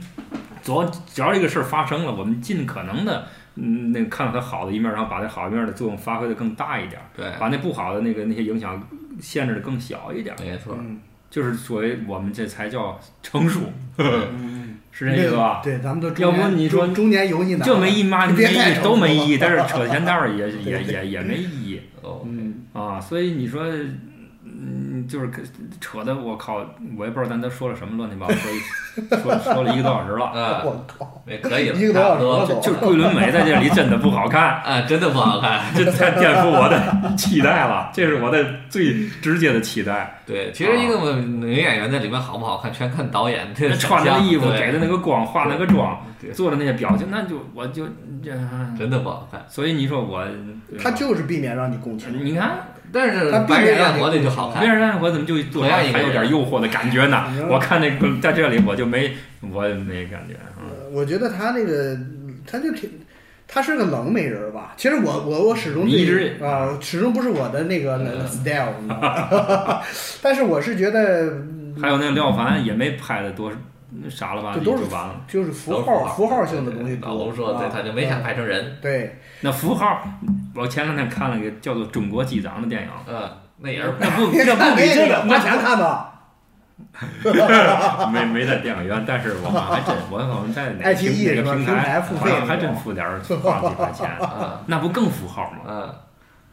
[SPEAKER 1] 昨只要这个事儿发生了，我们尽可能的嗯那个看到它好的一面，然后把它好一面的作用发挥的更大一点，
[SPEAKER 2] 对，
[SPEAKER 1] 把那不好的那个那些影响限制的更小一点，
[SPEAKER 2] 没错，
[SPEAKER 3] 嗯
[SPEAKER 1] 就是所谓我们这才叫成熟，
[SPEAKER 3] 嗯，
[SPEAKER 1] 是这意思吧？
[SPEAKER 3] 对，咱们都
[SPEAKER 1] 要
[SPEAKER 3] 中
[SPEAKER 1] 不
[SPEAKER 3] 年
[SPEAKER 1] 你说
[SPEAKER 3] 中中年油腻男，
[SPEAKER 1] 这没意义吗？
[SPEAKER 3] 你
[SPEAKER 1] 没
[SPEAKER 3] 别太
[SPEAKER 1] 意义
[SPEAKER 3] 成熟
[SPEAKER 1] 都没
[SPEAKER 3] 了
[SPEAKER 1] 意义，但是扯闲蛋儿也也
[SPEAKER 3] 对
[SPEAKER 1] 也也没意义。
[SPEAKER 2] 哦，
[SPEAKER 3] 嗯，
[SPEAKER 1] 啊，所以你说，嗯，就是跟扯的，我靠，我也不知道咱都说了什么乱七八糟，说一说说了一个多小时了，
[SPEAKER 2] 啊，
[SPEAKER 3] 我靠，
[SPEAKER 2] 也可以了，
[SPEAKER 3] 一个多小
[SPEAKER 2] 差不
[SPEAKER 3] 时了
[SPEAKER 2] 多
[SPEAKER 3] 都，
[SPEAKER 1] 就是桂纶镁在这里真的不好看，
[SPEAKER 2] 啊，真的不好 看。
[SPEAKER 1] 这太颠覆我的期待了，这是我的最直接的期待。
[SPEAKER 2] 对，其实一个女演员在里面好不好看，全看导演这
[SPEAKER 1] 哦那穿的衣服、给
[SPEAKER 2] 对
[SPEAKER 1] 的那个光、化那个妆、
[SPEAKER 2] 对
[SPEAKER 1] 做的那些表情，那就我就这，
[SPEAKER 2] 真的不好看。
[SPEAKER 1] 所以你说我，呃
[SPEAKER 3] 他就是避免让你共情，
[SPEAKER 1] 你看，
[SPEAKER 2] 但是
[SPEAKER 3] 它避
[SPEAKER 2] 白
[SPEAKER 3] 免
[SPEAKER 2] 人
[SPEAKER 3] 了
[SPEAKER 2] 干
[SPEAKER 3] 这
[SPEAKER 2] 活的
[SPEAKER 3] 个
[SPEAKER 2] 就
[SPEAKER 3] 故
[SPEAKER 2] 好
[SPEAKER 3] 事
[SPEAKER 1] 没
[SPEAKER 2] 看，
[SPEAKER 1] 人爱我怎么就对我还有点诱惑的感觉呢？我看那个在这里我就没我也没感觉啊。
[SPEAKER 3] 呃我觉得他那个，他就挺，他是个冷美人儿吧。其实我我我始终
[SPEAKER 1] 你
[SPEAKER 3] 对
[SPEAKER 1] 一直
[SPEAKER 3] 啊、始终不是我的 那个
[SPEAKER 2] 嗯
[SPEAKER 3] style，你知道吗 但是我是觉得
[SPEAKER 1] 还有那个廖凡也没拍的多啥了吧，
[SPEAKER 3] 这
[SPEAKER 1] 也
[SPEAKER 3] 都
[SPEAKER 1] 就是完了。
[SPEAKER 3] 就是符号符号性的东西多。
[SPEAKER 2] 老吴说，对，
[SPEAKER 3] 啊
[SPEAKER 2] 他就没想拍成人，
[SPEAKER 3] 对，
[SPEAKER 1] 那符号，我前两天看了一个叫做《中国机长》的电影，
[SPEAKER 2] 嗯，那 也是
[SPEAKER 1] 那不
[SPEAKER 3] 别
[SPEAKER 1] 这
[SPEAKER 3] 哎看
[SPEAKER 1] 不比这个
[SPEAKER 3] 花钱看的。
[SPEAKER 1] 没没在电影院，但是我还真我好像在哪个
[SPEAKER 3] ITE
[SPEAKER 1] 哪
[SPEAKER 3] 是吧
[SPEAKER 1] 个平
[SPEAKER 3] 平台
[SPEAKER 1] 台
[SPEAKER 3] 付
[SPEAKER 1] 好
[SPEAKER 3] 费
[SPEAKER 1] 像
[SPEAKER 3] 那
[SPEAKER 1] 还真
[SPEAKER 3] 种
[SPEAKER 1] 付点 儿花几块钱，
[SPEAKER 2] 啊，
[SPEAKER 1] 那不更符号吗？
[SPEAKER 2] 嗯，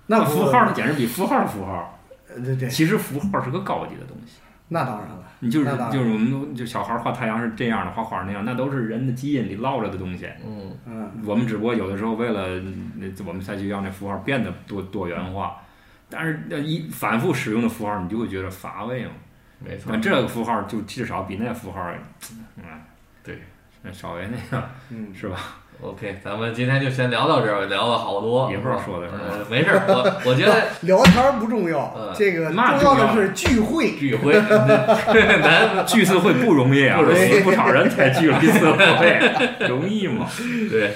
[SPEAKER 3] 那不呃
[SPEAKER 1] 符号那简直比符号符号。
[SPEAKER 3] 对对，
[SPEAKER 1] 其实符号是个高级的东西，
[SPEAKER 3] 那当然了，
[SPEAKER 1] 你就是
[SPEAKER 3] 那当然
[SPEAKER 1] 就是我们就小孩画太阳是这样的，画花儿那样，那都是人的基因里烙着的东西。
[SPEAKER 2] 嗯，
[SPEAKER 3] 嗯，
[SPEAKER 1] 我们只不过有的时候为了嗯我们再去让这符号变得多多元化，但是呃一反复使用的符号，你就会觉得乏味嘛。
[SPEAKER 2] 没错
[SPEAKER 1] 那，这个符号就至少比那符号，嗯，
[SPEAKER 2] 对，
[SPEAKER 1] 那稍微那个
[SPEAKER 3] 嗯，
[SPEAKER 1] 是吧？
[SPEAKER 2] OK，咱们今天就先聊到这儿，聊了好多。
[SPEAKER 1] 也不知道说的是吧
[SPEAKER 2] 呃没事儿，我我觉得
[SPEAKER 3] 聊天儿不重要
[SPEAKER 2] 嗯，
[SPEAKER 3] 这个重
[SPEAKER 1] 那
[SPEAKER 3] 要的
[SPEAKER 1] 重要
[SPEAKER 3] 是聚会。
[SPEAKER 2] 聚 会难，
[SPEAKER 1] 聚次会不容易啊，
[SPEAKER 2] 不容
[SPEAKER 3] 易
[SPEAKER 1] 死不少人才聚了一次 会，容易吗？
[SPEAKER 2] 对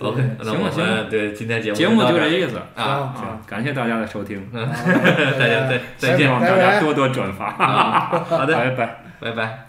[SPEAKER 2] ，OK，那
[SPEAKER 1] 行
[SPEAKER 2] 我
[SPEAKER 1] 了行
[SPEAKER 2] 们
[SPEAKER 1] 了
[SPEAKER 2] 对今天节目
[SPEAKER 1] 节目
[SPEAKER 2] 到
[SPEAKER 1] 就
[SPEAKER 2] 这
[SPEAKER 1] 这
[SPEAKER 2] 儿
[SPEAKER 1] 意思
[SPEAKER 2] 啊，
[SPEAKER 3] 行
[SPEAKER 1] 啊，感谢大家的收听，
[SPEAKER 3] 好
[SPEAKER 2] 大家再再
[SPEAKER 1] 希
[SPEAKER 2] 见
[SPEAKER 1] 望
[SPEAKER 3] 拜
[SPEAKER 1] 大
[SPEAKER 3] 拜
[SPEAKER 1] 家多多转发，
[SPEAKER 2] 啊，好的，
[SPEAKER 1] 拜拜。
[SPEAKER 2] 拜拜。